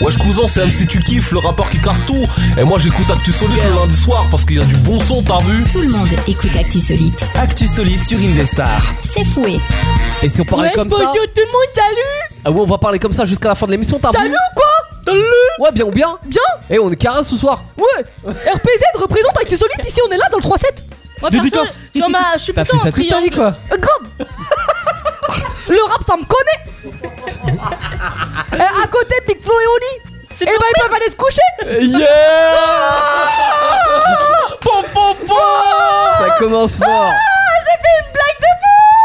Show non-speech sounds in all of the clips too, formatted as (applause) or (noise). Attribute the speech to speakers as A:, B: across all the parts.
A: Wesh cousin, c'est MC Tu Kiffes, le rappeur qui casse tout. Et moi j'écoute Actu Solide le lundi soir parce qu'il y a du bon son, t'as vu
B: Tout le monde écoute Actisolite.
C: Actu solide sur Indestar.
B: C'est fouet.
D: Et si on parlait
E: Wesh,
D: comme
E: bonjour
D: ça
E: tout le monde, salut
D: Ah ouais, on va parler comme ça jusqu'à la fin de l'émission, t'as
E: Salut
D: vu
E: ou quoi Salut
D: Ouais, bien ou bien
E: Bien
D: Et on est carré ce soir
E: Ouais RPZ représente Actu Solide, ici on est là dans le 3-7
F: Moi,
D: Dédicace.
F: perso, genre, ma- je suis
D: T'as
F: plutôt
D: fait ça
F: en
D: toute ta vie
F: triangle.
D: quoi
E: Euh, Grave Le rap ça me connaît Euh, À côté Big Flo et Oli Et
F: C'est
E: bah ils peuvent aller se coucher (laughs)
D: Yeah Pom pom pom Ça commence fort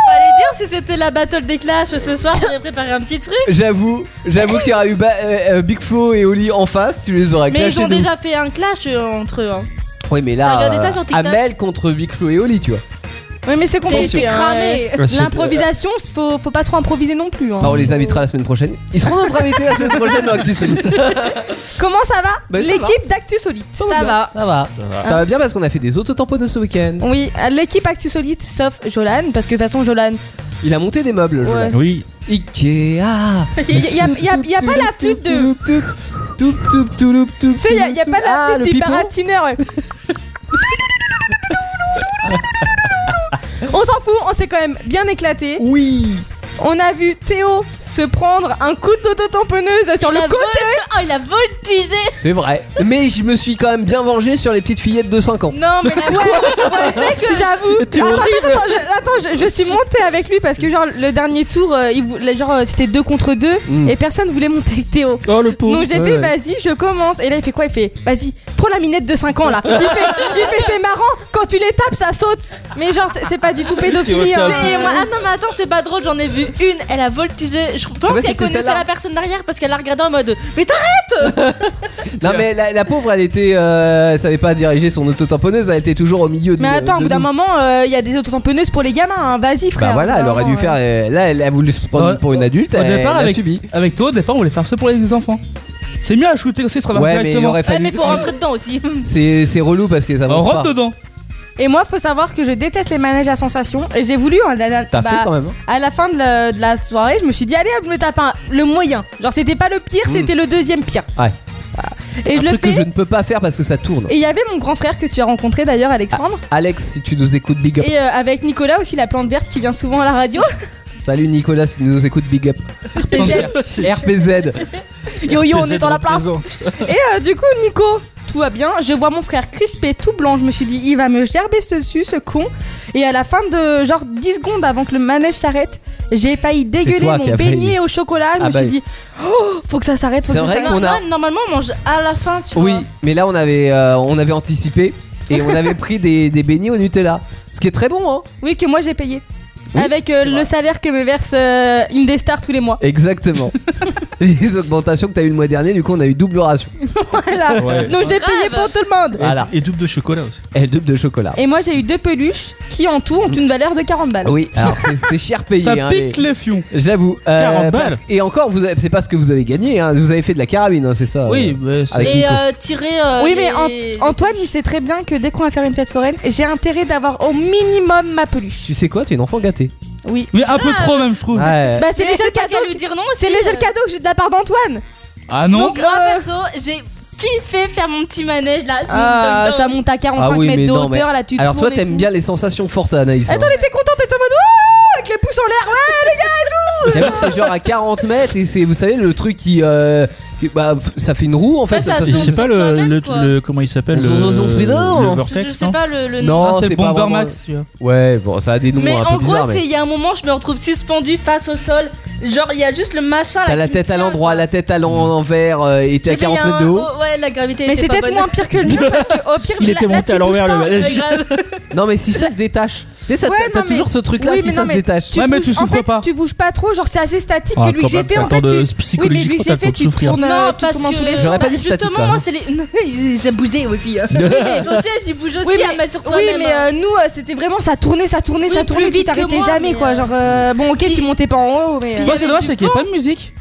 F: Fallait dire si c'était la battle des clashs ce soir, j'avais préparé un petit truc.
D: J'avoue, j'avoue qu'il y aura eu Ba- euh, euh, Big Flo et Oli en face, tu les aurais
F: Mais ils
D: clashés
F: ont
D: de
F: déjà fait un clash euh, entre eux. hein.
D: ouf. Oui, mais
F: J'ai
D: là, euh,
F: regardé ça sur TikTok.
D: Amel contre Big Flo et Oli, tu vois.
E: Ouais mais c'est
F: T'es t'es
E: compliqué hein,
F: cramé.
E: L'improvisation, faut, faut pas trop improviser non plus hein.
D: Bah, on les invitera la semaine prochaine. Ils seront notre invités la semaine prochaine dans Actu Solide.
E: Comment ça va
D: Bah, ça
E: L'équipe d'Actu Solide
F: Ça
E: bah,
F: va.
D: Ça va. Ça va bien parce qu'on a fait des autotampons ce week-end.
E: Oui, l'équipe Actu Solide sauf Jolan parce que de toute façon
F: (laughs)
E: Jolan
D: Il a monté des meubles. je
E: Ouais.
D: l'ai.
G: Oui,
D: Ikea.
E: Il y a, y a- y a pas la flûte de. Tu sais, il y a pas la
F: Ah,
E: flûte des baratineurs.
F: (laughs)
E: ouais. On s'en fout, on s'est quand même bien éclaté.
D: Oui.
E: On a vu Théo se prendre un coup d'auto-tamponneuse sur le
F: La
E: côté.
F: (laughs) Oh, il a voltigé.
D: C'est vrai. Mais je me suis quand même bien vengé sur les petites fillettes de 5 ans.
F: Non, mais la (laughs)
E: J'avoue.
D: T'es
E: Attends, attends, attends, je, attends, je- je suis montée avec lui parce que genre le dernier tour, euh, il vou- les- genre euh, c'était deux contre deux
D: Mm.
E: et personne voulait monter avec Théo.
D: Oh le pauvre.
E: Donc j'ai fait, vas-y, je commence. Et là, il fait quoi Il fait, vas-y, prends la minette de 5 ans là. Il fait, il fait, c'est marrant, quand tu les tapes, ça saute. Mais genre, c'est- c'est pas
D: (laughs)
E: du tout pédophilie. hein.
F: Et moi, ah non, mais attends, c'est pas drôle, j'en ai vu une, elle a voltigé. Je
D: Ah bah,
F: pense
D: c'était
F: qu'elle connaissait
D: celle-là.
F: la personne derrière parce qu'elle la regardait en mode Mais t'arrêtes
D: Non mais la, la pauvre, elle était, euh, elle savait pas diriger son autotamponneuse. Elle était toujours au milieu. de-
E: Mais attends, au
D: de
E: bout d'un
D: nous.
E: moment, euh, il y a des autotamponneuses pour les gamins. hein. Vas-y, frère.
D: Bah voilà, elle aurait dû faire. euh, Là, elle a voulu se prendre
G: Ouais.
D: pour une adulte.
G: au
D: elle
G: départ,
D: elle a
G: avec,
D: subi.
G: avec toi, au départ, on voulait faire ça pour les enfants. C'est mieux à shooter aussi, se traverse
D: Ouais, mais il
G: directement.
D: aurait
F: Ouais,
D: fallu.
F: mais faut rentrer dedans aussi.
D: C'est c'est relou parce que ça
G: on
D: avance
G: rentre
E: (laughs)
D: pas.
G: dedans.
E: Et moi, faut savoir que je déteste les manèges à sensations. Et j'ai voulu, hein, la- la-
D: T'as
E: bah,
D: fait quand même. hein.
E: à la fin de la, de la soirée, je me suis dit, allez, hop, je me tape un, le moyen. Genre, c'était pas le pire,
D: Mm.
E: c'était le deuxième pire.
D: Ouais.
E: Voilà. Et
D: Un
E: je le
D: truc
E: fais.
D: que je ne peux pas faire parce que ça tourne.
E: Et il y avait mon grand frère que tu as rencontré d'ailleurs, Alexandre.
D: Alex, si tu nous écoutes, big up.
E: Et euh, avec Nicolas aussi, la plante verte qui vient souvent à la
D: (laughs)
E: radio.
D: Salut Nicolas, si tu nous écoutes, big up.
G: (laughs)
D: RPZ.
E: Yo yo, on est dans la place. Et euh, du coup, Nico, tout va bien. Je vois mon frère crispé, tout blanc. Je me suis dit, il va me gerber ce dessus, ce con. Et à la fin de genre 10 secondes avant que le manège s'arrête, j'ai failli dégueuler
D: toi qui
E: mon
D: as failli.
E: beignet au chocolat. Je
D: Ah
E: me
D: bah
E: suis dit, oh, faut que ça s'arrête, faut que ça
D: C'est vrai
E: s'arrête.
D: qu'on a-
F: Non, Normalement, on mange à la fin, tu
D: Oui,
F: vois.
D: mais là on avait, euh, on avait anticipé et on avait pris des, des beignets au Nutella. Ce qui est très bon, hein.
E: Oui, que moi j'ai payé.
D: Oui,
E: Avec euh, le salaire que me verse euh, Indestar tous les mois.
D: Exactement. Les augmentations que t'as eu le mois dernier, du coup on a eu double ration.
E: (laughs) Voilà.
G: Ouais.
E: Donc j'ai
F: Grave.
E: payé pour tout le monde.
D: Voilà.
G: Et double de chocolat aussi.
D: Et double de chocolat.
E: Et moi j'ai eu deux peluches qui en tout ont une valeur de 40 balles.
D: Oui, alors c'est c'est cher payé.
G: Ça
D: hein,
G: pique
D: les-
G: les fions.
D: J'avoue. euh,
G: 40 balles.
D: parce que- Et encore, vous avez- c'est pas ce que vous avez gagné, hein. vous avez fait de la carabine, hein, c'est ça
G: Oui,
D: euh,
G: mais
D: avec
F: Et
D: Nico.
F: euh, tirer. euh,
E: Oui, mais
F: les-
E: Ant- Antoine, il sait très bien que dès qu'on va faire une fête foraine, j'ai intérêt d'avoir au minimum ma peluche.
D: Tu sais quoi, t'es une enfant gâtée.
E: Oui.
G: Mais un
E: Ah.
G: peu trop, même, je trouve.
D: Ouais.
E: Bah, c'est
F: Mais
E: les seuls
F: t'as qu'à
E: cadeaux.
F: lui
E: que-
F: dire non
E: C'est
F: aussi,
E: les
F: euh.
E: seuls cadeaux que j'ai de la part d'antoine.
F: Mm,
G: Ah non
F: Donc, moi,
E: euh,
F: perso, j'ai kiffé faire mon petit manège là.
E: Ah,
F: Dum, dum, dum.
E: ça monte à 45
D: Ah oui,
E: mètres
D: mais
E: de
D: non,
E: hauteur,
D: mais-
E: là, tu
D: Alors
E: tournes
D: toi,
E: et
D: t'aimes
E: tout.
D: bien les sensations fortes, Anaïs. hein.
E: Attends, elle était contente, elle était en mode Ouh avec les pouces en l'air. Ouais, les gars.
D: J'avoue que c'est genre à 40 mètres et c'est, vous savez, le truc qui. euh, qui- bah, f- ça fait une roue en fait.
F: Ouais, ça
D: de toute
F: tourne.
D: façon.
F: Ils sont
G: sais pas
F: sur la
G: le,
F: même,
G: le-
F: quoi.
G: le- comment il s'appelle
D: Ils sont-
G: le,
D: sont- sont-
F: Je,
G: le
F: je
G: vortex,
F: sais
G: non
F: pas le, le nom.
D: Non,
G: Ah, c'est
D: pas vraiment-
G: Bombermax. tu vois.
D: Ouais, bon, ça a des noms
F: Mais
D: un
F: en
D: peu
F: gros,
D: bizarres.
F: c'est
D: mais-
F: il y a un moment, je me retrouve suspendue face au sol. Genre, il y a juste le machin là.
D: T'as la
F: qui me
D: tête à
F: tient,
D: l'endroit,
F: quoi.
D: la tête à l'envers euh, et t'es
F: hein. J'ai
D: à
F: fait, il
D: 40
F: y a
D: mètres de
F: un-
D: haut.
F: oh, Ouais, la gravité
E: Mais
F: était
E: c'est
F: pas
E: peut-être
F: bonne.
E: moins pire que le
D: (laughs)
E: mien parce que au pire,
G: Il
E: là-
G: était
E: là,
G: monté
E: tu
G: à l'envers,
E: bouges
G: le
E: pas.
G: malade.
F: Ouais,
E: (laughs)
F: grave.
D: Non, mais si ça se détache. Tu sais, ça-
E: Ouais,
D: t'as
E: non,
D: toujours
E: mais-
D: ce truc là
E: Oui,
D: si
E: mais
D: ça
E: non,
D: se
E: mais
D: détache.
G: Ouais, mais
E: bouges-
G: tu souffres
E: en fait,
G: pas.
E: Tu bouges pas trop, genre c'est assez statique
G: Ah,
E: que lui
G: quand
E: que j'ai
G: même,
E: fait
G: t'as
E: en
G: le temps
E: fait. (laughs)
G: de-
E: tu-
G: psychologiquement,
E: oui, mais lui
G: t'as
E: j'ai
G: le
E: fait,
G: temps de
E: tu
G: souffrir.
E: tournes, euh,
F: Non,
E: tu
F: parce
E: tournes en tous les
F: que.
D: J'aurais pas
F: bah,
D: dit statique,
F: Justement,
D: hein.
F: moi, c'est les. (laughs) Ils ont bougé aussi. hein.
E: Mais-
F: Toi aussi, je bouge aussi,
E: Oui,
F: à
E: mais,
F: mettre sur
E: oui,
F: toi-même.
E: mais
F: hein.
E: euh, nous, euh, c'était vraiment ça tournait, ça tournait,
F: Oui,
E: ça
F: plus
E: tournait, tu
F: vite que
E: t'arrêtais
F: moi,
E: jamais
F: mais,
E: quoi.
F: euh,
E: Genre, euh, (laughs) bon, ok,
F: qui-
E: tu montais pas en haut, mais. euh,
F: Qui-
G: Moi, c'est
F: avait
G: dommage,
F: du
G: c'est qu'il n'y
F: vent.
G: avait pas de musique.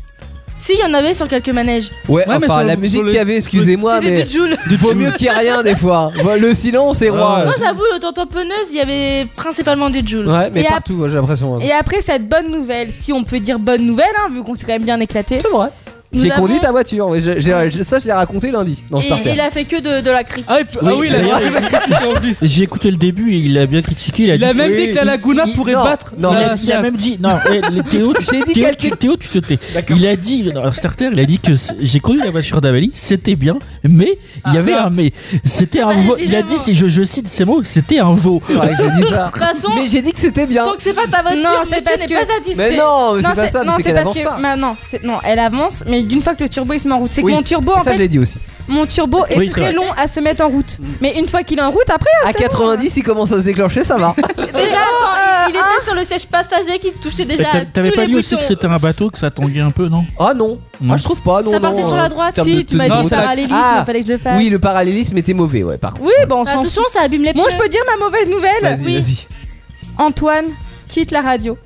F: Si, il y en avait sur quelques manèges.
D: Ouais,
G: Ouais, mais
D: enfin,
G: sur-
D: la
G: sur
D: musique
G: le-
D: qu'il y avait, excusez-moi,
F: C'était
D: mais.
F: de
D: (laughs)
F: Joule.
D: Il vaut mieux qu'il y ait rien des fois. Bon, Le silence est roi.
F: Moi, j'avoue, l'autotamponneuse, il y avait principalement des Joule.
D: Ouais, mais
E: euh. Et
D: partout, moi, j'ai l'impression. hein.
E: Et après cette bonne nouvelle, si on peut dire bonne nouvelle, hein, vu qu'on s'est quand même bien éclaté,
D: C'est vrai.
E: Nous
D: J'ai
E: avons-
D: conduit ta voiture, oui, je- j'ai- je- ça je l'ai raconté lundi dans
E: Et
D: Starter.
E: il a fait que de, de la critique.
G: Ah, il peut- ah oui, il a
H: Oui.
G: (laughs) il a critiqué en plus.
H: J'ai écouté le début et il a bien critiqué. Il a,
G: Il a
H: dit,
G: même
D: oui,
G: dit que la
D: il-
G: Laguna
D: il-
G: pourrait
D: non,
G: battre.
D: non,
H: il
G: la-
H: a, dit- il a même dit. Non, eh, le- Théo, tu,
D: J'ai dit
H: Théo,
D: quel
H: tu,
D: cul-
H: Théo, tu te tais. Il a dit dans Starter, il a dit que c'est- j'ai connu la voiture d'Amélie, c'était bien, mais il y
G: Ah,
H: avait
G: ça.
H: un mais. C'était un
F: Bah,
H: veau. Il a
F: évidemment.
H: dit, si je, je cite ces mots, c'était un veau.
D: C'est vrai que j'ai dit
E: (laughs)
D: ça.
F: toute façon,
D: Mais j'ai dit que c'était bien.
F: tant que c'est pas ta voiture,
E: Non, c'est
F: monsieur
E: parce
F: n'est
E: que-
F: pas satisfait.
D: Mais non, mais c'est pas
E: c'est-
D: ça, mais
E: non,
D: c'est qu'elle
E: parce
D: avance
E: que-
D: pas.
E: mais non, c'est- non, elle avance, mais d'une fois que le turbo il se met en route, c'est
D: Oui,
E: que mon turbo en
D: ça je
E: fait,
D: l'ai dit aussi.
E: mon turbo est
H: Oui, c'est
E: très
H: vrai.
E: long à se mettre en route. Mais une fois qu'il est en route, après,
D: À 90, il commence à se déclencher, ça va.
F: Déjà,
E: Ah,
F: attends, il était sur le siège passager qui touchait
H: Mais
F: déjà
H: t'a-
F: tous
H: T'avais pas
F: les
H: lu aussi
F: boutons.
H: que c'était un bateau, que ça tanguait un peu, non
D: Ah non,
H: Non.
D: ah, je trouve pas. Non,
F: Ça partait
D: non,
F: sur
D: euh,
F: la
D: en
F: droite,
D: termes de
E: si tu m'as
D: tenue.
E: dit
G: ça-
E: parallélisme,
D: Ah,
E: fallait que je le fasse.
D: Oui, le parallélisme était mauvais, ouais, par contre.
E: Oui, bon, on s'en fout.
F: Attention, ça abîme les
E: Bon,
F: pneus.
E: je peux dire ma mauvaise nouvelle
D: Vas-y,
E: Oui.
D: vas-y. (laughs)
E: Antoine quitte la radio.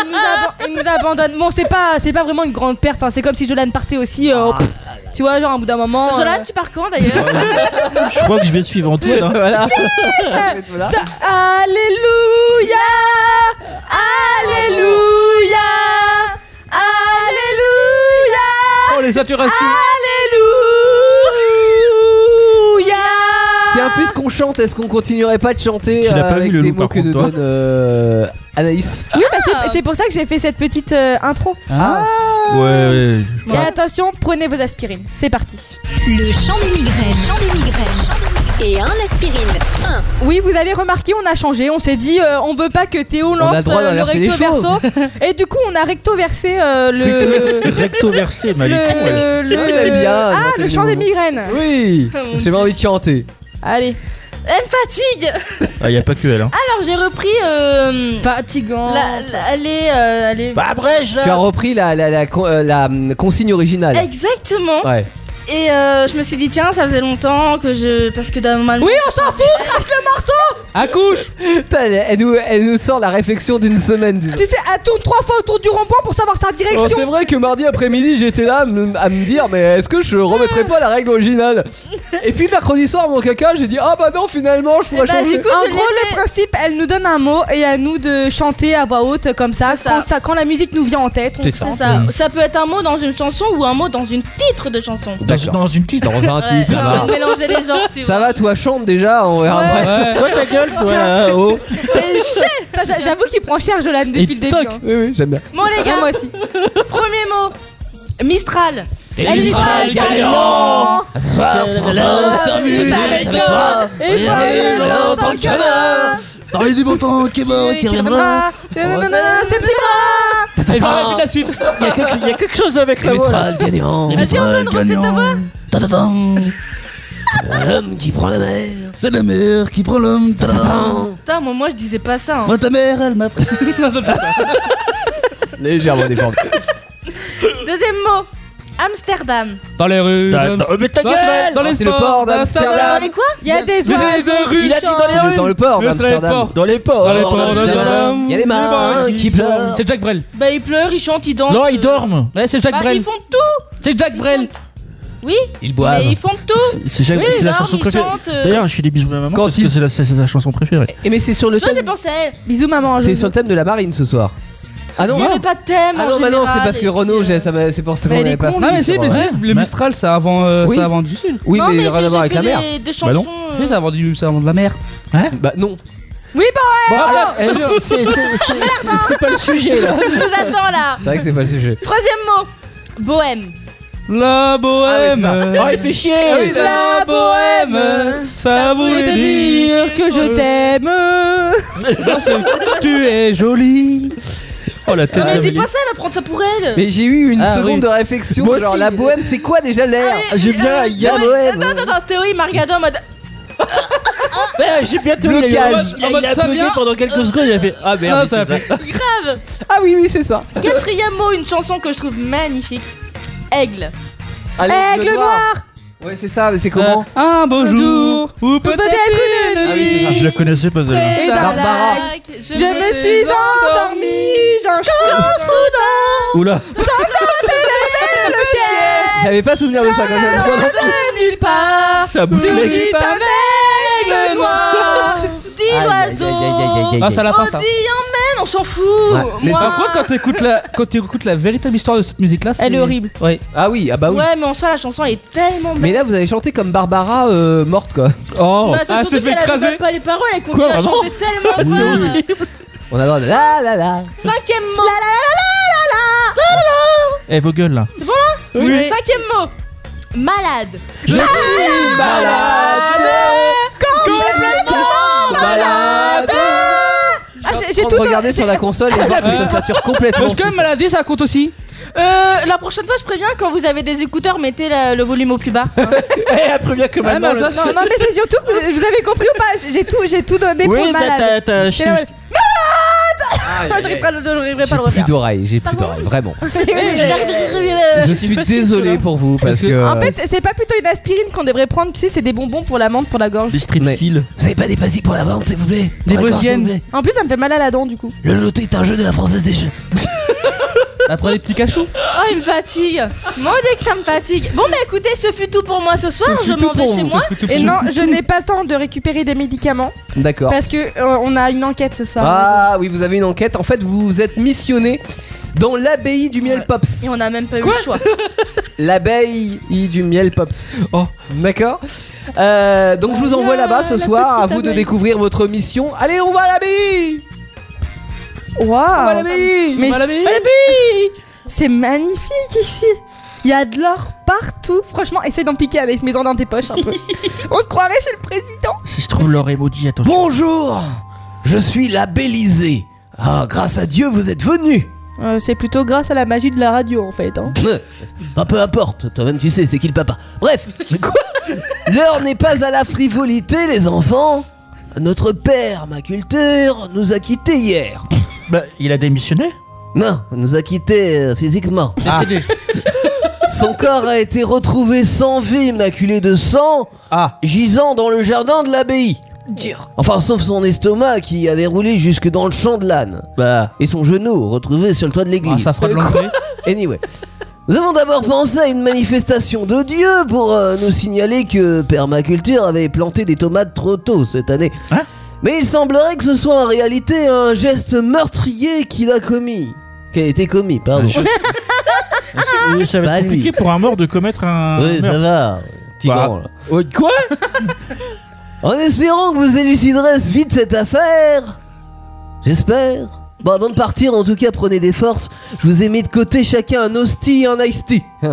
E: Il nous, ab- il nous abandonne. Bon, c'est pas, c'est pas vraiment une grande perte. hein. C'est comme si Jolan partait aussi. euh, pff, tu vois, genre, à bout d'un moment. euh,
F: Jolan, tu pars quand d'ailleurs
H: Je crois que je vais suivre Antoine.
D: (laughs)
H: hein.
D: Voilà.
E: Ça- Alléluia Alléluia Alléluia
G: Oh, les saturations.
E: Alléluia
D: Tiens, puisqu'on chante, est-ce qu'on continuerait pas de chanter
H: Tu l'as
D: euh,
H: pas
D: avec
H: vu, le
D: des
H: loup,
D: mots
H: par
D: que nous
H: contre, toi Ah.
D: donne euh, Anaïs
E: Oui, bah, c'est- c'est pour ça que j'ai fait cette petite euh, intro.
D: Ah,
H: Ouais, ouais.
E: Et attention, prenez vos aspirines. C'est parti.
B: Le chant des migraines. Chant des migraines. Et un aspirine. Un.
E: Oui, vous avez remarqué, on a changé. On s'est dit, euh, on veut pas que Théo
D: a
E: lance
D: le droit
E: euh, le
D: d'inverser les
E: recto verso. Et du coup, on a recto versé euh, le.
H: Recto versé, mais elle est con, elle.
E: le,
D: Ah, j'aime bien,
E: Ah,
D: j'aime
E: le chant
D: bien.
E: des migraines.
D: Oui
F: Oh mon
D: J'ai pas envie de chanter.
E: Allez.
F: Elle me fatigue
H: Ah, y a pas que elle. Hein.
F: Alors j'ai repris. euh,
E: Fatigant.
F: la- la- Elle est. euh, elle est-
H: Bah, bref,
D: Tu as repris la, la, la, con- euh, la, hum, consigne originale.
F: Exactement.
D: Ouais.
F: Et euh, je me suis dit, tiens, ça faisait longtemps que je. Parce que normalement.
E: Oui, on s'en fout, crache le morceau
D: (laughs) Accouche elle, nous, elle nous sort la réflexion d'une semaine.
E: Tu sais, elle tourne trois fois autour du rond-point pour savoir sa
D: Oh,
E: direction.
D: c'est vrai que mardi après-midi j'étais là à me à me dire mais est-ce que je remettrai pas la règle originale Et puis mercredi soir mon caca j'ai dit ah bah non finalement je pourrais
E: Eh
F: bah,
D: changer.
F: du coup,
E: en
F: je
E: gros, le principe, elle nous donne un mot et à nous de chanter à voix haute comme ça,
F: C'est ça.
E: Quand, ça- quand la musique nous vient en tête. on-
D: C'est
F: C'est ça. Ça peut être un mot dans une chanson ou un mot dans une titre de chanson.
H: Dans, dans une petite.
D: Dans un
F: Ouais,
D: titre, ça va.
F: mélanger les genres, tu
D: Ça
F: vois.
D: va toi chante déjà on verra après.
H: Quoi ta gueule toi oh.
E: Ça, j'a- J'avoue qu'il prend cher, Jolan, depuis
H: Et
E: le début.
H: toc.
E: hein.
D: Oui oui j'aime bien.
F: Bon, les
E: Ah,
F: gars,
E: moi aussi.
F: premier mot Mistral.
E: Elle y sera gagnant. Et voilà, tant qu'il y en a.
C: Parlez du beau temps qui est mort
E: Qui reviendra. Nanana, C'est petit bras.
G: Et par la suite, la suite.
H: Il y a quelque- il y a quelque chose avec la voix. là.
C: Mistral gagnant
F: Vas-y, Antoine, refais ta voix.
C: Tatatam. C'est l'homme qui prend la mer C'est la mer qui prend l'homme Tatatam.
F: Putain, moi, moi, je disais pas ça. hein.
C: Moi ta mère elle m'a pris
D: Légèrement déformé.
F: Deuxième mot Amsterdam.
G: Dans les rues.
H: T'as- t'as- Oh, Mais ta
G: Dans,
H: gueule
G: dans les
D: C'est le
G: sports,
D: port
G: dans
D: d'Amsterdam.
F: On est quoi
E: Il y a des
G: Mais j'ai
E: oiseaux.
G: les rues.
H: Il a dit dans
G: chantent.
H: les rues.
D: Dans le port
G: Mais c'est dans les
D: d'Amsterdam.
G: ports.
H: Dans les ports.
G: Dans les ports d'Amsterdam.
D: Il y a les marins
G: Les
D: qui pleurent.
G: C'est Jack Brel.
F: Bah, ils pleurent, ils chantent, ils dansent.
H: Non, ils
F: euh,
H: dorment.
G: Ouais, c'est Jack
F: Bah,
G: Brel.
F: ils font tout
G: C'est Jack Brel.
F: Oui,
D: Ils
F: mais ils font tout
H: C'est Jack-
F: Oui,
H: c'est
F: ils
H: la
F: dorment,
H: chanson
F: ils
H: préférée.
F: chantent, euh.
H: D'ailleurs, je fais des bisous à ma maman
D: Quand
H: parce
D: il-
H: que c'est la- c'est sa chanson préférée.
D: Et mais c'est sur le
F: Tu vois, j'ai
D: thème.
F: pensé à elle.
E: Bisous, maman.
D: T'es
E: je-
D: sur le thème de la marine ce soir. Ah non.
F: Ah, Il n'y avait pas de thème. en
D: Ah non, bah non,
F: général,
D: c'est parce
F: et
D: que
F: puis,
D: Renault,
F: euh,
D: j'ai- ça m'a- c'est pour ça
E: Mais
D: qu'on
E: elle
D: l'avait
E: est
D: pas.
E: con,
G: Ah,
D: pris,
G: mais si,
D: c'est
G: mais si.
D: vrai.
G: Le Mistral, ça a avant, euh,
D: Oui.
G: ça a vendu du sud.
D: Oui,
F: non,
D: mais
F: mais
D: rien à voir avec la mer.
F: Des, des
H: Bah non.
F: chansons. euh,
G: Oui, ça a vendu du ça a vendu de la mer. Ah,
D: Bah non.
H: Eh, c'est- c'est- c'est- c'est- c'est- C'est pas le sujet là.
F: Je vous attends là.
D: C'est vrai que c'est pas le sujet.
F: Troisième mot bohème.
G: La bohème.
H: Oh, il fait
G: Ah oui,
H: chier.
G: la bohème. Ça voulait dire. Euh,
E: dire que je
G: (laughs)
E: t'aime.
G: Tu es jolie. Oh la tête
F: Mais dis
G: d'Amélie.
F: pas ça, elle va prendre ça pour elle.
D: Ah, Mais j'ai eu une
H: Ah,
D: seconde
H: oui.
D: de réflexion.
H: Moi
D: genre,
H: aussi.
D: la bohème, c'est quoi déjà
F: Ah
D: l'air
H: J'ai bien, il y a Noël.
F: Attends, attends, attends, Théo, il m'a regardé en mode.
H: Ouais, Eh, J'ai bien tenu
D: Blocage.
H: Eh, Il a,
G: En
H: il
G: mode,
H: a
G: ça
H: bugué
G: vient.
H: pendant quelques secondes. Il a fait Ah merde,
G: Ah,
H: mais
G: ça
H: c'est
G: a
H: ça.
D: Ah oui, oui, c'est ça.
F: Quatrième mot, une chanson que je trouve magnifique. Aigle.
D: Allez,
E: Aigle
D: noir Ouais, c'est ça,
H: Ah.
D: mais c'est comment
G: Euh, (laughs) Un beau jour.
E: jour,
G: Ou peut-être.
E: Peut-être une
D: Ah oui, c'est ça.
E: nuit.
H: Je la connaissais pas celle-là.
E: près
D: Et
E: d'un
D: Ah, Barbara.
E: lac.
F: Lac,
E: Je me suis endormie. J'en soudain.
H: Oula.
E: Le ciel
D: J'avais pas souvenir de ça quand ça. (laughs)
E: nulle part.
H: Ça bouclait.
E: Souris ta aigle noire.
F: Dis l'oiseau.
G: Ah, c'est à la fin ça.
F: On dit on s'en fout.
G: Mais
F: Moi-
G: par contre, quand t'écoutes la, quand t'écoutes la véritable histoire de cette musique-là, c'est-
F: Elle est horrible.
G: Ouais.
D: Ah oui, ah bah oui.
F: Ouais, mais en soi, la chanson elle est tellement belle.
D: Mais là, vous avez chanté comme Barbara euh, morte quoi.
G: Oh.
F: Bah, c'est
G: ah,
F: surtout
G: c'est fait
F: qu'elle avait
G: écraser.
F: même pas les paroles, elle continue
G: Quoi,
F: à chanter
D: Ah,
F: tellement bien.
D: On a droit de la la la.
F: Cinquième mot.
H: Eh, vos gueules là.
F: Oh, Cinquième mot. Malade.
D: Je suis malade, complètement malade.
E: Ah, j'ai- j'ai
D: J'ai
E: tout.
D: tout regardé sur la console et voir que ça sature complètement.
G: Est-ce que maladie ça compte aussi
F: Euh, la prochaine fois, je préviens, quand vous avez des écouteurs, mettez la- le volume au plus bas.
D: Eh, après bien que
E: Ah, mais
D: maintenant.
E: attends, non, non, mais c'est surtout que vous, vous avez compris ou pas J'ai- J'ai tout, j'ai tout donné
H: Oui,
E: pour
H: bah,
E: malade.
H: t'as- t'as.
E: Et là, ouais.
F: J'arriverai pas, à le- j'arriverai pas
D: J'ai
F: à le
D: plus
F: refaire.
D: d'oreilles, j'ai plus d'oreilles, vraiment. Je suis
H: facile,
D: désolé
H: celui-là.
D: pour vous parce
H: Parce que-
D: que.
E: En fait, c'est pas plutôt une aspirine qu'on devrait prendre, tu sais, c'est des bonbons pour la menthe, pour la gorge.
H: Les strip
D: Mais-
H: cils.
C: Vous avez pas des pastilles pour la bande, s'il vous plaît Pour la
G: Des
C: gorge, s'il vous
G: bosiennes.
C: plaît
E: En plus, ça me fait mal à la dent du coup.
C: Le loto est un jeu de la française des jeux.
G: Après les petits cachots.
F: Oh, il me fatigue. Mon dieu, que ça me fatigue. Bon, bah écoutez, ce fut tout pour moi ce soir.
G: Ce
F: je
G: fut tout
F: m'en vais
G: pour
F: chez
G: vous,
F: moi.
G: ce fut tout
E: Et
G: pour
E: non,
G: vous.
E: je n'ai pas le temps de récupérer des médicaments
D: D'accord.
E: parce que euh, on a une enquête ce soir.
D: Ah oui, vous avez une enquête. En fait, vous vous êtes missionné dans l'abbaye du miel pops.
F: Et on a même pas eu le choix.
D: L'abeille du miel pops.
G: Oh.
D: D'accord. Euh, donc je vous envoie
F: bien,
D: là-bas ce
F: la
D: soir. À
F: petite
D: vous de
F: abeille.
D: découvrir votre mission. Allez, on va à l'abbaye. On va à
E: Waouh
D: l'abbaye.
E: Ah. Mais
D: On va à l'abbaye.
E: c'est magnifique ici. Il y a de l'or partout. Franchement, essaye d'en piquer avec maison dans tes poches un (laughs) peu. on se croirait chez le président.
H: Si je trouve l'or maudit, attention.
C: Bonjour Je suis la Bélisée. Ah, grâce à Dieu, vous êtes venu
E: Euh, c'est plutôt grâce à la magie de la radio en fait. hein.
C: Bah, peu importe, toi-même tu sais, c'est qui le papa. Bref, quoi L'heure n'est pas à la frivolité, les enfants. Notre père, ma culture, nous a quittés hier.
H: Bah, il a démissionné
C: Non, nous a quittés euh, physiquement.
H: Décédé.
C: Son corps a été retrouvé sans vie, maculé de sang,
G: Ah.
C: gisant dans le jardin de l'abbaye.
F: Dur.
C: Enfin, sauf son estomac qui avait roulé jusque dans le champ de l'âne.
H: Bah.
D: Ah,
C: Et son genou retrouvé sur le toit de l'église.
G: Ah, ça fera de l'anglais.
C: Anyway. Nous avons d'abord pensé à une manifestation de Dieu pour euh, nous signaler que Permaculture avait planté des tomates trop tôt cette année.
H: Hein
C: Mais il semblerait que ce soit en réalité un geste meurtrier qu'il a commis. Qui a été commis,
G: Ah,
C: pardon.
H: Oui, ça va
C: Bah,
H: être
C: lui.
H: compliqué pour un mort de commettre un.
C: oui, ça
H: meurtre.
C: va. Petit
H: Ah, Bah.
C: grand, là.
H: Oh, quoi
C: (laughs) En espérant que vous éluciderez vite cette affaire. J'espère. Bon, avant de partir, en tout cas, prenez des forces. Je vous ai mis de côté chacun un hostie et un iced tea. (laughs)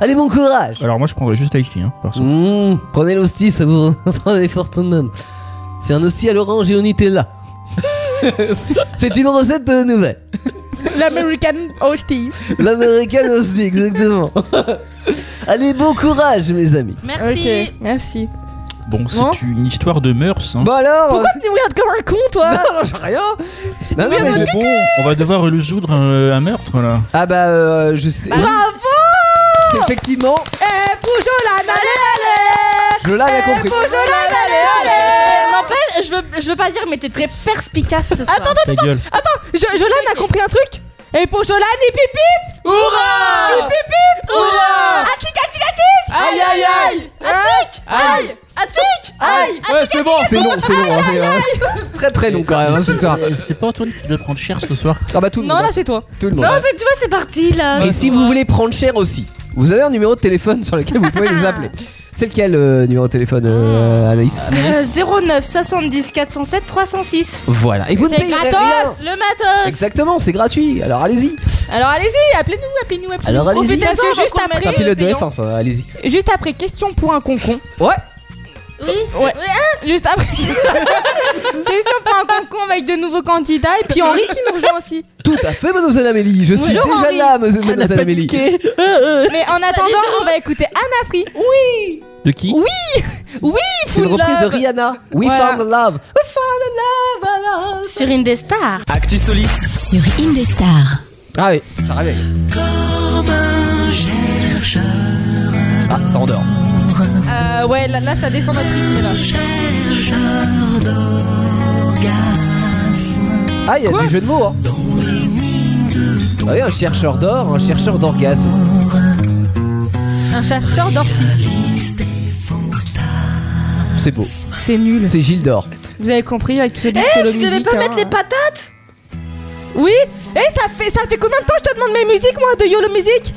C: Allez, bon courage.
H: Alors, moi, je prendrais juste ici, hein, perso.
C: Mmh, prenez l'hostie, ça vous (laughs) rendra des forces tout de même. C'est un hostie à l'orange et au Nutella. (laughs) C'est une recette euh, nouvelle.
E: (laughs) L'American Hostie.
C: L'américaine hostie, exactement. (laughs) Allez, bon courage, mes amis.
F: Merci.
E: Ok, merci.
H: Bon, c'est
E: Bon.
H: une histoire de mœurs, hein.
G: Bah,
D: Bon alors.
E: Pourquoi tu nous regardes comme un con
F: (laughs)
E: toi
D: Non, j'ai rien. Non, non, mais
H: Ah, Mais
D: je-
H: bon, on va devoir résoudre euh, un meurtre, là.
D: Ah bah euh, je sais.
E: Bravo
D: C'est effectivement.
E: Eh, bonjour la malade
D: Je
F: Eh,
D: l'avais compris.
E: Bonjour la malade
F: Euh, N'empêche, je veux, je veux pas dire, mais t'es très perspicace ce soir. Attends,
H: Ta gueule.
G: Ah,
E: Je- Jolane a compris un truc Et pour Jolane, et pipip Hurrah Et pipip Hurrah Attic, attic, attic
D: Aïe aïe aïe.
E: Ah,
F: Attic Aïe Attic Aïe
G: Ouais, c'est bon.
D: C'est long, c'est long. hein, c'est, euh, Très très long quand même.
G: bah,
D: hein, c'est ça.
H: Euh, C'est pas Antoine qui doit prendre cher ce soir.
D: Ah bah tout le
F: Non,
D: monde.
F: là c'est toi.
D: hein, tout le monde.
F: Non, c'est- tu vois, c'est parti là.
D: Et si vous voulez prendre cher aussi, vous avez un numéro de téléphone sur lequel vous pouvez nous
F: Ah.
D: appeler. C'est lequel euh, numéro de téléphone, euh, Anaïs
F: Euh, 09 70 407 306.
D: Voilà. Et vous ne
F: C'est
D: payez rien.
F: gratos Le matos
D: Exactement, c'est gratuit. Alors allez-y.
E: Alors allez-y, appelez-nous, appelez-nous, appelez-nous
D: Alors allez-y.
F: Profitez-en
E: Parce que
F: avant
E: juste
F: qu'on
E: après- euh,
F: mette
D: C'est un pilote de
F: le
D: F1, ça. Allez-y.
E: Juste après, question pour un concon.
D: Ouais.
F: Oui,
E: Ouais. Juste après. (laughs) question pour un concon avec de nouveaux candidats et puis Henri qui nous rejoint aussi.
D: Tout à fait, mademoiselle Amélie. Je suis
E: Bonjour,
D: déjà
E: Henri.
D: là, mademoiselle Amélie.
E: (laughs) Mais en attendant, on va écouter Anna Free.
H: De qui
E: Oui. (laughs)
D: C'est une
E: Full
D: reprise de
E: Love.
D: Rihanna. We
E: Voilà.
D: found love.
F: sur Indestar.
A: Actu solide.
B: sur Indestar.
D: Ah oui, ça réveille. Ah, ça endort.
E: Euh, ouais, là, là, ça descend notre rythme. Là.
D: Ah, il y a du jeu de mots. Hein. Ah oui, un chercheur d'or, un chercheur d'orgasme.
E: Un chasseur d'or.
D: C'est beau.
E: C'est nul.
D: C'est Gilles d'or.
E: Vous avez compris avec ce
F: Eh, tu devais pas mettre les patates
E: Oui Eh, ça fait, ça fait combien de temps que je te demande mes musiques, moi, de YOLO Music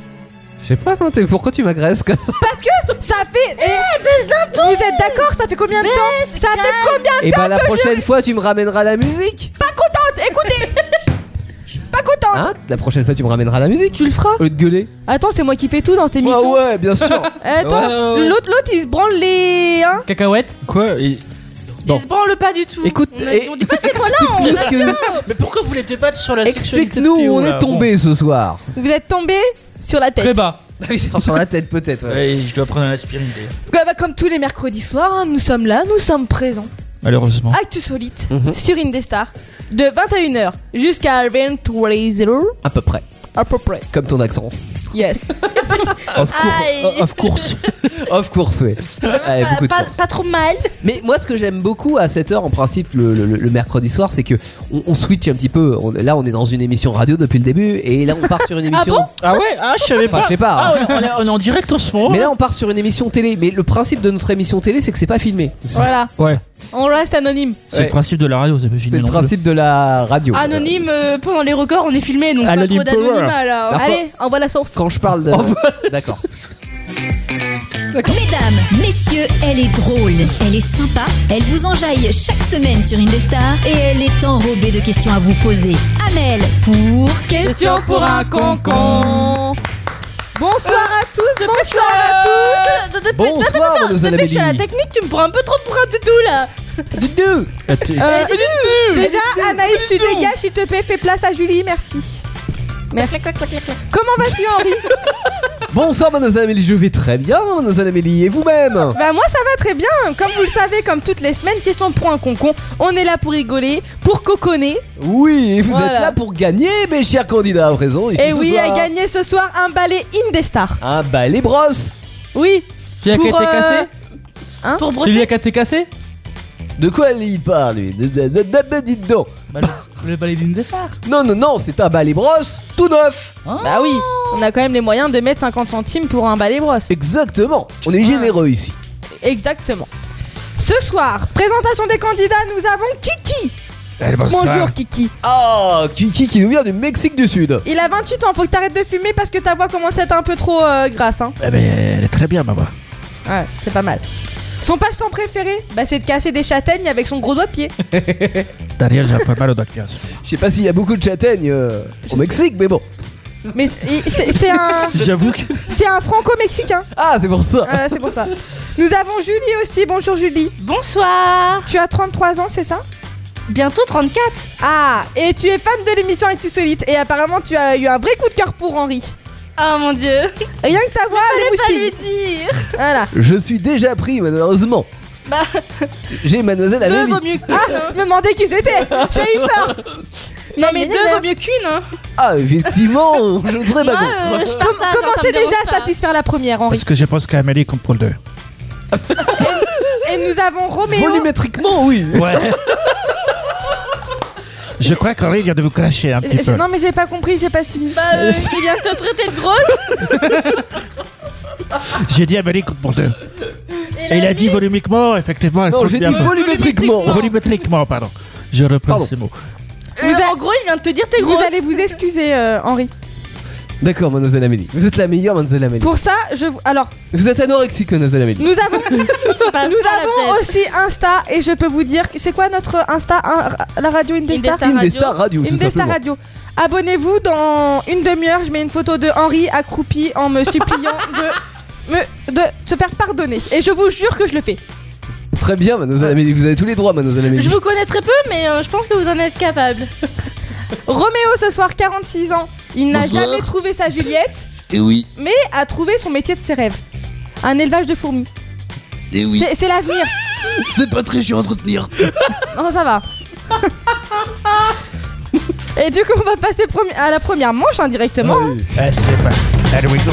D: Je sais pas, hein, t'es- pourquoi tu m'agresses comme
E: (laughs)
D: ça
E: Parce que ça fait. Eh, Vous êtes d'accord Ça fait combien de temps Ça fait combien
D: Et bah la prochaine fois, tu me ramèneras la musique
E: Pas contente Écoutez Pas contente
D: Hein La prochaine fois, tu me ramèneras la musique
E: Tu le feras
D: Au lieu de gueuler
E: Attends, c'est moi qui fais tout dans cette
D: Ouais,
E: émission. Eh,
D: ouais,
E: (laughs)
D: bien sûr
E: Attends,
H: Ouais, ouais, ouais.
E: l'autre, l'autre, il se branle les. Hein
G: Cacahuète
H: Quoi Et-
D: Bon.
F: Il se branle pas du tout.
D: Écoute,
F: on, a-
D: et-
F: on dit pas c'est quoi là on-
D: Qu'est-ce que-
H: Mais pourquoi vous les débattez sur la sexualité de
D: Explique-nous où
H: Théo,
D: on
H: là
D: est tombé ce
H: (laughs)
D: soir
E: Vous êtes tombé sur la tête.
G: Très bas.
H: Ah
D: Sur la tête, peut-être,
H: Bon.
D: ouais.
H: Ouais, je dois prendre un aspirine d'ailleurs.
E: Ouais, bah, comme tous les mercredis soirs, hein, nous sommes là, nous sommes présents.
H: Malheureusement.
E: Actu Solite sur Indestar de 21h jusqu'à 23h
D: À peu près.
E: à peu près.
D: Comme ton
H: (laughs)
D: accent.
E: Yes.
D: (laughs) Ah, Of, cour-
E: Aïe.
H: Of course.
D: of course, ouais. Ouais, eh, beaucoup de
E: pas,
D: course.
E: pas trop mal.
D: Mais moi, ce que j'aime beaucoup à 7h, en principe, le, le- le mercredi soir, c'est que on, on switch un petit peu. On- là, on est dans une émission radio depuis le début, et là, on part sur une émission.
H: (laughs) Ah ouais Ah, je savais
D: Enfin,
H: pas.
D: je sais pas. hein.
H: Ah ouais, on est, on est en direct en ce moment.
D: Mais là, on part sur une émission télé. Mais le principe de notre émission télé, c'est que c'est pas filmé.
E: Voilà.
H: Ouais.
E: On reste anonyme.
H: C'est le principe de la radio, c'est pas fini.
D: C'est le
H: non plus.
D: principe de la radio.
F: Anonyme euh, pendant les records, on est filmé donc pas
H: Anonyme
F: trop
H: power.
F: d'anonymat là.
D: D'accord.
E: Allez, envoie la source.
D: Quand je parle de. D'accord.
B: Mesdames, messieurs, elle est drôle, elle est sympa, elle vous enjaille chaque semaine sur Indestar et elle est enrobée de questions à vous poser. Amel pour
E: (laughs)
B: questions
E: pour un concon. Bonsoir à tous, bonsoir à
F: De- de- de-
D: Bonsoir,
F: Depuis
D: mademoiselle
F: que je suis à la
D: Amélie.
F: technique, tu me prends un peu trop pour un toutou là.
D: Deux.
H: Ah, t'es-
E: tous. Euh, déjà, Anaïs, tu dégages, s'il te plaît, fais place à Julie, merci. Merci. Comment vas-tu, Henri
D: Bonsoir, mademoiselle Amélie. Je vais très bien, mademoiselle Amélie. Et vous-même
E: Bah moi ça va très bien, comme vous le savez, comme toutes les semaines, question de point concon, on est là pour rigoler, pour coconner,
D: Oui, et vous
E: Voilà.
D: êtes là pour gagner, mes chers candidats à présent. ici
F: Eh
E: et
D: ce
E: oui,
D: soir. Ah,
E: à gagner ce soir un ballet Indestar.
D: Un balai brosse.
E: Oui,
G: Celui qui a
E: Pour,
G: été
E: euh,
G: cassé
E: pour
G: Celui
E: brosser.
G: qui a été cassé
D: De quoi il parle, lui De- de- de- de- de- Dites donc.
G: Bah, le, le balai d'une des phares.
D: Non, non, non, c'est un balai brosse tout neuf.
E: Bah oui, on a quand même les moyens de mettre 50 centimes pour un ballet brosse.
D: Exactement. On
F: Ah.
D: est généreux ici.
E: Exactement. Ce soir, présentation des candidats, nous avons Kiki. Bonjour Kiki.
D: Ah, Kiki qui nous vient du Mexique du Sud.
E: Il a 28 ans, faut que t'arrêtes de fumer parce que ta voix commence à être un peu trop euh, grasse. Hein.
H: Ah, mais elle est très bien, ma voix.
E: Ouais, c'est pas mal. Son passe-temps préféré, bah, c'est de casser des châtaignes avec son gros doigt de pied.
H: D'ailleurs, j'ai un peu mal au doigt de pied.
D: Je sais pas s'il y a beaucoup de châtaignes euh, au Mexique, mais bon.
E: Mais c'est- c'est c'est un,
H: (laughs) J'avoue que.
E: c'est un franco-mexicain.
D: Ah, c'est pour ça.
E: Voilà, c'est pour ça. Nous avons Julie aussi. Bonjour Julie.
F: Bonsoir.
E: Tu as 33 ans, c'est ça
F: Bientôt 34.
E: Ah, et tu es fan de l'émission Actu Solite. Et apparemment, tu as eu un vrai coup de cœur pour Henri.
F: Oh mon dieu.
E: Rien que ta voix, les
F: Fallait (laughs) pas lui
E: moustiques.
F: dire.
E: Voilà.
D: Je suis déjà pris, malheureusement.
F: Bah.
D: J'ai mademoiselle
F: Deux vaut
D: Amélie.
F: mieux qu'une. hein.
E: Ah, je me demandais qui c'était. J'ai eu peur.
F: Non mais
E: Gna, gna,
F: deux
E: gna.
F: vaut mieux qu'une. hein.
D: Ah, effectivement, je
F: (laughs)
D: voudrais
F: Moi,
D: pas
F: euh, je
E: Com-
F: partage, hein, ça me
E: commencez déjà
F: dérange
E: à
F: pas.
E: satisfaire la première, Henri.
H: Parce que je pense qu'Amélie compte pour le 2.
E: Et nous avons Roméo.
D: Volumétriquement, (laughs) oui.
H: Ouais. (laughs) je crois qu'Henri vient de vous cracher un petit
E: J'ai-
H: peu.
E: Euh, Non, mais j'ai pas compris, j'ai pas suivi.
F: Bah,
D: (laughs)
F: euh, il vient te traiter de grosse.
H: J'ai dit Amélie compte pour deux. Et il a dit volumiquement, effectivement. elle
D: Non,
H: compte
D: j'ai
H: bien
D: dit
H: pour-
D: volumétriquement.
H: Volumétriquement, pardon. Je reprends
D: Pardon.
H: ces mots.
E: Vous
F: Euh,
E: a-
F: En gros, il vient de te dire t'es
E: Vous
F: grosse.
E: allez vous excuser, euh, Henri.
D: D'accord, mademoiselle Amélie. Vous êtes la meilleure, mademoiselle Amélie.
E: Pour ça, je. vous- Alors,
D: Vous êtes anorexique, mademoiselle Amélie.
E: nous avons,
F: (laughs) Passe
E: nous
F: pas la
E: avons
F: tête.
E: aussi Insta et je peux vous dire que c'est quoi notre Insta hein, ra- La radio Indestar
F: Indestar.
D: Indestar Radio, tout
E: Indestar
D: simplement.
E: Radio. Abonnez-vous dans une demi-heure. Je mets une photo de Henri accroupi en me
F: (laughs)
E: suppliant de. me- de se faire pardonner. Et je vous jure que je le fais.
D: Très bien, mademoiselle Amélie. Vous avez tous les droits, mademoiselle Amélie.
F: Je vous connais très peu, mais euh, je pense que vous en êtes capable.
E: Roméo, ce soir, 46 ans. Il n'a
I: Bonsoir.
E: jamais trouvé sa Juliette,
I: Et Eh oui,
E: mais a trouvé son métier de ses rêves. Un élevage de fourmis.
I: et eh oui.
E: C'est c'est l'avenir.
I: C'est pas très chiant à entretenir.
E: Non, ça
H: (laughs)
E: va. Et du coup, on va passer premi- à la première manche indirectement.
H: Ah, c'est pas. There we go.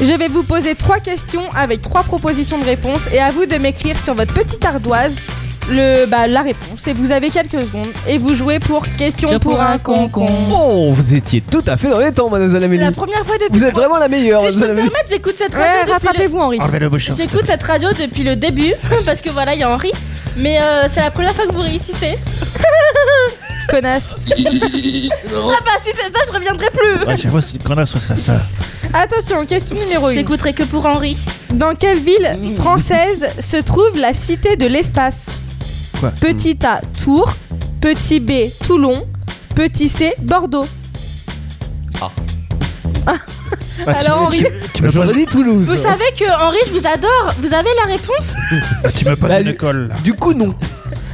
E: Je vais vous poser trois questions avec trois propositions de réponse et à vous de m'écrire sur votre petite ardoise le, bah, la réponse. Et vous avez quelques secondes et vous jouez pour question pour un concon.
D: Oh, vous étiez tout à fait dans les temps, mademoiselle
F: La
D: Amélie.
F: première fois depuis.
D: Ah, Vous êtes vraiment la meilleure,
F: Si je peux
D: mademoiselle
F: me
D: Amélie.
F: permettre, j'écoute cette
E: Ouais,
F: radio depuis le
E: rattrapez-vous Henri.
H: Enlevez le bouchon. s'il te
F: J'écoute cette radio depuis le
D: (laughs)
F: début parce que voilà, il y a Henri. Mais euh, c'est la première fois que vous réussissez.
E: Connasse.
F: Ah bah si c'est ça, je reviendrai plus.
H: À chaque fois, Ah, c'est une connasse, ça, ça.
E: Attention, question numéro 1.
F: J'écouterai que pour Henri.
E: Dans quelle ville française se trouve la cité de l'espace
H: Quoi
E: Petit A, Tours. Petit B, Toulon. Petit C, Bordeaux.
H: Ah, tu-
E: Alors,
H: tu, tu me
C: J'aurais
H: poses,
C: dit Toulouse.
F: Vous savez que Henri, je vous adore. Vous avez la réponse
H: tu me poses
D: Bah,
H: une
D: lui-
H: colle. là.
D: Du coup, non.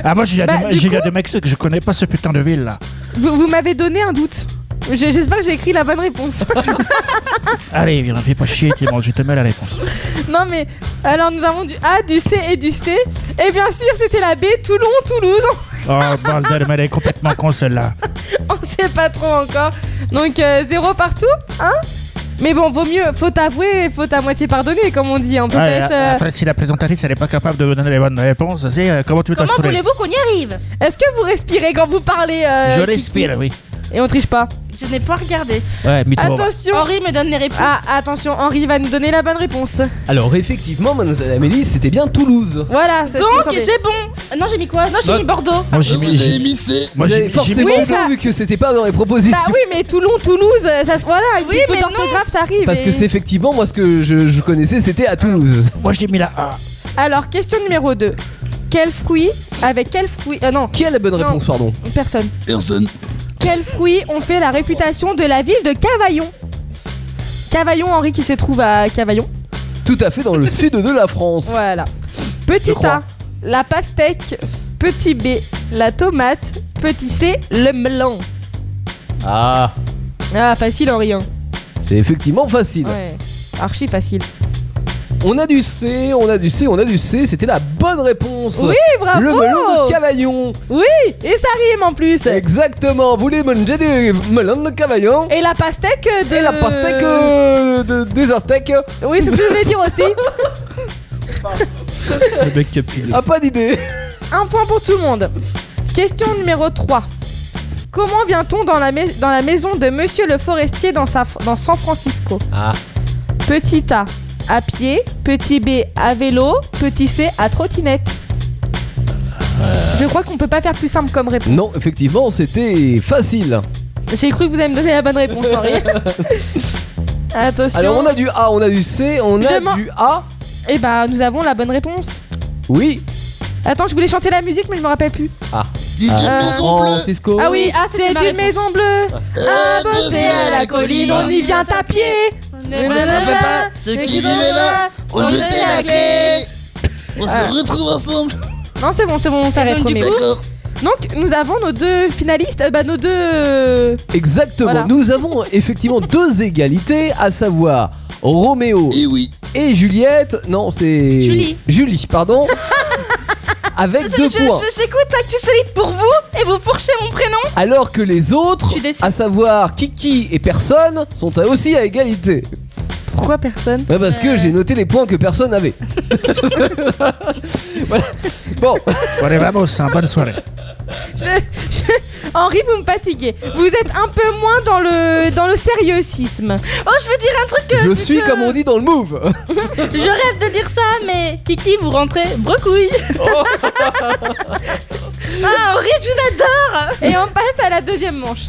H: Ah, moi, j'ai
E: Bah,
H: regardé
E: du
H: j'ai regardé Max que je connais pas ce putain de ville là.
E: Vous, vous m'avez donné un doute. Je- J'espère que j'ai écrit la bonne
F: (laughs)
E: réponse.
H: Allez, viens, fais pas chier, t'es bon, je te mets la réponse.
E: non mais, alors nous avons du A, du C et du C. Et bien sûr, c'était la B, Toulon, Toulouse.
H: Oh, bordel, mais elle est complètement con celle-là.
E: (laughs) On sait pas trop encore. Donc euh, zéro partout, hein Mais bon, vaut mieux, faut avouer, faut à moitié pardonner, comme on dit. On peut
H: Ouais,
E: être,
H: a-
E: euh,
H: Après, si la présentatrice elle est pas capable de me donner les bonnes réponses, c'est euh, comment tu veux
F: Comment
H: t'instruire
F: voulez-vous qu'on y arrive
E: euh, Est-ce que vous respirez quand vous parlez euh,
H: Je
E: Kiki
H: respire, oui.
E: Et on triche pas.
F: Je n'ai pas regardé.
H: Ouais, mais toi,
E: Attention
F: Henri me donne les réponses.
E: Ah, attention, Henri va nous donner la bonne réponse.
D: Alors, effectivement, mademoiselle Amélie, c'était bien Toulouse.
E: Voilà, c'est
F: Donc j'ai bon. Euh, Non, j'ai mis quoi Non, j'ai
H: Bah-
F: mis Bordeaux.
H: moi j'ai mis.
I: J'ai
H: j'ai-
I: mis C.
H: Moi
D: Vous
H: j'ai
D: avez forcément
H: j'ai-
E: oui,
D: faux,
E: bah-
D: vu que c'était pas dans les propositions.
E: Bah oui, mais Toulon, Toulouse, euh, ça se voilà, une
F: Oui,
E: petite faute
F: mais non.
E: d'orthographe, ça arrive.
D: Parce
E: et-
D: que c'est effectivement, moi, ce que je, je connaissais, c'était à Toulouse.
H: moi, j'ai mis la A.
E: Alors, question numéro 2. Quel fruit, avec quel fruit, euh, non,
D: Qui a la bonne
E: Non.
D: réponse, pardon
E: personne.
I: Personne.
E: Quel fruit ont fait la réputation de la ville de Cavaillon Cavaillon, Henri qui se trouve à Cavaillon.
D: Tout à fait dans le sud de la France.
E: Voilà.
D: Je
E: Petit
D: crois.
E: A, la pastèque. Petit B, la tomate. Petit C, le melon.
D: Ah,
E: Ah, facile, Henri. hein.
D: c'est effectivement facile.
E: Ouais. Archi facile.
D: On a du C, on a du C, on a du C. C'était la bonne réponse.
E: Oui, Eh, bravo
D: le melon de Cavaillon.
E: Et ça rime en plus
D: Exactement. Vous voulez manger du melon de Cavaillon
E: Et la pastèque de...
D: et la pastèque euh, de- des Aztèques
E: Oui, c'est ce que je voulais dire aussi.
G: Le mec capule.
D: Ah, pas
E: (laughs)
D: d'idée.
E: Un point pour tout le monde. Question numéro 3. Comment vient-on dans, la mais- dans la maison de Monsieur le Forestier dans, sa- dans San Francisco
D: Ah.
E: Petit A, à pied. Petit B, à vélo. Petit C, à trottinette. Je crois qu'on peut pas faire plus simple comme réponse.
D: Non, effectivement, c'était facile.
E: J'ai cru que vous alliez me donner la bonne réponse,
D: (laughs)
E: Henri. Attention.
D: Alors, on a du A, on a du C, on a
E: Je m'en-
D: du A.
E: Eh ben, nous avons la bonne réponse.
D: Oui.
E: Attends, je voulais chanter la musique, mais je me rappelle plus.
I: Il était
D: Ah,
E: Euh,
I: maison bleue.
D: Francisco.
E: Ah oui,
F: ah, c'était
E: c'est
F: ma
E: une
F: réponse.
E: maison bleue.
I: Ah,
E: À bosser à la colline, on y vient à pied.
I: On ne peut pas,
F: Et
I: ceux
F: qui
I: qui
F: vont
I: vivaient là
F: on
I: ont jeté la clé. On se retrouve ensemble.
E: Non, c'est bon, c'est bon, on s'arrête,
F: donc, du
E: Roméo.
I: D'accord.
E: Donc, nous avons nos deux finalistes, euh, bah nos deux. euh,
D: Exactement.
E: Voilà.
D: Nous avons effectivement deux égalités, à savoir Roméo
I: Et oui.
D: et Juliette. Non, c'est.
F: Julie.
D: Julie, pardon.
E: (laughs)
D: Avec
F: Je-
D: deux
F: je-
D: points.
F: je- J'écoute Actu Solide pour vous et vous fourchez mon prénom.
D: Alors que les autres,
F: suis déçue.
D: à savoir Kiki et personne, sont aussi à égalité.
E: Pourquoi personne
D: Bah, parce que j'ai noté les points que
E: (laughs)
D: personne n'avait. Voilà. Bon,
H: Bon, Allez, vamos, c'est une bonne soirée.
E: je, je- Henri, vous me fatiguez. Vous êtes un peu moins dans le dans le sérieuxisme.
F: Oh, je veux dire un truc que
D: je
F: vu
D: suis
F: que
D: comme
E: euh,
D: on dit dans le move.
F: Je rêve de dire ça, mais Kiki, vous rentrez brecouille. ah, Henri, je vous adore.
E: Et on passe à la deuxième manche.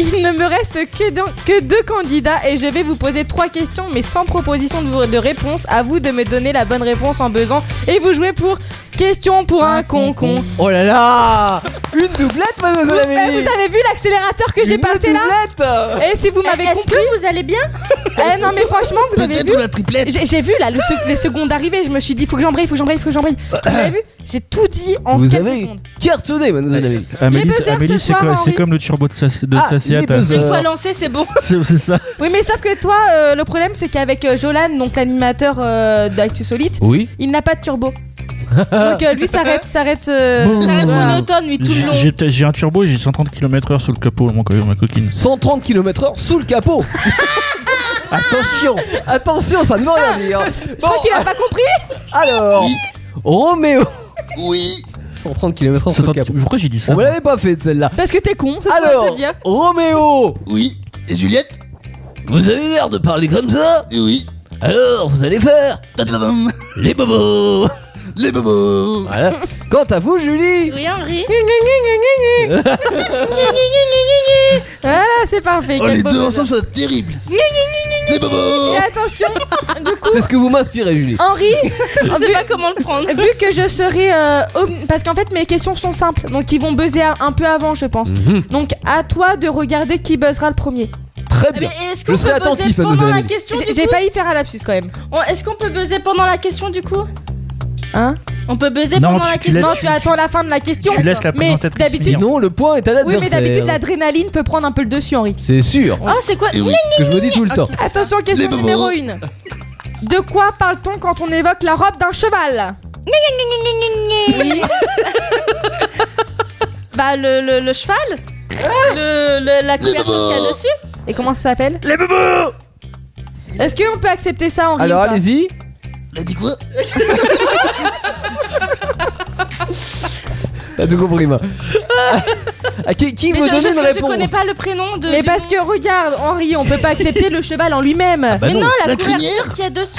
E: Il ne me reste que, dans- que deux candidats et je vais vous poser trois questions, mais sans proposition de, de réponse. À vous de me donner la bonne réponse en besoin. Et vous jouez pour question pour un con-con.
D: Oh là là Une doublette,
E: Vous,
D: mademoiselle
E: eh,
D: Amélie
E: vous avez vu l'accélérateur que j'ai
D: Une
E: passé là
D: doublette
E: Eh, si vous m'avez
F: Est-ce
E: compris.
F: que vous allez bien
E: (laughs) Eh, non, mais franchement, vous avez
I: Peut-être
E: vu
I: ou la triplette.
E: J'ai j'ai vu là le sec- les secondes arrivées. Je me suis dit, faut que j'embraye, faut que j'embraye, faut que j'embraye.
D: (laughs)
E: Vous avez vu J'ai tout dit en
D: Vous
E: quelques
D: avez
E: secondes.
D: cartonné, mademoiselle Amélie.
E: Les
H: Amélie,
E: buzzers
H: Amélie
E: ce
H: c'est
E: soir,
H: quoi- c'est
E: Henri.
H: comme le turbo de, Saciat. de
D: Ah,
H: Saciat,
D: les buzzers.
H: hein.
F: Une
D: Euh.
F: fois lancé, c'est bon.
H: C'est c'est ça.
E: Oui, mais sauf que toi, euh, le problème, c'est qu'avec euh, Jolan, donc l'animateur euh, d'Actu Solite,
D: Oui.
E: il n'a pas de turbo. Donc euh, lui (laughs) s'arrête, s'arrête. euh,
H: Bon.
F: Ça reste
E: voilà.
F: monotone, lui, tout le
H: J'ai-
F: long.
H: j'ai- J'ai un turbo et j'ai 130 km/h sous le capot, mon co- ma coquine.
D: 130 km/h sous le
E: (laughs)
D: capot. Attention, attention, ça ne veut rien dire.
E: (laughs) Je crois
D: Bon,
E: qu'il a pas compris.
D: alors, Roméo,
I: Oui.
D: 130 km/h sous le
H: 130
D: capot.
H: Pourquoi j'ai dit ça
D: On me l'avait pas fait celle-là.
E: Parce que t'es con. Ça, c'est pour
D: Alors,
E: te dire.
D: Roméo,
I: Oui. Et Juliette
C: Vous avez l'air de parler comme ça
I: Et oui.
C: Alors, vous allez faire
I: Tadadam.
C: les bobos
I: Les bobos.
C: Voilà.
D: Quant à vous, Julie
F: Rien, rien.
E: Voilà, Ah, c'est parfait.
I: Oh,
E: quel
I: les
E: beau
I: deux
E: bonheur.
I: ensemble, ça va être terrible. Les bobos
E: Et attention, du coup,
D: C'est ce que vous m'inspirez, Julie.
H: (laughs)
E: Henri,
F: Je sais pas comment le
D: Eh
F: prendre.
E: vu que je serai. euh, om- parce qu'en fait, mes questions sont simples, donc ils vont buzzer un- un peu avant, je pense.
H: Mhm.
E: Donc à toi de regarder qui buzzera le premier.
D: Très
F: Mais
D: bien.
F: Eh est-ce qu'on
D: Je serai
F: peut buzzer
D: attentif à nos
F: pendant la
D: amis.
F: question
E: J'ai
F: du
E: j'ai
F: coup
E: failli faire un lapsus quand même.
F: On- Oh, Est-ce qu'on peut buzzer pendant la question du coup
E: Hein
F: On peut buzzer
H: Non,
F: pendant
H: tu-
F: la
H: tu
F: question
E: Non,
H: l'as-
E: tu attends la fin de la question.
H: tu laisses la
E: mais
H: présentatrice
E: d'habitude,
H: finir.
D: Sinon, le point est à
E: oui,
D: l'adversaire.
E: mais d'habitude, l'adrénaline peut prendre un peu le dessus, Henri.
D: C'est sûr,
F: Oh, c'est quoi
I: Et oui.
D: ce que je me dis tout le temps.
E: Attention, question
I: Les bobos.
E: numéro 1. De quoi parle-t-on quand on évoque la robe d'un cheval
F: Oui. (laughs) Bah, le, le, le cheval le, le- La couverture qu'il y a dessus
E: Et comment ça s'appelle Les bobos Est-ce qu'on peut accepter ça, Henri
D: Alors
E: ou pas
D: allez-y.
I: Elle dit quoi
D: T'as tout
F: (laughs)
D: compris, moi. Ah, qui qui
F: Mais
D: veut
F: je, je,
D: donner une
F: je
D: réponse
F: connais pas le prénom de.
E: Mais
F: du-
E: parce que regarde, Henri, on peut pas accepter le cheval en lui-même.
F: Mais non, Oh, la,
I: La
F: couverture
I: crinière
F: qu'il y a dessus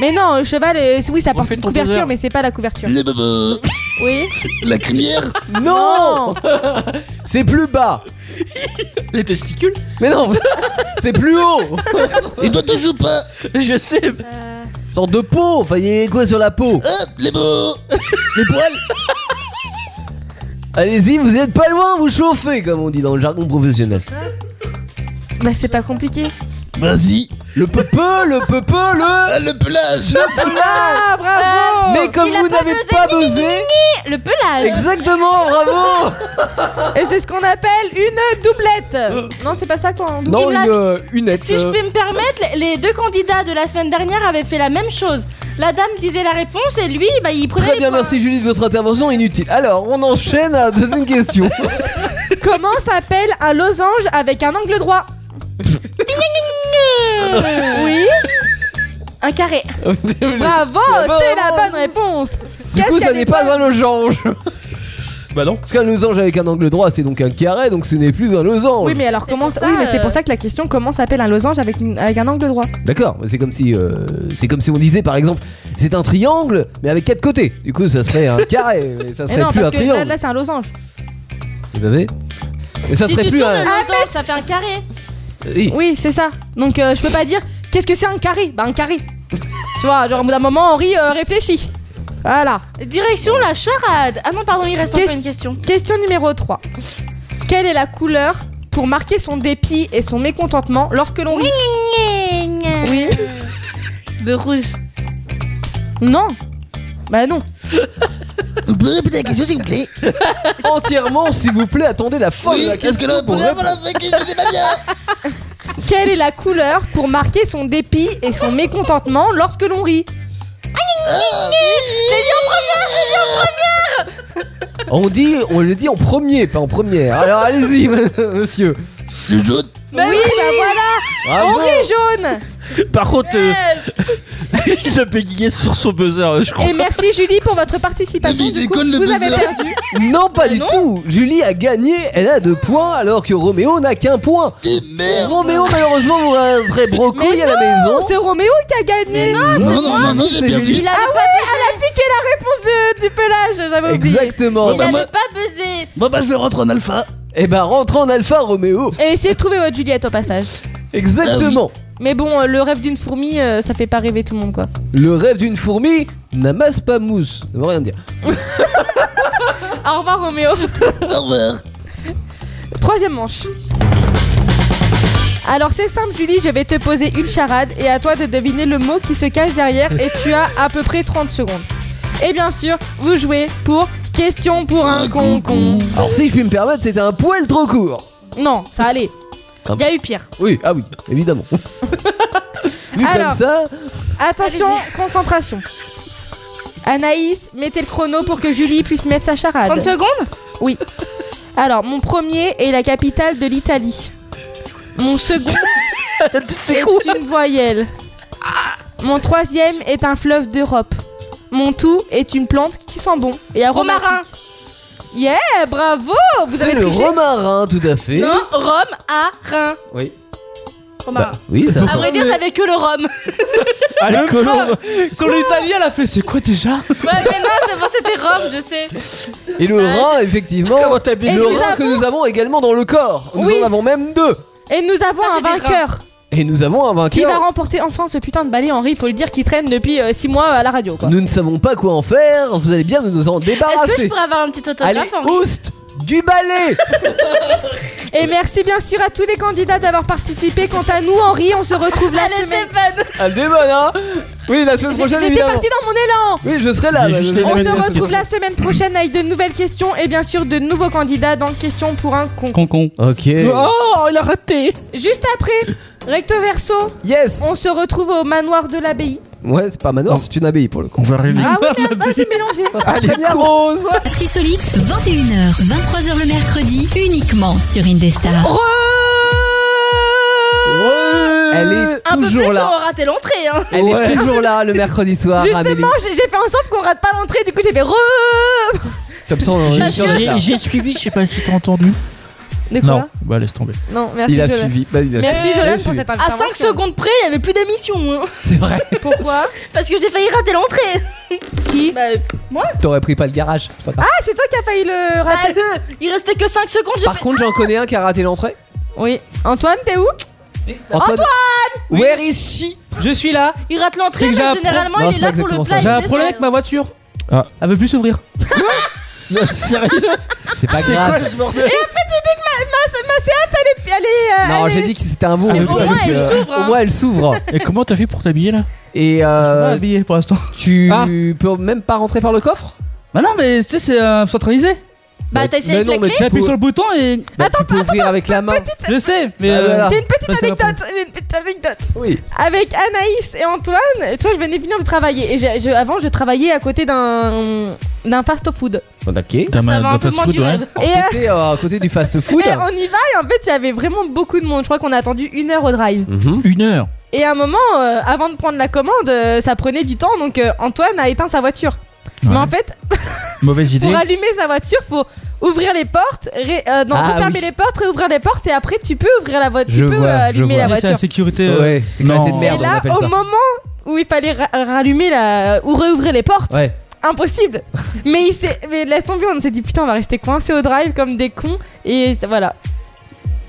E: Mais non, le cheval, euh, oui, ça porte
G: Refais
E: une
G: ton
E: couverture,
G: buzzer.
E: mais c'est pas la couverture.
I: Les bobos
E: Oui.
I: La crinière
D: Non (laughs) C'est plus bas
H: Les testicules
D: Mais
H: (laughs)
D: non C'est plus haut
I: Et toi, tu joues pas
H: Je sais
F: Euh.
D: Sorte de peau Enfin, il y a quoi sur la peau
I: Hop, Hein, les bobos Les poils
D: Allez-y, vous êtes pas loin, vous chauffez, comme on dit dans le jargon professionnel.
E: Bah c'est pas compliqué.
I: Vas-y
D: Le peu-peu, le peu-peu, le...
I: Ah, Le pelage
D: Le pelage
E: Ah bravo
D: Mais comme
F: il a
D: vous
F: pas
D: n'avez
F: dosé,
D: pas dosé...
F: Le pelage
D: Exactement, bravo
E: Et c'est ce qu'on appelle une doublette. Non, c'est pas ça quoi. en double-
D: Non,
F: me l'a-
D: une, euh, une nette,
F: Si je
D: euh,
F: peux me permettre, les- les deux candidats de la semaine dernière avaient fait la même chose. La dame disait la réponse et lui, bah, il prenait.
D: Très
F: les
D: bien,
F: points.
D: merci Julie de votre intervention inutile. Alors, on enchaîne à la
E: (laughs)
D: deuxième question.
E: Comment s'appelle un losange avec un angle droit Oui.
F: Un carré.
E: Bravo,
D: Bravo.
E: c'est la bonne réponse.
D: Du coup,
E: Qu'est-ce
D: ça
E: qu'elle
D: n'est
E: est
D: pas
E: bonne
D: un losange.
H: Bah non.
D: Parce qu'un losange avec un angle droit, c'est donc un carré, donc ce n'est plus un losange.
E: Oui, mais alors comment
F: pour
E: ça
F: ça,
E: Oui, mais c'est
F: euh,
E: pour ça que la question comment s'appelle un losange avec, une- avec un angle droit
D: D'accord, mais c'est comme si euh, c'est comme si on disait par exemple, c'est un triangle, mais avec quatre côtés. Du coup,
E: (laughs)
D: ça serait un carré, mais ça
E: Eh
D: serait
E: non,
D: plus
E: parce
D: un
E: que là,
D: triangle.
E: là, c'est un losange.
D: Vous savez Et ça
F: Si
D: serait
F: tu
D: plus
F: tournes
D: un.
F: le losange, ça fait un carré.
D: Oui.
E: (laughs) Oui, c'est ça. Donc euh, je peux pas dire qu'est-ce que c'est un carré Bah un
D: (laughs)
E: carré. tu vois, genre au bout d'un moment, Henri euh, réfléchit. Voilà.
F: Direction la charade. Ah non, pardon, il reste encore
E: Qu'est-ce-
F: une question.
E: Question numéro 3. Quelle est la couleur pour marquer son dépit et son mécontentement lorsque l'on rit Oui.
F: Le rouge.
E: Non. Bah non.
I: Vous pouvez répéter la question, s'il vous plaît
D: Entièrement, s'il vous plaît, attendez la fin de
I: Oui,
D: la
I: qu'est-ce que
D: question.
I: le
D: pour
I: pelage
D: répondre.
I: Voilà, fait que c'était pas bien
E: Quelle est la couleur pour marquer son dépit et son mécontentement lorsque l'on rit
D: On dit, on le dit en premier, pas en première. Alors allez-y, (laughs) monsieur.
I: Le jaune
E: Oui, bah voilà.
D: Bravo.
E: On rit jaune.
H: Par contre, euh, (laughs) il a bégayé sur son buzzer, euh, je crois.
E: Et merci Julie pour votre participation.
I: Mais il
E: Du coup,
I: déconne, le
E: vous avez
I: buzzer.
E: perdu.
D: Non, pas du tout. Julie a gagné, elle a deux points, alors que Roméo n'a qu'un point.
I: Et merde
D: Roméo, malheureusement, vous rêverez brocouille
E: Mais
D: à la maison.
E: C'est Roméo qui a gagné.
I: Non, non, non, non,
D: c'est
I: j'ai bien
D: Julie.
I: pris
F: Il avait
E: Ah Elle a piqué la réponse de- du pelage. J'avais oublié.
D: Exactement.
I: Bon,
F: pas,
I: bah,
F: il
I: moi-
F: avait pas buzzé.
I: Bon bah je vais rentrer en alpha
D: Eh ben rentre en alpha Roméo
E: Et essayez de trouver votre Juliette au passage.
D: Exactement
E: Mais bon, euh, le rêve d'une fourmi, euh, ça fait pas rêver tout le monde quoi.
D: Le rêve d'une fourmi n'amasse pas mousse Ça veut rien dire
E: Au revoir Roméo.
I: Au revoir
E: Troisième manche. Alors c'est simple Julie, je vais te poser une charade et à toi de deviner le mot qui se cache derrière et tu as à peu près 30 secondes. Et bien sûr, vous jouez pour question pour un con con.
D: Alors si je puis me permettre c'était un poil trop court
E: Non, ça allait. Il y a eu pire.
D: Oui ah oui évidemment (laughs) Vu comme
E: Alors.
D: ça
E: Attention, concentration. Anaïs, mettez le chrono pour que Julie puisse mettre sa charade.
F: 30 secondes
E: Alors, mon premier est la capitale de l'Italie. Mon second est une voyelle. Mon troisième est un fleuve d'Europe. Mon tout est une plante qui sent bon et aromatique.
F: Romarin.
E: Yeah,
F: Eh,
E: bravo Vous
D: C'est
E: avez
D: le
E: triché
D: romarin tout à fait
F: Non, Rome à Rhin.
D: Oui Bah,
F: Romain.
C: Oui,
E: bah,
C: ça.
F: à vrai dire, ça avait que le rhum.
G: Allez, Colombe
D: Sur l'italien, elle a fait c'est quoi déjà
F: Ouais, mais non, c'est bon, c'était rhum, je sais.
D: Et le
F: Ah,
D: rein, effectivement,
E: Et
D: le
E: nous
D: rein que nous avons également dans le corps. Nous
E: Oui.
D: en avons même deux.
E: Et nous avons
F: Ça,
E: un
F: c'est des
E: vainqueur
D: Et nous avons un
E: qui va
D: vainqueur.
E: remporter enfin ce putain de balai Henri, faut le dire, qui traîne depuis 6 mois à la radio quoi.
C: Nous ne savons pas quoi en faire, vous allez bien nous nous en
F: Est-ce que je
C: débarrasser.
F: pourrais avoir un petit autographe
C: Allez,
F: Henri
C: oust du balai
E: Et merci bien sûr à tous les candidats d'avoir participé. Quant à nous, Henri, on se retrouve la
F: Allez,
E: semaine.
F: Stéphane
D: Elle démonne, hein Oui, la semaine prochaine,
E: J'étais
D: évidemment.
E: parti dans mon élan.
D: Oui, je serai là.
H: J'ai
D: bah,
H: juste
D: je-
H: les
E: On
H: Noël
E: se
H: parce que-
E: retrouve la semaine prochaine avec de nouvelles questions et bien sûr de nouveaux candidats dans Question pour un con.
G: Concon.
C: Ok.
G: Oh, il a raté
E: Juste après, recto verso,
D: Yes
E: on se retrouve au manoir de l'abbaye.
D: Ouais, c'est pas manoir, c'est une abbaye pour le coup.
H: On va rêver.
E: Ah oui,
D: (laughs)
E: merde, ah, j'ai mélangé.
D: Allez, rose
B: Actu Solite, 21h, 23h le mercredi, uniquement sur Indestar.
D: Elle est
F: Un peu plus,
D: toujours
F: on
D: là.
F: aura raté l'entrée. Hein.
D: Elle est toujours là le mercredi soir, Amélie.
E: Justement, j'ai j'ai fait en sorte qu'on rate pas l'entrée, du coup j'ai fait re.
D: Comme ça, on est sur le
H: J'ai-
D: tard.
H: J'ai suivi, je sais pas si t'as entendu.
E: De quoi
H: Non, bah laisse tomber.
E: Non,
F: Ah,
E: merci
D: Il a
E: Jolan.
D: suivi. Bah, il a
E: Merci
D: suivi.
E: Jolan
D: Il a
E: pour
D: suivi.
E: cette
F: À
E: intervention.
F: 5 secondes près, il y avait plus d'émission. hein. (laughs)
D: C'est vrai.
E: Pourquoi
F: Parce que j'ai failli rater l'entrée.
E: Qui
F: Bah,
D: T'aurais pris pas le garage. c'est pas grave.
E: Ah, c'est toi qui as failli le
F: bah,
E: rater.
F: euh, il restait que 5 secondes. j'ai
D: Par contre, j'en connais un qui a raté l'entrée.
E: Oui. Antoine, t'es où
D: Antoine, Where is she
G: Je suis là
F: fait- Bah, Il rate
E: Ah,
F: l'entrée,
G: C'est que
F: mais
G: j'ai un pro-
F: généralement,
D: Non,
F: il
D: c'est
F: est
D: pas
F: là pour le
D: exactement ça.
F: plat.
G: J'ai
F: et le
G: un problème avec
F: dessert.
G: ma voiture.
H: Ah.
G: Elle veut plus s'ouvrir.
D: (laughs)
H: Non, sérieux
D: C'est pas
H: C'est quoi
D: grave.
H: ce bordel
E: Ma, ma séate, elle est. Elle est, euh,
D: Non,
E: elle
D: j'ai
E: est-
D: dit que c'était un vous.
H: Mais au moins,
D: euh,
F: elle s'ouvre, hein.
D: Au moins, elle s'ouvre.
H: Et comment t'as fait pour t'habiller là
D: Et
G: Pas
D: euh,
G: habillé pour l'instant.
D: tu
G: Ah.
D: peux même pas rentrer par le coffre
G: Bah non, mais tu sais, c'est euh, centralisé.
F: Bah, t'as essayé
D: mais
F: avec la
D: non, mais
F: clé
D: tu
G: J'appuie
D: peux-
G: sur le bouton et.
D: bah, tu peux ouvrir avec la main.
G: Je sais, mais.
D: Ah,
G: euh,
D: voilà.
E: J'ai une petite
G: Bah, c'est la
E: anecdote, j'ai une petite anecdote.
D: Oui.
E: Avec Anaïs et Antoine, toi je venais finir de travailler. Et j'ai- je- avant, je travaillais à côté d'un d'un fast-food.
D: Ok.
H: T'as
F: Ça va un peu
H: ma
F: moins
H: fast-food,
F: du
H: ouais.
F: rêve.
E: Et,
D: (laughs)
E: euh,
D: T'es euh, à côté
F: (laughs)
D: du fast-food.
E: et on y va et en fait il y avait vraiment beaucoup de monde. Je crois qu'on a attendu une heure au drive.
D: Mhm.
H: Une heure.
E: Et à un moment, euh, avant de prendre la commande, euh, ça prenait du temps. Donc euh, Antoine a éteint sa voiture. Mais
H: Ouais.
E: en fait,
H: Mauvaise idée.
E: pour allumer sa voiture, faut ouvrir les portes, ré- euh, non,
D: Ah,
E: refermer
D: oui.
E: les portes, réouvrir les portes et après tu peux ouvrir la voiture,
D: Je
E: tu peux
D: vois,
E: euh,
D: je
E: allumer la
D: vois.
G: Oui, c'est la
E: voiture.
G: sécurité. euh,
D: Ouais, c'est quand
H: Non.
D: t'es de
E: Et
D: merde, Ah, on
E: là,
D: appelle
E: au
D: ça.
E: moment où il fallait ra- rallumer la ou réouvrir les portes,
D: Ouais.
E: impossible. mais il s'est, mais laisse tomber, on s'est dit putain, on va rester coincé au drive comme des cons et c'est- voilà.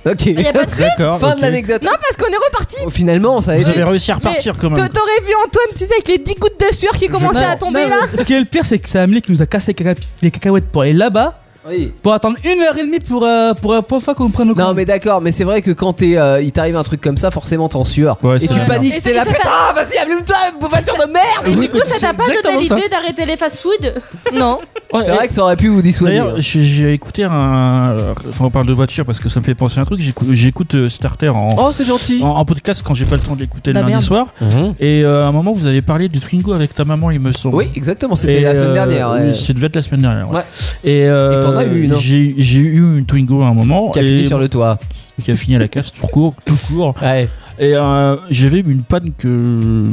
D: Ok.
F: Il y a pas de suite.
D: (laughs)
H: D'accord.
D: Fin
H: ok.
D: de l'anecdote.
E: Non, parce qu'on est reparti.
D: Oh, Finalement, ça a
H: Vous
D: été.
H: avez réussi à repartir quand
E: T'a-
H: même.
E: T'aurais vu Antoine, tu sais, avec les 10 gouttes de sueur qui commençaient à tomber
G: non,
E: là.
G: mais Ce qui est le pire, c'est que c'est Amélie qui nous a cassé les caca- les cacahuètes pour aller là-bas,
D: Oui.
G: pour attendre une heure et demie pour euh, pour la première fois qu'on prenne nos
D: Non
G: commandes.
D: mais d'accord, mais c'est vrai que quand t'es, euh, il t'arrive un truc comme ça, forcément t'es en sueur.
H: Ouais,
D: et
H: c'est
D: tu
H: vrai.
D: paniques,
F: Et
D: c'est
F: ça-
D: la
F: et ça-
D: putain, vas-y, allume toi, voiture de merde.
F: Et du coup, ça t'a pas
G: exactement
F: donné
G: ça.
F: l'idée d'arrêter les
G: (laughs)
F: fast-food
E: Non.
H: Ouais,
D: C'est
H: et-
D: vrai que ça aurait pu vous dissuader. hein.
H: D'ailleurs, j'ai j'ai écouté un. Enfin, on parle de voiture parce que ça me fait penser à un truc. J'écou- J'écoute euh, Starter en,
D: Oh, c'est gentil.
H: en, en podcast quand j'ai pas le temps de l'écouter le
E: Bah,
H: lundi
E: merde.
H: soir. Et euh, à un moment, vous avez parlé du Twingo avec ta maman, il me semble.
D: Oui, exactement,
H: Et,
D: c'était la
H: euh,
D: semaine dernière.
H: oui,
D: ouais.
H: ça devait être la semaine dernière. ouais.
D: Ouais.
H: Et, euh,
D: Et t'en as eu une, hein.
H: J'ai j'ai eu une Twingo à un moment.
D: Qui a
H: et-
D: fini sur le toit.
H: qui a fini à la casse tout court, tout court.
D: Ouais.
H: Et euh, j'avais une panne que,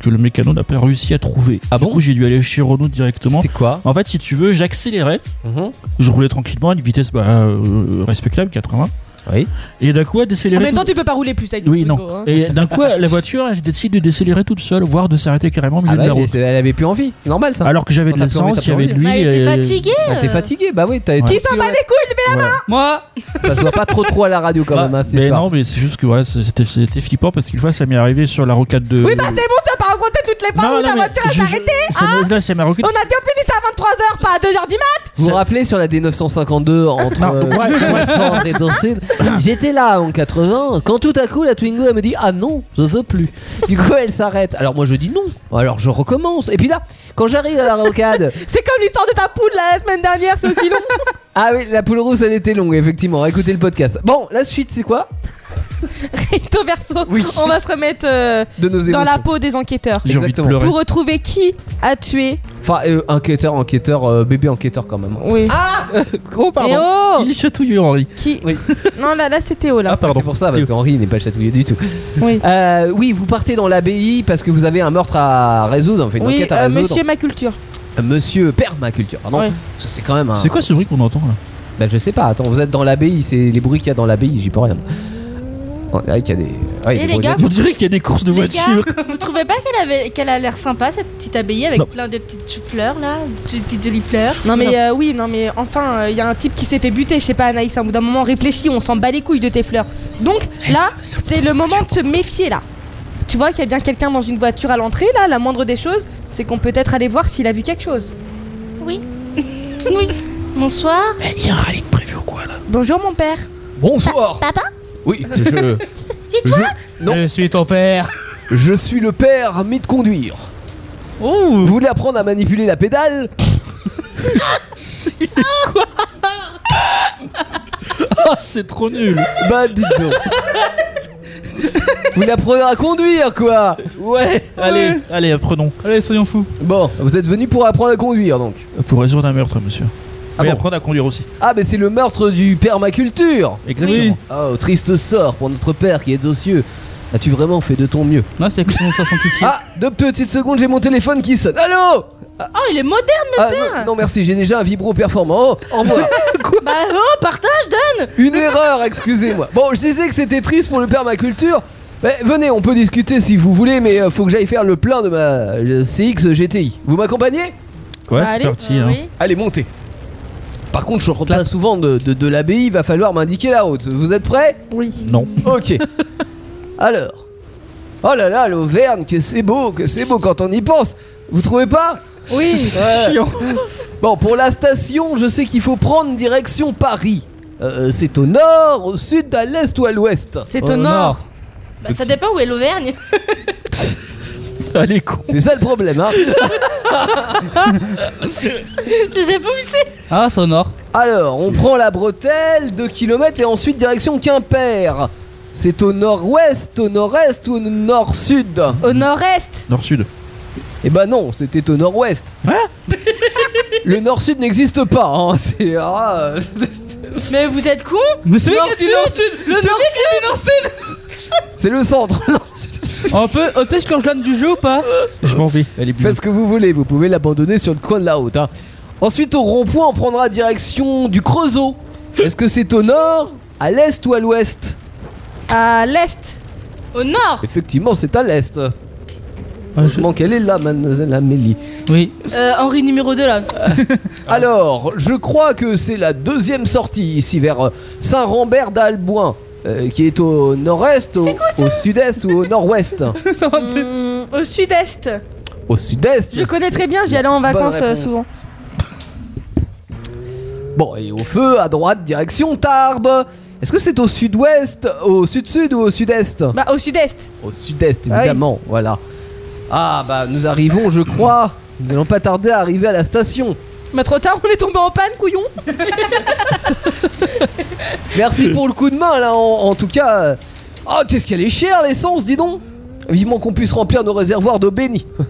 H: que le mécano n'a pas réussi à trouver.
D: Ah
H: du
D: bon
H: coup, j'ai dû aller chez Renault directement.
D: C'était quoi
H: En fait, si tu veux, j'accélérais,
D: Mhm.
H: je roulais tranquillement à une vitesse bah, euh, respectable, 80.
D: Oui.
H: Et d'un coup, elle
E: En
H: décélérait.
E: même temps, tu peux pas rouler plus avec
H: Oui,
E: le
H: non.
E: Twingo, hein.
H: Et d'un coup, la voiture, elle décide de décélérer toute seule, voire de s'arrêter carrément au milieu
D: Ah bah,
H: de la
D: mais
H: route.
D: c'est- elle avait plus envie, c'est normal ça.
H: Alors que j'avais de
D: T'as plus envie,
H: l'essence, il y
D: t'as plus
H: avait de
D: envie.
H: lui.
F: Bah, il était fatigué.
D: Ah, T'es fatigué, bah oui, t'as
E: Qui s'en bat les couilles, mais
G: Moi,
D: Ça se voit pas trop trop à la radio quand même, hein, cette
H: Bah, mais
D: histoire.
H: non, mais c'est juste que ouais, c'était c'était flippant parce qu'une fois, ça m'est arrivé sur la rocade de.
E: oui, bah c'est bon, t'as pas raconté toutes les fois où ta voiture elle s'est arrêtée. hein
H: Ça m'est- là, ça m'est
E: On
H: arrêté.
E: a dit on finissait à 23h, pas à 2h du mat.
D: Vous
H: C'est-
D: vous rappelez sur la D952 entre
H: Non,
D: euh,
H: ouais, ouais.
D: Centre et
H: (coughs)
D: Dawson J'étais là en 80 quand tout à coup la Twingo elle me dit ah non je veux plus. Du coup elle s'arrête. Alors moi je dis non. Alors je recommence. Et puis là quand j'arrive à la rocade
H: (laughs)
E: C'est comme l'histoire de ta poule la semaine dernière, c'est aussi long.
D: ah oui la poule rousse elle était longue effectivement. Écoutez le podcast. Bon la suite c'est quoi
E: Recto verso.
D: Oui.
E: On va se remettre euh,
D: de nos émotions.
E: dans la peau des enquêteurs.
H: J'ai envie de
D: Exactement.
H: pleurer.
E: Pour retrouver qui a tué.
D: Enfin euh, enquêteur enquêteur euh, bébé enquêteur quand même.
E: Oui. Ah,
H: Gros,
E: mais oh
H: Il est chatouilleux, Henri.
E: Qui
D: Oui.
E: (laughs) Non, là, là c'est Théo, là.
H: Ah, pardon.
D: C'est pour ça parce qu'Henri n'est pas chatouillé du tout.
E: Oui.
D: Euh, oui vous partez dans l'abbaye parce que vous avez un meurtre à résoudre. Enfin une
E: oui,
D: enquête à
E: euh,
D: résoudre.
E: monsieur ma culture.
D: Monsieur Permaculture, pardon.
E: Ouais.
D: Ça, C'est quand même un.
H: C'est quoi ce bruit qu'on entend là
D: Bah, je sais pas, attends, vous êtes dans l'abbaye, c'est les bruits qu'il y a dans l'abbaye, j'y peux rien. Ouais, il y a des. ouais, il y a
F: Et
E: Eh,
D: des
F: les
D: gros
F: gars,
D: gars.
H: On dirait qu'il y a des courses de
F: Les gars,
H: voitures.
F: vous trouvez pas qu'elle avait, qu'elle a l'air sympa cette petite abbaye avec
H: Non.
F: plein de petites fleurs là, de petites jolies fleurs
E: Non mais euh, oui, non mais enfin, il y a un type qui s'est fait buter, je sais pas Anaïs, au bout d'un moment réfléchis, on s'en bat les couilles de tes fleurs. Donc
D: Eh,
E: là,
H: ça-
E: c'est le moment de se méfier là. Tu vois qu'il y a bien quelqu'un dans une voiture à l'entrée là, la moindre des choses, c'est qu'on peut être aller voir s'il a vu quelque chose.
F: Oui. oui. Bonsoir.
H: Eh, Il y a un rallye de prévu ou quoi là
E: Bonjour mon père.
A: Bonsoir
F: papa
A: Oui, je, Non.
G: Je suis ton père.
A: je suis le père mis de conduire.
G: Oh
A: Vous voulez apprendre à manipuler la pédale
H: (laughs) Ah, c'est trop nul.
D: Bah, dis
E: (laughs)
D: donc. Vous apprenez à conduire, quoi
A: Ouais
H: Allez, allez, apprenons.
G: Allez, soyons fous.
D: Bon, vous êtes venu pour apprendre à conduire, donc.
H: Pour résoudre un meurtre, monsieur.
D: Ah
H: Mais
D: bon
H: apprendre à conduire aussi.
D: Ah, mais c'est le meurtre du permaculture
H: Exactement.
D: Oh, triste sort pour notre père qui est aux cieux. As-tu vraiment fait de ton mieux
G: Non, c'est comme ça scientifique.
D: Ah, deux petites secondes, j'ai mon téléphone qui sonne. Allô
F: Oh, il est moderne.
D: Ah, non, non, merci, j'ai déjà un vibro performant. Oh, au (laughs) revoir.
F: Bah oh, partage de.
D: Une erreur, excusez-moi. Bon, je disais que c'était triste pour le permaculture. Mais venez, on peut discuter si vous voulez, mais euh, faut que j'aille faire le plein de ma euh, CX GTI. Vous m'accompagnez
H: Ouais,
E: Bah,
H: c'est
E: allez.
H: parti. hein.
F: Oui.
D: Allez, montez. Par contre, je rentre pas souvent de, de, de l'abbaye, il va falloir m'indiquer la route. Vous êtes prêts
E: Oui.
H: Non. (laughs)
D: Ok. Alors. Oh là là, l'Auvergne, que c'est beau, que c'est beau quand on y pense. Vous trouvez pas (laughs)
E: Oui.
D: Ouais. Bon, pour la station, je sais qu'il faut prendre direction Paris. Euh, c'est au nord, au sud, à l'est ou à l'ouest
E: C'est au nord.
F: Bah, ça dépend où est l'Auvergne. (laughs)
H: Allez, con.
D: (laughs) C'est ça le problème, hein
F: Je sais pas où c'est.
G: Ah, c'est au nord.
D: Alors, on prend la bretelle, 2 km et ensuite direction Quimper. C'est au nord-ouest, au nord-est ou au nord-sud
E: Au nord-est.
H: Nord-Sud.
D: Eh ben non, c'était au nord-ouest.
F: Hein
D: (laughs) Le nord-sud n'existe pas, hein C'est. ah, euh,
F: Mais vous êtes con
G: Mais c'est
F: Nord-Sud. Le nord-sud.
D: C'est le centre
G: On peut, on peut se l'âne du jeu ou pas
H: Je m'en vais. Ah, Allez, bisous.
D: Faites ce que vous voulez, vous pouvez l'abandonner sur le coin de la route. hein. Ensuite, au rond-point, on prendra direction du Creusot. Est-ce que c'est au nord, à l'est ou à l'ouest
E: À l'est.
F: Au nord.
D: Effectivement, c'est à l'est.
G: Ouais, je-
D: Comment qu'elle est là, mademoiselle Amélie
G: Oui.
F: Euh, Henri numéro 2 là.
D: Alors, je crois que c'est la deuxième sortie ici vers euh, Saint-Rambert d'Alboin, euh, qui est au nord-est, au, au sud-est ou
E: (laughs)
D: au nord-ouest.
G: Ça va te-
E: Hum, au sud-est.
D: au sud-est.
E: Je connais très bien, j'y allais en vacances euh,
D: réponse.
E: souvent.
D: Bon, et au feu, à droite, direction Tarbes. Est-ce que c'est au sud-ouest, au sud-sud ou au sud-est
E: Bah au sud-est.
D: Au sud-est,
E: Ah oui.
D: évidemment, voilà. Ah, bah, nous arrivons, je crois. Nous n'allons pas tarder à arriver à la station.
E: Mais Bah, trop tard, (laughs) on est tombé en panne, couillon.
D: Merci pour le coup de main, là, en, en tout cas. euh. Oh, qu'est-ce qu'elle est chère, l'essence, dis donc Vivement qu'on puisse remplir nos réservoirs d'eau bénie. (laughs)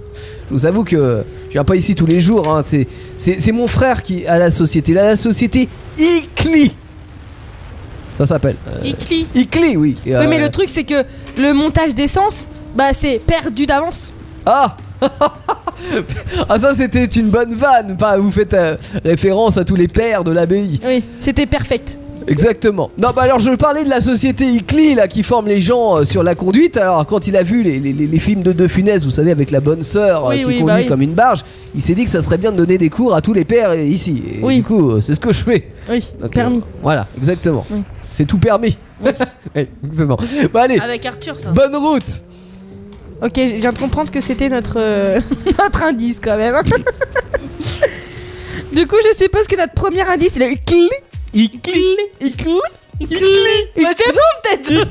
D: Je vous avoue que je viens pas ici tous les jours, hein. c'est, c'est, c'est mon frère qui a la société, la, la société ICLI. Ça s'appelle. euh,
F: Icli.
D: ICLI, oui. Et,
E: Oui,
D: euh,
E: mais le truc, c'est que le montage d'essence, bah, c'est perdu d'avance.
D: Ah (laughs) Ah ça c'était une bonne vanne, pas vous faites euh, référence à tous les pères de l'abbaye.
E: Oui, c'était perfect.
D: Exactement. Non bah alors je parlais de la société ICLI là qui forme les gens euh, sur la conduite. Alors quand il a vu les, les- les- les films de De Funès, vous savez avec la bonne sœur euh,
E: Oui,
D: qui
E: oui,
D: conduit
E: bah oui.
D: comme une barge, il s'est dit que ça serait bien de donner des cours à tous les pères euh, ici. Et
E: Oui.
D: du coup euh, c'est ce que je fais.
E: Oui,
D: Donc,
E: permis.
D: euh, voilà, exactement.
E: Oui.
D: C'est tout permis. (laughs) Oui, exactement. Bah allez,
F: Avec Arthur ça.
D: bonne route
E: Ok, je viens de comprendre que c'était notre, euh, (laughs) notre indice quand même. (laughs) du coup, je suppose que notre premier indice, c'est le cli. Icli. Icli.
F: Bah, c'est bon peut-être.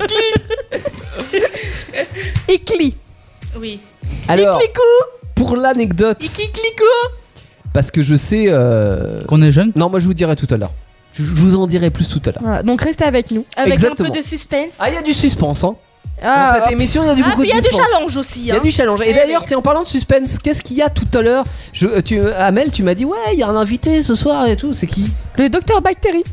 E: (laughs) Icli.
F: Oui.
D: Alors, pour l'anecdote, parce que je sais... euh,
G: Qu'on est jeune.
D: Non, moi je vous dirai tout à l'heure. Je, je vous en dirai plus tout à l'heure.
E: Voilà, donc restez avec nous.
F: Avec
D: Exactement.
F: un peu de suspense.
D: Ah, il y a du suspense, hein.
E: Ah,
D: Dans cette émission, il y a du
F: Ah,
D: beaucoup
F: puis il
D: de
F: y a
D: suspense.
F: du challenge aussi.
D: Il y a
F: Hein.
D: du challenge.
F: Eh
D: Et
F: oui.
D: d'ailleurs, tiens, en parlant de suspense, qu'est-ce qu'il y a tout à l'heure Je- tu, euh, Amel, tu m'as dit ouais, il y a un invité ce soir et tout. C'est qui
E: ah. le docteur Bactéry.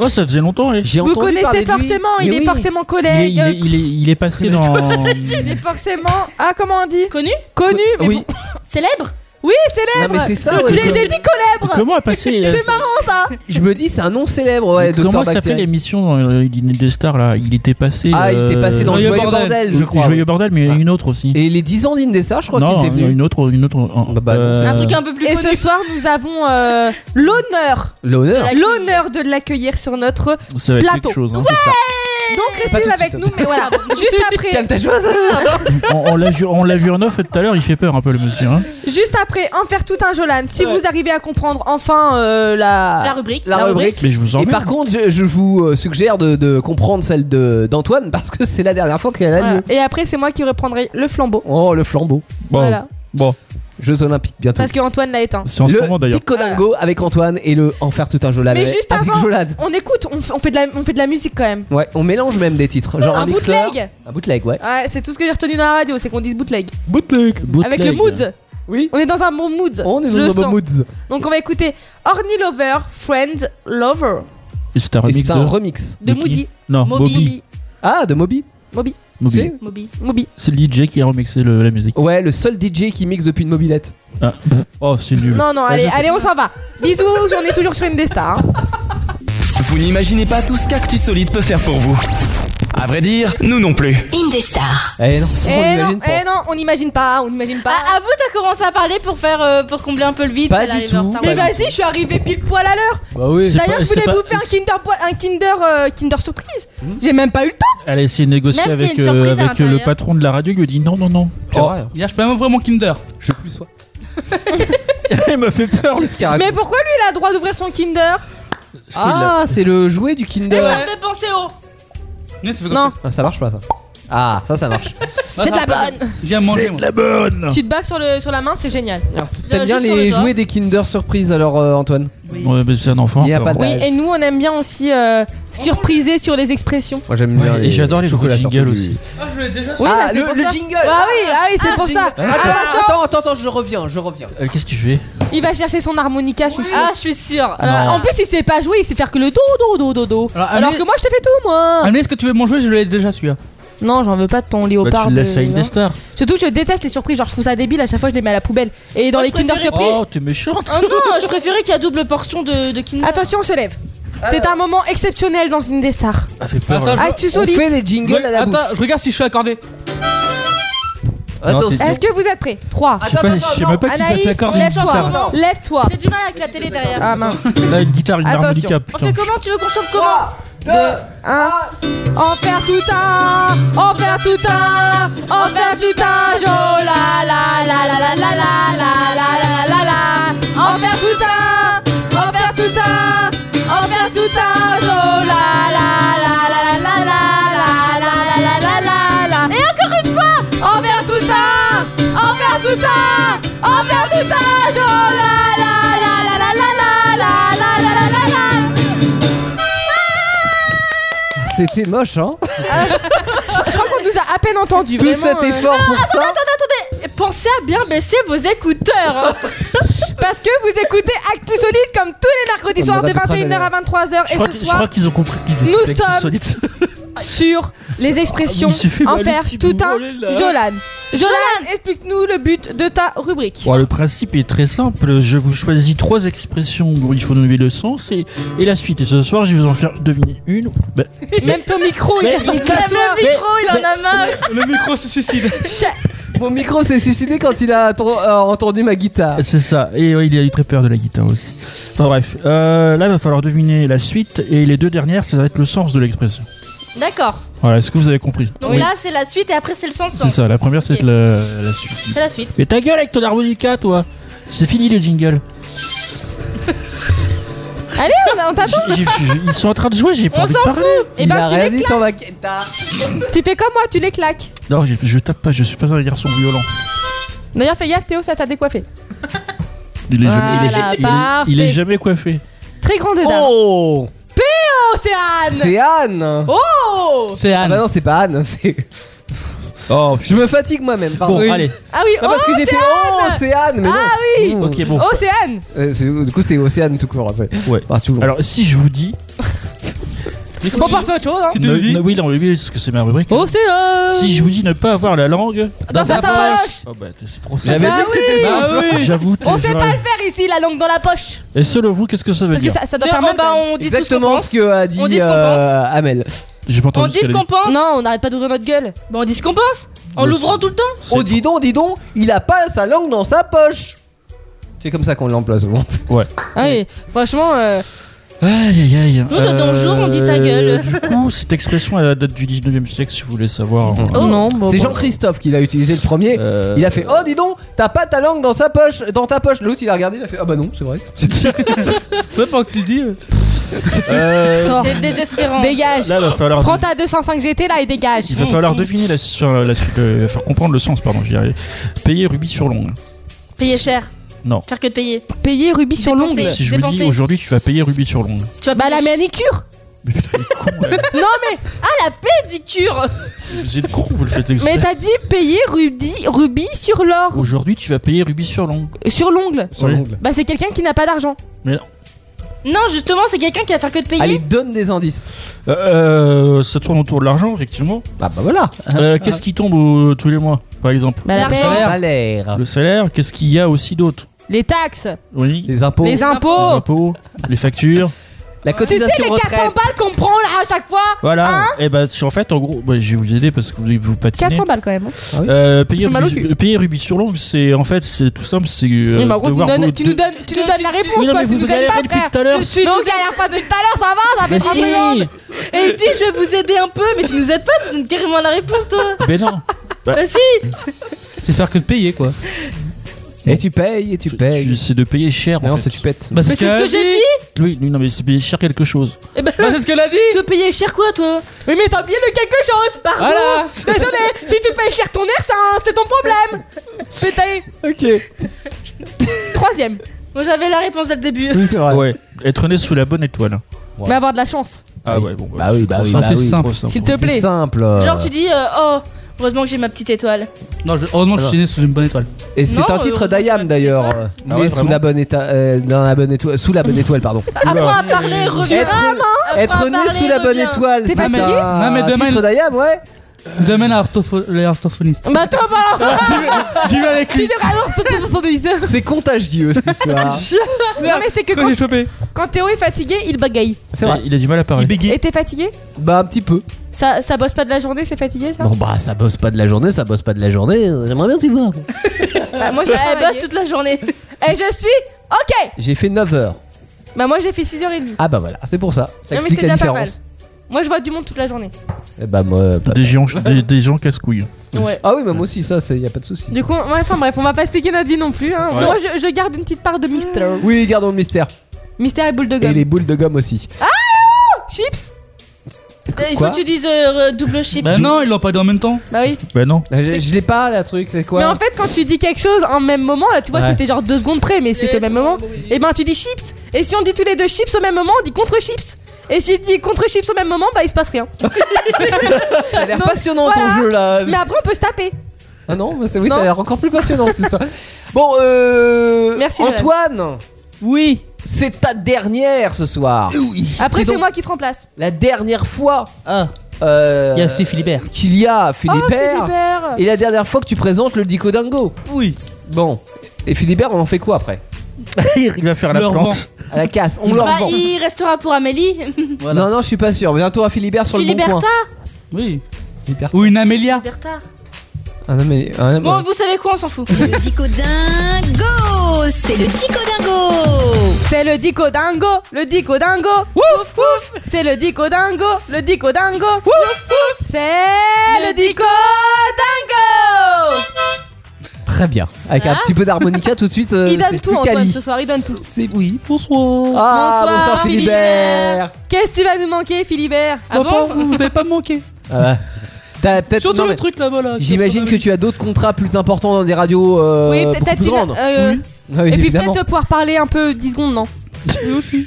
H: Oh, ça faisait longtemps, eh.
D: J'ai
E: Vous
D: entendu parler
E: connaissez
D: de lui.
E: forcément,
D: Mais
E: il est
D: oui.
E: forcément
H: Il est,
E: collègue.
H: il est- il est- il est passé dans.
E: il est forcément. Ah, comment on dit
F: Connu
E: Connu, mais
D: Oui,
F: Célèbre
E: Oui, célèbre
D: Non, mais c'est ça, ouais,
E: J'ai
D: je-
E: j'ai dit
H: Mais
E: célèbre
H: Comment a passé euh,
E: C'est marrant ça
D: Je me dis, c'est un nom célèbre, ouais, Dr.
H: Comment s'appelait
D: Bactérie.
H: l'émission euh, Il des stars là Il était passé.
D: Ah, il était
H: euh,
D: passé dans le
G: Joyeux
D: Joyeux Bordel,
G: Bordel,
D: je crois. Ah.
H: Joyeux Bordel, mais il y a une autre aussi.
D: Et les 10 ans d'Indestar, je crois
H: non,
D: qu'il était venu.
H: une autre, une autre. un-
D: Bah, bah, non, c'est-
H: euh,
F: Un truc un peu plus
E: Et ce
F: connu.
E: soir, nous avons euh, l'honneur,
D: L'honneur.
F: L'accueil.
E: l'honneur de l'accueillir sur notre.
H: ça va être
E: Plateau.
H: quelque chose. hein, c'est ça.
E: Donc
D: tout
E: restez
D: de
E: avec
D: suite.
E: nous, mais voilà, juste
D: Calme
E: après,
D: ta chose.
H: On, on l'a vu, on l'a vu en off tout à l'heure. Il fait peur un peu le monsieur. Hein.
E: juste après, en faire tout un Jolan. Si vous arrivez à comprendre enfin euh, la,
F: La rubrique.
D: La rubrique.
H: Mais je vous
D: Et
H: emmerde.
D: par contre, je, je vous euh, suggère de, de comprendre celle de- d'Antoine parce que c'est la dernière fois qu'elle a
E: Voilà.
D: lieu.
E: Et après, c'est moi qui reprendrai le flambeau.
D: Oh, le flambeau.
H: bon,
E: Voilà.
H: bon,
D: Jeux Olympiques bientôt.
E: Parce que Antoine l'a éteint.
H: c'est en ce
D: le
H: moment d'ailleurs.
D: Picodingo avec Antoine et le Enfer tout un Jolan
E: Mais
D: avec-
E: juste
D: avec
E: avant-
D: Jolan.
E: On écoute, on, f- on fait de la, on fait de la musique quand même.
D: Ouais, on mélange même des titres. Genre un,
E: un
D: mixeur.
E: bootleg.
D: Un bootleg, ouais.
E: Ouais, c'est tout ce que j'ai retenu dans la radio, c'est qu'on dise bootleg.
H: Bootleg.
E: Avec le mood.
D: Oui.
E: On
D: Oh.
E: est dans un bon mood.
D: On est
E: Je
D: dans un
E: le
D: bon
E: sens.
D: mood.
E: Donc on va écouter Orny Lover, Friend Lover
H: Et c'est un
D: Et
H: remix
D: c'est
H: de.
D: un remix.
E: de,
H: De qui
E: Moody.
H: non,
F: Moby.
H: Moby.
D: Ah, de Moby.
H: Moby.
D: C'est-
F: Moby.
E: Moby.
H: C'est le DJ qui a remixé le- la musique.
D: Ouais, le seul DJ qui mixe depuis une mobilette.
H: Oh, c'est nul.
E: Non, non,
H: Ouais,
E: allez,
H: je sais.
E: allez, on s'en va. Bisous, on est toujours sur une des stars. hein.
J: Vous n'imaginez pas tout ce qu'Actus Solide peut faire pour vous. À vrai dire, nous non plus.
B: Indestar.
D: Eh non, ça, on
E: Eh non,
D: l'imagine pas.
E: eh non, on n'imagine pas, on n'imagine pas.
F: Ah, à vous, t'as commencé à parler pour faire euh, pour combler un peu le vide.
D: Pas
F: elle
D: du
F: arrive
D: tout. bah,
F: en retard.
E: mais
D: pas
E: vas-y, je suis arrivé pile poil à l'heure.
D: Bah oui.
H: C'est
E: D'ailleurs,
H: pas-
E: je voulais
H: c'est
E: vous
H: pas-
E: faire un Kinder, po- un Kinder, euh, Kinder surprise. J'ai même pas eu le temps.
H: Elle a essayé de négocier
F: Même qu'il y a
H: avec,
F: une
H: euh,
F: surprise à
H: avec euh, le
F: l'intérieur.
H: patron de la radio. Il lui a dit non, non, non.
D: C'est vrai.
G: Hier, je peux même ouvrir mon Kinder.
D: oh. Je plus sois.
H: (laughs) Il m'a fait peur.
D: Qu'est-ce qu'il raconte
E: Mais pourquoi lui, il a le droit d'ouvrir son Kinder
D: Ah, c'est le jouet du Kinder.
F: Ça me fait penser au.
G: Mais ça fait
E: Non,
D: Ah, ça marche pas ça. Ah, ça, ça
E: (laughs)
D: marche.
E: c'est de la bonne.
G: Viens manger, moi.
H: La bonne.
E: Tu te baves sur, le, sur la main, c'est génial.
D: Alors,
F: Euh,
D: t'aimes bien
F: juste sur
D: les
F: le doigt.
D: jouets des Kinder Surprise alors, euh, Antoine
H: Ouais, mais c'est un enfant.
D: Il y a
H: encore.
D: pas de-
E: Oui,
D: Ouais.
E: et nous, on aime bien aussi euh, surpriser sur les expressions.
D: Moi, j'aime
H: Ouais, et j'adore les
D: chocolats
H: jingles
D: surprise.
H: aussi.
G: Ah, je l'ai déjà.
E: Oui,
D: ah,
E: bah, c'est
D: le,
E: pour
D: le
E: ça.
D: jingle
E: Ah oui, ah oui, c'est
D: Ah,
E: pour
D: jingle.
E: ça.
D: attends, attends, attends, attends, je reviens, je reviens.
H: Euh, Qu'est-ce que tu fais
E: Il va chercher son harmonica, je suis sûre.
F: Ah, je suis sûre.
E: Euh,
H: non.
E: en plus, il sait pas jouer, il sait faire que le do do do do do.
G: Alors,
E: Alors
G: Amélie-
E: que moi, je te fais tout, moi.
G: Amélie, est-ce que tu veux mon jouet Je l'ai déjà celui-là.
E: Non, j'en veux pas de ton
H: Bah,
E: léopard.
H: Tu le laisses
E: de-
H: à Indestar.
E: Surtout, que je déteste les surprises. Genre, je trouve ça débile. À chaque fois, je les mets à la poubelle. Et dans
F: Moi,
E: les
F: je
E: Kinder
F: préférais-
E: Surprise,
H: Oh, t'es méchante.
F: Ah
D: (laughs)
F: non, je préférais qu'il y a double portion de, de Kinder.
E: attention, on se lève. C'est un moment exceptionnel dans une des stars.
H: Ça fait peur. hein.
G: Attends,
H: là.
G: je-
E: Ah, tu
D: On
E: solide.
D: fait les jingles à la bouche.
G: Attends, je regarde si je suis accordé.
H: Attends,
D: Attention.
E: Est-ce que vous êtes prêts 3.
H: Je sais pas- je sais même pas si ça
E: hein. Anaïs,
H: s'accorde une guitare.
E: lève-toi. Lève-toi.
F: J'ai du mal avec la télé derrière.
E: Ah mince.
H: Là, une guitare, une
E: Attention.
H: harmonica,
F: On fait
H: putain.
F: comment Tu veux qu'on chante comment
E: En faire tout un, en faire tout un, en faire tout un, jo la la la la la la la la la la la la. En faire tout un, en faire tout un, en faire tout un, jo la la la la la la la la la la la la la. Et encore une fois, en faire tout un, en faire tout un,
F: Oh,
E: en faire tout un, jo la la la la la la
F: Ah,
E: la la la la la la.
D: C'était
E: (laughs)
D: moche, hein
E: Je crois qu'on nous a à peine entendu.
D: Tout cet effort pour
E: (laughs)
D: ça.
F: Pensez à bien baisser vos écouteurs. hein.
E: Parce que vous écoutez Actu Solide comme tous les mercredis
D: On
E: soirs de
D: aura tout
E: 21h à 23h
H: Je
E: et
H: crois,
E: ce
H: que- je
E: soir
H: crois qu'ils ont compris qu'ils étaient
E: Nous
H: avec des
E: sommes-
H: solides.
E: sur les expressions
H: (laughs) Ah, Il bah, s'est fait
E: en
H: mal, le
E: faire
H: petit
E: tout un
H: bourrelet, oh là.
E: Jolan. Jolan, explique-nous le but de ta rubrique.
H: Bon, Bah, le principe est très simple. Je vous choisis trois expressions dont il faut donner le sens et, et la suite. Et ce soir, je vais vous en faire deviner une. Bah,
E: Même ton micro, il
H: Mais
E: a
H: il
E: il
H: casse
E: a-
H: Mais-
F: il en a marre.
G: Le micro se suicide.
D: Mon micro s'est suicidé quand il a atten- euh, entendu ma guitare.
H: c'est ça. Et ouais, il a eu très peur de la guitare aussi. Enfin bref, Euh, là, il va falloir deviner la suite et les deux dernières, ça va être le sens de l'expression.
F: D'accord.
H: Voilà, est-ce que vous avez compris
F: Donc là, c'est la suite et après, c'est le sens.
H: C'est ça, la première, c'est la, la suite.
F: C'est la suite.
H: Mais ta gueule avec ton harmonica, toi C'est fini le jingle.
E: Allez, on, on t'attend.
H: J'ai- j'ai- j'ai- ils sont en train de jouer, j'ai pas
F: Ah On
H: envie de
F: s'en
H: parler.
E: Et
F: Eh
D: il
E: ben,
D: a
E: tu
D: rien
E: les,
D: dit sur ma guitare.
E: tu fais comme moi, tu les claques.
H: Non, j'ai- je tape pas, je suis pas un garçon violent.
E: D'ailleurs, fais gaffe, Théo, ça t'a décoiffé.
H: Il est,
E: Voilà,
H: jamais, il est- il est- il est
E: parfait.
H: jamais coiffé.
E: Très grande dame.
D: Oh
E: Oh, c'est Anne.
D: C'est Anne
E: Oh.
G: C'est
D: Ah bah non, c'est pas Anne, (laughs) c'est.
H: Oh,
D: Je me fatigue moi-même, pardon.
H: Bon,
D: Oui.
H: allez.
E: Ah oui,
D: Non, parce que j'ai fait Oh, c'est Anne Mais non
E: Ah oui.
D: Mmh.
H: Ok, bon.
E: oh, c'est Anne.
D: Euh, c'est- Du coup, c'est Océane tout court. c'est-
H: Ouais.
D: Ah, toujours.
H: Alors, si je vous dis
E: On passe à autre chose, hein.
H: Si ne, ne- oui, non, oui, oui, parce que c'est ma rubrique. Si je vous dis ne pas avoir la langue
E: Dans sa poche.
H: Oh, bah, c'est trop
E: J'avais dit que c'était Bah
H: simple.
E: simple. oui.
H: J'avoue, t'es
E: On sait
H: vrai.
E: pas le faire ici, la langue dans la poche.
H: Et selon vous, qu'est-ce que ça veut
E: Parce que
H: dire
E: ça, ça doit faire même
F: ben,
E: pas. On dit tout ce qu'on
D: Exactement
E: pense.
D: ce que a dit,
E: On dit ce qu'on
D: euh, Amel.
H: J'ai pas
E: On dit ce qu'on pense.
F: Non, on n'arrête pas d'ouvrir notre gueule. Bah on dit ce qu'on pense. En
D: Le
F: l'ouvrant
D: son.
F: tout le temps.
D: Oh, dis donc, dis donc, il a pas sa langue dans sa poche. C'est comme ça qu'on l'emploie souvent.
H: Ouais.
F: Ah oui, franchement. euh,
H: Aïe aïe aïe.
F: Nous, dans
H: Euh,
F: Donjon, on dit ta gueule.
H: Du coup, cette expression elle date du 19 e siècle si vous voulez savoir.
E: (laughs)
F: Oh non,
D: C'est Jean-Christophe qui l'a utilisé le
G: Eh,
D: premier.
H: euh,
D: Il a fait Oh, dis donc, t'as pas ta langue dans sa poche, dans ta poche. L'autre, il a regardé, il a fait Ah bah non, c'est vrai.
G: Toi, pendant que tu le dis. euh,
H: Euh,
E: Sors.
F: C'est désespérant.
E: Dégage.
H: Là, il va falloir.
E: Prends ta 205 GT là et dégage.
H: Il va falloir deviner la, sur la, la- le- faire comprendre le sens, pardon, j'y arrive. Payer rubis sur longue.
F: Payer cher.
H: Non.
F: Faire que de payer.
E: Payer rubis sur
F: Dépenser.
E: l'ongle.
H: Si je vous dis
F: dépenser.
H: aujourd'hui, tu vas payer rubis sur longue.
F: Tu vas
E: Bah la
F: payer-
E: manicure. (laughs)
F: Non mais ah la pédicure.
H: Vous êtes con, vous le faites
E: Mais
H: exprès.
E: t'as dit payer rubis, rubis sur l'or, euh,
H: Aujourd'hui, tu vas payer rubis sur longue.
E: sur l'ongle.
D: Sur
H: Oui.
D: l'ongle.
E: Bah c'est quelqu'un qui n'a pas d'argent.
H: Mais non.
F: Non justement c'est quelqu'un qui va faire que de payer.
D: Allez, donne des indices.
H: Euh, euh, ça tourne autour de l'argent, effectivement.
D: Ah bah voilà.
H: Euh, qu'est-ce qui tombe euh, tous les mois, par exemple
E: Bah la
F: L'argent.
E: paye,
D: Valère.
H: Le salaire, qu'est-ce qu'il y a aussi d'autre
E: les taxes,
H: Oui.
D: Les impôts.
E: les
H: Les
F: Oh.
E: impôts.
H: impôts, les factures.
D: La
E: Tu sais
D: cotisation
E: les 400
D: retraite.
E: balles qu'on prend là à chaque fois.
H: Voilà.
F: Hein
H: et bah, sur- en fait, en gros, bah, je vais vous aider parce que vous, vous patinez.
E: 400 balles quand même. hein.
H: Euh, payer,
E: J'ai mal au
H: rubis,
E: cul.
H: payer rubis sur longue, c'est en fait, c'est tout simple, c'est euh,
E: Oui, mais en gros, tu nous
H: devoir
E: donnes,
H: vous-
E: tu
H: de-
E: nous donnes, tu nous donnes la réponse,
H: Oui, non,
E: quoi.
H: mais
E: Tu
H: vous
E: nous aides
H: galérez
E: pas,
H: depuis
E: frère.
H: tout à l'heure.
E: Je suis non, on galère pas depuis tout à l'heure, ça va, ça fait
H: Mais
E: 30
H: si
E: secondes.
F: Et il dit je vais vous aider un peu mais tu nous aides pas tu donnes carrément la réponse toi.
H: Mais Ben non
F: Bah si.
G: C'est faire que de payer, quoi.
D: Et tu payes, et tu
H: Tu-
D: payes.
H: tu- C'est de payer cher.
D: Ah
H: en
D: non,
H: fait.
D: c'est tu
H: (laughs)
D: pètes.
G: Bah,
F: Mais c'est ce que j'ai dit.
H: Oui, oui, non, mais c'est payer cher quelque chose.
F: Eh ben,
G: Bah, c'est ce qu'elle a dit.
F: tu veux payer cher quoi toi
E: Oui, mais t'as oublié de quelque
F: Oh,
E: chose, pardon.
G: Voilà.
E: Désolé, si tu payes cher ton air, ça, c'est ton
H: (laughs)
E: problème. Pétaille.
D: Ok.
E: Troisième.
F: Moi j'avais la réponse dès le début.
D: Oui, c'est vrai.
H: Ah Ouais. Être né sous la bonne étoile.
E: Mais avoir de la chance,
H: Ah ouais, bon.
D: Bah oui, bah oui,
G: Ça,
D: bah
G: c'est
D: oui.
G: simple.
H: trop simple.
E: s'il te
D: C'est
E: plaît.
D: simple.
F: Genre tu dis euh, oh heureusement que j'ai ma petite étoile.
G: Non, je- heureusement, je suis né sous une bonne étoile.
D: Et c'est
F: Non,
D: un
F: euh,
D: titre
F: on peut faire
D: d'Ayam
F: une
D: d'ailleurs.
F: petite
H: Ah
D: mais
H: ouais,
D: sous
H: vraiment
D: la bonne éta- euh, dans la bonne étoile, sous la bonne
E: (laughs)
D: étoile, pardon.
F: Apprends à parler reviens.
D: Être, être né
F: parler,
D: sous la
F: (laughs)
D: bonne
F: reviens.
D: étoile,
G: pas
D: c'est
G: marié
D: un
G: Non, mais demain,
D: titre
G: il-
D: d'Ayam, ouais.
G: Demain, l'orthopho- l'orthophoniste.
E: Bah toi, voilà.
G: J'y vais avec
E: Tu
G: lui.
E: devrais alors sauter sur ton délire.
D: C'est contagieux
E: (laughs)
D: cette
E: Ah,
D: histoire.
E: Non mais c'est que
G: Quand
E: quand,
G: j'ai chopé.
E: quand Théo est fatigué, il bagaille.
D: C'est vrai.
H: Il a du mal à parler.
E: Et t'es fatigué
D: Bah un petit peu.
E: ça, ça bosse pas de la journée, c'est fatigué ça
C: Non bah ça bosse pas de la journée, ça bosse pas de la journée.
D: hein.
C: euh, J'aimerais bien t'y voir.
E: Bah, Moi j'ai
F: Elle bosse
E: travaillé.
F: toute la journée.
E: Et Eh, je suis ok.
D: J'ai fait 9 heures.
E: Bah moi j'ai fait 6h30.
D: Ah bah voilà, c'est pour ça. Ça
E: Non mais
D: explique
E: c'est
D: la
E: déjà pas mal.
D: différence.
E: Moi je vois du monde toute la journée.
D: Eh bah moi. pas-
H: Des gens, des, des gens casse-couilles.
E: Ouais.
D: Ah oui, bah moi aussi, ça, c'est y a pas de souci.
E: Du coup, ouais, enfin bref, on va pas expliquer notre vie non plus. hein.
D: Ouais.
E: Moi je, je garde une petite part de mystère.
D: Oui, gardons le mystère.
E: Mystère et boule de
D: Et
E: gomme.
D: les boules de gomme aussi.
E: Chips
F: Il faut
D: Quoi
F: que tu dises euh, euh, double chip.
G: Bah, non, ils l'ont pas dit en même temps.
E: Bah oui.
H: Bah non.
D: Là, Je je l'ai pas, la truc, c'est
E: Mais
D: quoi
E: en fait, quand tu dis quelque chose en même moment, là tu vois,
D: Ouais.
E: c'était genre deux secondes près, mais c'était au même moment. Et ben tu dis chips. Et si on dit tous les deux chips au même moment, on dit contre chips. Et si on dit contre chips au même moment, bah il se passe rien.
D: Ça a l'air passionnant
E: voilà.
D: ton jeu là.
E: Mais après on peut se taper.
D: Ah non, mais c'est- oui,
E: Non.
D: ça a l'air encore plus passionnant,
E: (laughs)
D: c'est ça. Bon, euh.
E: Merci,
D: Antoine,
G: Oui.
D: c'est ta dernière ce soir.
E: Après
D: C'est
E: c'est
D: donc-
E: moi qui te remplace.
D: La dernière fois
G: Ah,
D: euh,
G: il y a c'est Philibert.
D: qu'il y a
E: Oh,
D: Philibert
E: Philibert.
D: et la dernière fois que tu présentes le Dico Dingo.
G: Oui.
D: Bon, et Philibert, on en fait quoi après
H: Il va faire la
G: Leur
H: plante.
D: À la casse, on leur
F: Bah,
D: vend.
F: il restera pour Amélie.
D: Non, non, je suis pas sûr. Bientôt à Philibert sur le bon
F: Filiberta.
D: coin.
G: Oui.
D: Philibert.
G: Ou une Amélia.
F: Filiberta.
D: Un homme et- un homme-
F: Bon vous savez quoi on s'en
D: (laughs)
F: fout.
B: Le Dico Dingo C'est le Dico Dingo
E: C'est le dico dingo, le dico dingo, ouf ouf. C'est le dico dingo, le dico dingo, ouf ouf. C'est le dico dingo.
D: Très bien. Avec un petit peu d'harmonica tout de suite. euh,
E: Ah. Il donne
D: c'est
E: tout
D: plus
E: Antoine
D: quali.
E: ce soir, il donne tout.
G: C'est oui. Bonsoir.
D: Ah, bonsoir,
E: Bonsoir,
D: Philibert.
E: Qu'est-ce que tu vas nous manquer, Philibert
F: Ah
G: Papa,
F: bon
G: vous vous avez pas manqué.
D: Ah, T'as peut-être.
G: Surtout
D: non,
G: le
D: mais
G: truc là-bas là.
D: J'imagine que tu as d'autres contrats plus importants dans des radios euh,
E: Oui,
D: beaucoup
E: peut-être
D: plus
E: une.
D: grandes.
E: euh,
D: Ah oui,
E: Et puis
D: évidemment.
E: peut-être pouvoir parler un peu 10 secondes, non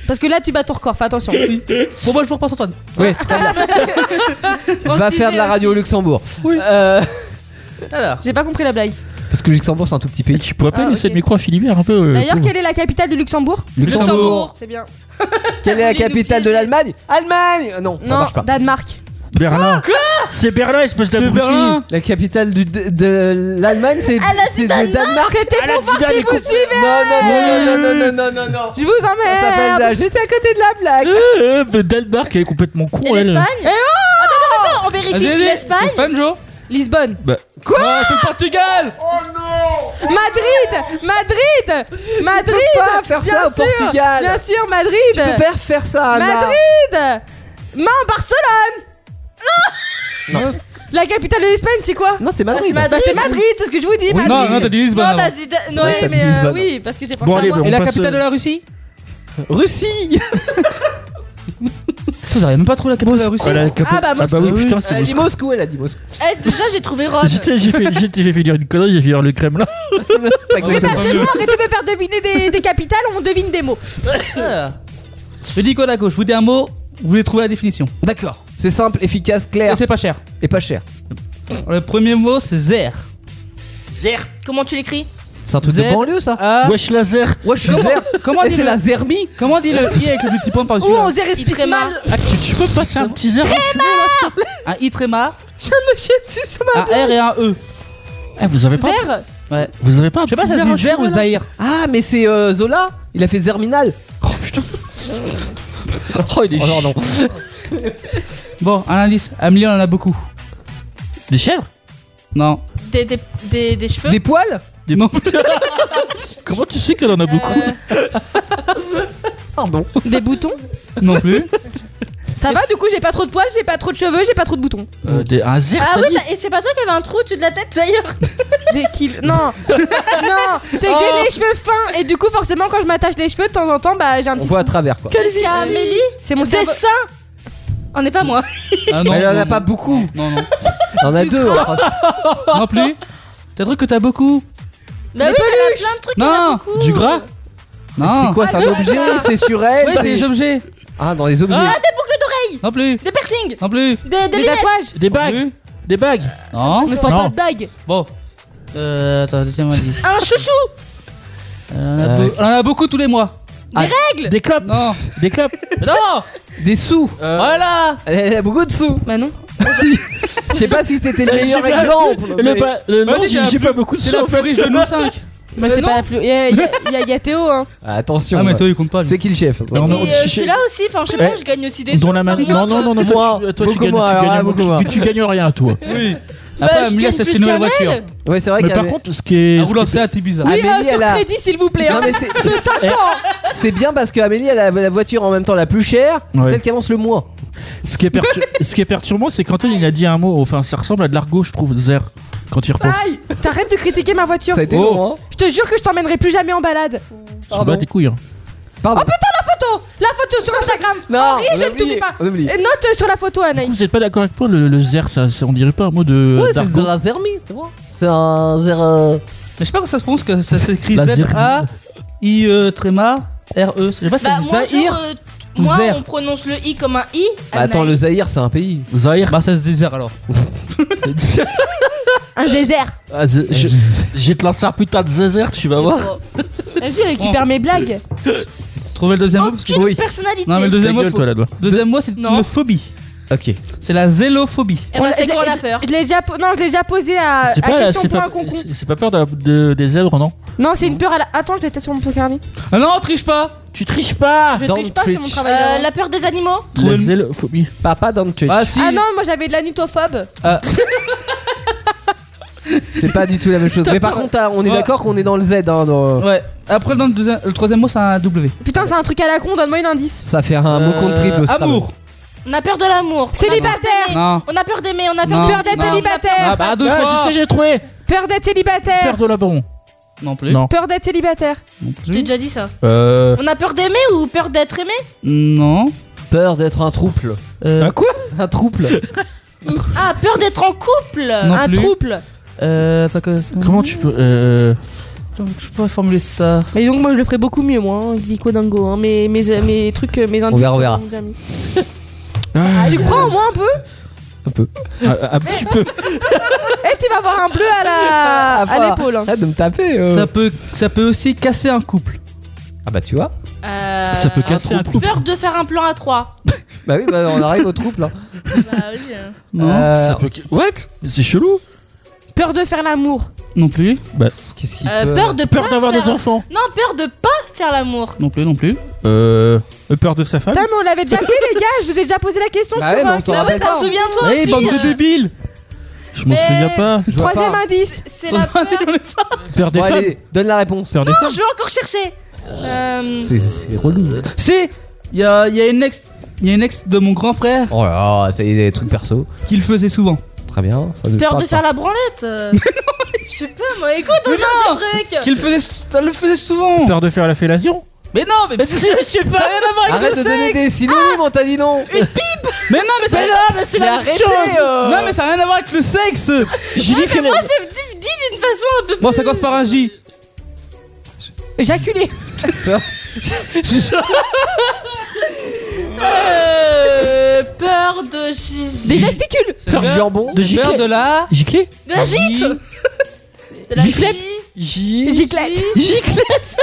E: Parce que là, tu bats ton record, fais
D: (laughs)
E: attention.
G: Bon, bah, je vous repasse Antoine.
D: Oui, très bien.
F: On se
D: Va
F: disait
D: faire de la radio au Luxembourg.
G: Oui.
D: Euh,
G: Alors.
E: J'ai pas compris la blague.
D: Parce que Luxembourg, c'est un tout petit pays.
H: Tu pourrais
G: Ah,
H: pas laisser le micro à Philibert un peu. euh,
E: D'ailleurs,
H: pauvre.
E: quelle est la capitale du Luxembourg
H: Luxembourg. Luxembourg.
E: C'est bien.
D: Quelle est la capitale de l'Allemagne Allemagne Euh, Non, ça
E: Non,
D: marche pas.
E: Danemark.
H: Berlin. C'est Berlin, espèce
D: C'est
H: d'abruti.
D: Berlin La capitale du- de, de l'Allemagne, c'est
E: Elle a dit
D: c'est le
E: Danemark.
D: Danemark.
E: C'était
D: Elle a
E: pour
D: dit
E: voir si
D: Danemark.
E: vous suivez.
D: Non, non, non, non, non, non, non, non, non.
E: Je vous
D: Ça s'appelle
E: emmerde.
D: la- J'étais à côté de la blague.
H: Euh, euh, mais Danemark, elle est complètement con.
F: Et
H: elle.
F: l'Espagne
E: Eh oh
F: Attends, attends, on vérifie.
G: Vas-y, vas-y.
F: L'Espagne
G: Espagne, Joe
E: Lisbonne.
H: Bah,
D: Quoi
G: Ah, c'est le Portugal
E: Madrid Madrid Madrid
D: pas faire
E: Bien
D: ça au
E: sûr.
D: Portugal.
E: Bien sûr,
D: Tu peux
E: Madrid
D: pas faire ça, Anna.
E: Madrid Non, Barcelone La capitale de l'Espagne, c'est quoi
D: Non, c'est Madrid.
E: Bah, c'est Madrid, c'est ce que je vous dis,
G: Non,
E: Madrid
G: non, t'as dit Lisbonne.
F: Non,
G: avant.
F: t'as dit. Non,
D: Ouais, t'as dit
F: mais euh,
D: Lisbonne.
F: oui, parce que j'ai pensé
H: Bon,
F: à
H: allez,
F: moi.
H: bon,
G: Et la
H: on passe,
G: capitale de
H: euh,
G: la Russie
D: Russie
G: Putain, vous arrivez même pas trop la capitale de la Russie
H: Ah, la capo-
E: Ah, bah,
H: ah bah oui, putain,
D: Elle
H: c'est
D: a dit
H: Moscou.
D: Moscou, elle a dit Moscou.
F: Eh, déjà, j'ai trouvé Rome.
H: Tu sais, J'ai fait, j'ai- j'ai fait dire une connerie, j'ai fait dire le Kremlin.
E: Oui, parce que moi, arrêtez de me faire deviner des, des capitales, on devine des mots.
G: Je dis quoi à gauche Je vous dis un mot, vous voulez trouver la définition.
D: D'accord. C'est simple, efficace, clair
G: Et c'est pas cher.
D: et pas cher.
G: Le premier mot, c'est zer.
H: Zer.
F: Comment tu l'écris
D: C'est un truc
G: Z.
D: de banlieue, ça
G: Ah,
H: Wesh laser.
D: Ouais, je suis
G: Comment-
D: zer.
G: comment
D: Eh,
G: dit
D: c'est
G: le-
D: la zermie
G: comment on dit le i avec le petit
D: Oh,
G: point par-dessus
E: Ou
G: là
E: on zéro
F: Il
E: espèce (laughs)
F: traîne
E: mal.
H: Ah, tu, tu peux passer un petit zer
G: Un i très marre,
E: Je me chie dessus, ça
G: un r et un e.
H: Eh, vous avez pas.
E: Vert
G: Ouais.
H: Vous avez pas un
G: Je sais pas,
H: petit
G: ça se
H: zer en
G: dit zer ou
H: chinois, là
G: zaïr.
D: Ah, mais c'est euh, Zola Il a fait Zerminal.
H: Oh putain.
D: Oh, il est chiant.
G: Bon, un indice. Amélie, on en a beaucoup.
H: Des chèvres
G: Non.
F: Des, des, des, des cheveux
D: Des poils
G: Des mots.
H: Comment tu sais qu'elle en a beaucoup
D: Pardon.
E: Des boutons
G: non plus.
E: Ça va, du coup, j'ai pas trop de poils, j'ai pas trop de cheveux, j'ai pas trop de boutons.
H: Euh, des- Un zer,
F: Ah
H: t'as
F: oui,
H: dit
F: t'as- et c'est pas toi qui avais un trou au-dessus de la tête
E: (laughs)
F: d'ailleurs
E: Des kills. Non Non C'est que
F: Oh.
E: j'ai les cheveux fins et du coup, forcément, quand je m'attache les cheveux, de temps en temps, bah j'ai un
D: On
E: petit.
D: voit à travers, quoi.
E: Quelle
F: C'est Amélie
E: C'est mon
F: C'est
E: cerveau.
F: ça On n'est pas moi.
G: Ah, non,
D: Mais elle en
G: non,
D: a pas
G: non.
D: beaucoup.
G: Non, non.
D: Il en a deux hein. en France.
G: non plus. T'as un truc que t'as beaucoup.
F: Bah oui, elle a plein de trucs. elle a
G: Non.
F: beaucoup.
H: Du gras Ah.
G: Non.
D: C'est quoi C'est un objet C'est sur elle
G: Ouais, c'est des objets.
D: Ah, dans les objets.
F: Ah, des boucles d'oreilles
G: Non plus.
F: Des piercings
G: Non plus.
F: Des, des
E: Des
F: lunettes
E: tatouages
H: Des bagues Des bagues
G: Non.
E: On ne parle pas
H: Non.
E: de bagues
G: Bon. Euh, attends, deuxième indice.
F: Un chouchou
G: On en a beau- on en a beaucoup tous les mois.
H: Ah. Des clopes
G: Euh, Non.
H: Des
G: (laughs)
H: clopes
G: Non
D: Des sous.
G: Voilà
D: Elle a beaucoup de sous.
E: Bah non.
D: Je sais pas si c'était le
H: Je sais
D: meilleur
H: pas.
D: exemple.
H: Le
D: mais-
H: ba- le-
G: Vas-y,
H: Non,
G: j'ai
H: j'ai j'ai pas beaucoup de
G: C'est
H: sous
G: la
H: en
G: plus riche
H: fait.
G: de nous cinq.
E: Bah c'est pas la plus. Y'a y a, y a Théo, hein.
D: Attention.
G: Ah, mais
D: ouais.
G: toi, il compte pas. lui.
D: C'est qui le chef
H: Mais on
F: Mais
H: a-
F: euh, je suis là aussi, enfin je sais pas,
H: Ouais.
F: je gagne aussi des
H: Dont
F: sous.
H: la main. Non, non, non, non, toi,
D: Moi,
H: tu- toi tu
D: beaucoup
H: gagnes,
D: moins,
H: tu
D: alors
H: gagnes
D: là,
H: beaucoup,
D: beaucoup
H: tu, tu gagnes rien, toi.
G: Oui.
F: Bah,
G: Après,
F: je
G: Amélie,
F: gagne
G: s'est acheté
F: plus
G: une nouvelle
F: qu'Amel.
G: voiture.
D: Ouais, c'est vrai
H: Mais
D: qu'elle
H: par
D: avait-
H: contre, ce qui est. Ah,
G: Un
H: ce qui
G: rouleau,
H: est-
G: c'est à Ibiza.
E: Oui,
D: Amélie,
E: euh, sur
D: elle a-
E: crédit, s'il vous plaît. hein.
D: Non, mais c'est- C'est bien parce que Amélie elle a la voiture en même temps la plus chère,
H: Ouais.
D: celle qui avance le moins.
H: ce qui est pertu- ce qui est perturbant, c'est qu'Antoine il a dit un mot, enfin ça ressemble à de l'argot, je trouve, zer, quand il
D: Ah,
H: repense.
E: T'arrêtes de critiquer ma voiture.
D: Ça a été
G: Oh.
D: long, hein.
E: Je te jure que je t'emmènerai plus jamais en balade.
H: Tu bats tes couilles. hein.
D: Pardon.
E: Photo La photo sur Instagram
D: non,
E: Henri,
D: on
E: je ne
D: oublie,
E: t'oublie pas
D: on oublie.
E: Et note euh, sur la photo, Anaïs.
H: Vous êtes pas d'accord avec moi, le, le zer, ça, ça- on dirait pas un mot de
D: Ouais, c'est
H: d'argot.
D: un zermi, c'est bon. C'est un zer. euh,
G: Je sais pas comment ça se prononce, que ça s'écrit
H: La zir-
G: Z-A-I-E tréma R-E. E. Je sais pas si
F: Bah, moi, genre,
G: c'est Zahir.
F: euh, moi
G: Zahir.
F: on prononce le i comme un i.
D: Bah, attends, le Zahir, c'est un pays.
H: Zahir.
G: Bah, ça se dit Zahir alors.
E: Un zézer.
G: E.
H: Ah, ze- je, je vais te lancer un putain de zer, tu vas voir.
E: Vas-y, récupère mes blagues.
G: Trouvez le deuxième mot parce que.
F: Aucune
D: Oui.
F: personnalité. Eh
G: Non, mais le
H: Ta
G: deuxième mot,
H: gueule,
G: faut-
H: toi, là-dois.
G: deuxième mot, c'est
F: Non.
G: une phobie.
D: Ok.
G: C'est la zélophobie.
F: Eh ben, c'est
E: je l'ai-
F: qu'on a peur.
E: Je l'ai déjà, po- non, je l'ai déjà posé
G: Ah,
E: à, à
H: C'est pas,
E: question
H: c'est
E: pour
H: pas,
E: un concon.
H: c'est- c'est pas peur de- de- des zèbres, non
E: Non, c'est une peur à la. Attends, je l'étais sur mon pocarni.
G: Ah non, triche pas
H: Tu triches pas
E: Je
D: Don't
E: triche pas, c'est mon
D: twitch.
E: travail.
F: Euh,
E: d'avant.
F: la peur des animaux
H: La zélophobie.
D: Papa dans le
G: Ah si
E: Ah non, moi j'avais de la nutophobe.
D: C'est pas du tout la même chose. Mais par contre, ah, on est
G: Ouais.
D: d'accord qu'on est dans le Z. hein, dans-
G: Ouais. Après, dans le, deuxième- le troisième mot, c'est un W.
E: Putain, c'est un truc à la con, donne-moi une indice.
D: Ça fait un mot contre
G: Euh,
D: triple. c'est
G: Amour
F: On a peur de l'amour.
E: Célibataire
G: Non.
F: On a peur d'aimer, on a
G: Non.
F: peur
E: Peur d'être
G: Non. Ah
E: célibataire
G: bah, deux
H: Ah,
G: fois
H: je sais, j'ai trouvé
E: Peur d'être célibataire
H: Père de la baron.
G: Non plus.
H: Non.
E: Peur d'être célibataire
F: Je t'ai déjà dit ça.
H: Euh.
F: On a peur d'aimer ou peur d'être aimé
G: Non.
D: Peur d'être un trouble.
H: Euh,
G: (laughs)
D: quoi Un trouble.
F: Ah, peur d'être en couple
G: Non
E: Un
G: plus.
E: trouble
G: Euh, attends, que-
H: Comment tu peux. Euh.
G: Attends, Je pourrais formuler ça.
E: Mais donc moi je le ferais beaucoup mieux moi, hein. il dit quoi dingo, hein. mes, mes, euh, mes trucs, euh, mes indices.
D: verra, on
E: euh,
D: verra.
E: mes amis.
H: ah,
E: Tu Ah, crois au moins un peu
H: Ah, un, un petit peu.
E: Eh tu vas voir avoir un bleu à la
D: Ah,
E: à l'épaule. hein.
D: Arrête de me taper. euh.
G: Ça peut, ça peut aussi casser un couple.
D: Ah bah tu vois.
F: Euh,
G: Ça peut casser un couple.
F: Peur de faire un plan à
G: (laughs)
F: trois.
D: Bah oui, bah, on arrive au trouble. là.
F: Bah oui, euh.
G: Non.
D: Euh,
H: Ça peut- Ah, What C'est chelou
F: Peur de faire l'amour.
G: Non plus.
D: Qu'est-ce qu'il
F: Euh,
G: hein.
D: peut-
F: peur de
H: Peur
F: pas
H: d'avoir
F: faire-
H: des enfants
F: Non, peur de pas faire l'amour.
G: Non plus, non plus.
H: Euh. Peur de sa femme
E: Putain, mais on l'avait déjà fait, les gars. Je vous ai déjà posé la question
D: Bah
E: sur
D: ouais, mais
E: euh,
D: on s'en
E: quel-
D: rappelle
F: Bah,
D: pas.
F: Souviens-toi
G: Hey,
F: aussi,
G: Eh, bande de
F: euh,
G: débiles
H: Je m'en
F: Mais-
H: souviens pas.
D: Je vois
E: Troisième
D: pas.
E: indice.
F: C'est
G: (laughs)
F: la peur.
H: Peur des
D: Bon,
H: femmes
D: allez, donne la réponse.
H: Peur des
F: Non,
H: femmes
F: je vais encore chercher. Euh,
D: C'est- C'est relou.
G: C'est. Il y a, il y a une ex. Il y a une ex de mon grand frère
D: Oh là là, ça y est, des trucs perso.
G: qui le faisait souvent.
D: Très bien. Ça nous
F: peur
D: parle
F: de faire la branlette.
G: (laughs)
F: euh. Je sais pas, moi. Écoute, on
G: Mais
F: a
G: non
F: des trucs.
G: Qui le faisait, ça le faisait souvent.
H: Peur de faire la fellation
G: Mais non, mais. je sais pas. Ça n'a rien à voir avec
D: Arrête
G: le
D: de donner
G: sexe.
D: des synonymes, on t'a dit non.
G: Mais non, mais ça. Mais non, mais c'est
D: la même chose.
G: Non, mais ça n'a rien à voir avec le sexe. J'ai dit
F: Moi, c'est dit dit d'une façon un peu.
G: Bon, ça commence par un J.
E: Jaculé.
F: Euh, peur de. gi-
E: Des gesticules.
D: Peur du jambon.
H: De gicler
G: Peur de la.
H: Gicler
F: De la gîte.
G: J-
F: De la
H: Giflette.
F: gi-
E: Giclette.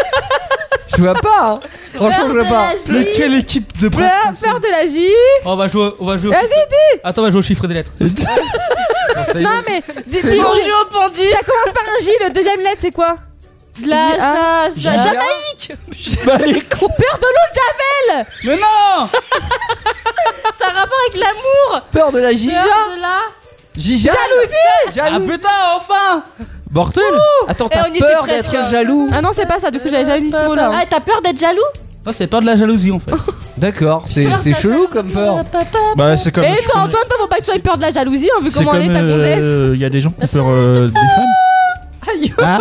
D: Je vois pas. hein. Franchement, je
F: peur
D: vois
F: de
D: pas.
F: la gi-
G: équipe de
E: Peur, peur de la J.
G: On va jouer, on va jouer.
E: Vas-y,
G: Attends, on va jouer au chiffre des lettres.
E: Non, mais. dis- dis-
F: Bonjour jeu au pendu.
E: Ça commence par un J, le deuxième lettre, c'est quoi
F: De la ja- ja- ja-
D: (laughs)
E: Peur
D: Bah,
E: de l'eau de Javel
G: Mais non
F: Ça a rapport avec l'amour.
D: Peur de la Gija.
F: Peur de la.
D: Gija.
E: Jalousie
G: Ah putain, enfin
D: Bortel. Attends,
F: Eh,
D: t'as
F: on était
D: peur
F: presque,
D: d'être
F: hein.
D: jaloux.
E: Ah non, c'est pas ça, du coup j'avais jamais dit ce mot là.
F: Ah, t'as peur d'être jaloux
G: Non, c'est peur de la jalousie en fait.
D: D'accord, c'est
F: Peur de
D: c'est
F: la
D: chelou
F: jalousie.
D: comme peur.
H: Bah, c'est comme.
E: Mais
H: je
E: toi,
H: connais-
E: Antoine, toi, faut pas que tu aies peur de la jalousie, hein, vu
H: C'est
E: comment elle est
H: comme.
E: ta gonzesse.
H: euh, Il y a des gens qui ont peur euh, des femmes.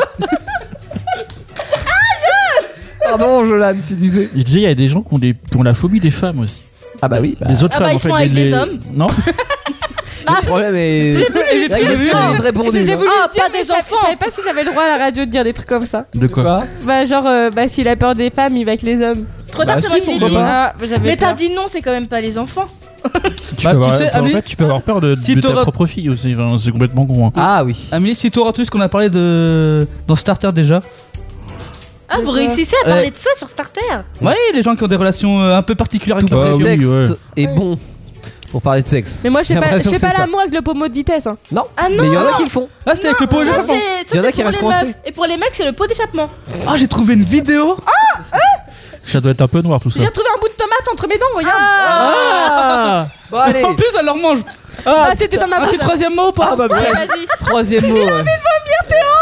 D: Pardon, Jolan, tu disais.
H: Il disait, il y a des gens qui ont, des, qui ont la phobie des femmes aussi.
D: Ah bah oui. bah,
H: des autres
F: Ah bah,
H: femmes
F: ils
H: en
F: se
H: fait.
F: font avec
H: les-
F: des hommes.
H: Non
D: Le problème est.
G: Et
D: Là, j'ai vu, elle a vite répondu.
E: J'ai
D: hein.
E: voulu
F: Ah,
E: le dire,
F: pas
E: mais
F: des
E: je savais-
F: enfants.
E: Je savais pas si j'avais le droit à la radio de dire des trucs comme ça.
H: De quoi
D: Quoi
E: Bah, genre, euh, bah, s'il a peur des femmes, il va avec les hommes.
F: Trop tard,
D: Bah
F: c'est
D: si,
F: moi qui l'ai
D: pourquoi
F: dit.
D: pas.
E: Ah, j'avais
F: Mais t'as
E: peur.
F: dit non, c'est quand même pas les enfants.
H: tu,
G: Bah,
H: peux
G: tu
H: avoir,
G: sais,
H: enfin,
G: Amélie-
H: en fait, tu peux avoir peur de,
G: Si
H: de ta
G: t'auras-
H: propre fille aussi. Enfin, c'est complètement con. hein.
D: Ah oui.
G: Amélie, si tu tout ce qu'on a parlé de dans Starter déjà.
F: Ah, vous réussissez à
D: Euh,
G: Ouais.
F: parler de ça sur Starter
G: Ouais, les gens qui ont des relations euh, un peu particulières avec
D: Tout
G: leur
H: Bah,
G: religion.
H: oui,
D: prétexte
H: ouais.
D: est bon pour parler de sexe.
E: Mais moi, je fais
D: J'ai
E: pas, je
D: l'impression
E: fais
D: que
E: pas
D: c'est ça.
E: l'amour avec le pommeau de vitesse. Hein.
D: Non.
F: Ah non
D: Mais il y en a qui le font.
G: Ah, c'était avec le pot
F: Ça,
G: échappement.
F: c'est
D: Il y en a
F: ça, c'est
D: qui restent
F: pour les
D: coincés.
F: meufs. Et pour les mecs, c'est le pot d'échappement.
G: Ah, j'ai trouvé une vidéo.
H: Ça doit être un peu noir tout ça.
E: J'ai retrouvé un bout de tomate entre mes dents, regarde.
D: Ah Bon
F: Oh,
D: allez.
G: En plus, elle leur mange.
E: Ah, c'était dans ma
G: Ah,
E: bouche.
G: c'est le troisième mot ou pas
D: Ah bah
F: Ouais,
D: bref.
F: vas-y.
D: Troisième mot. ouais.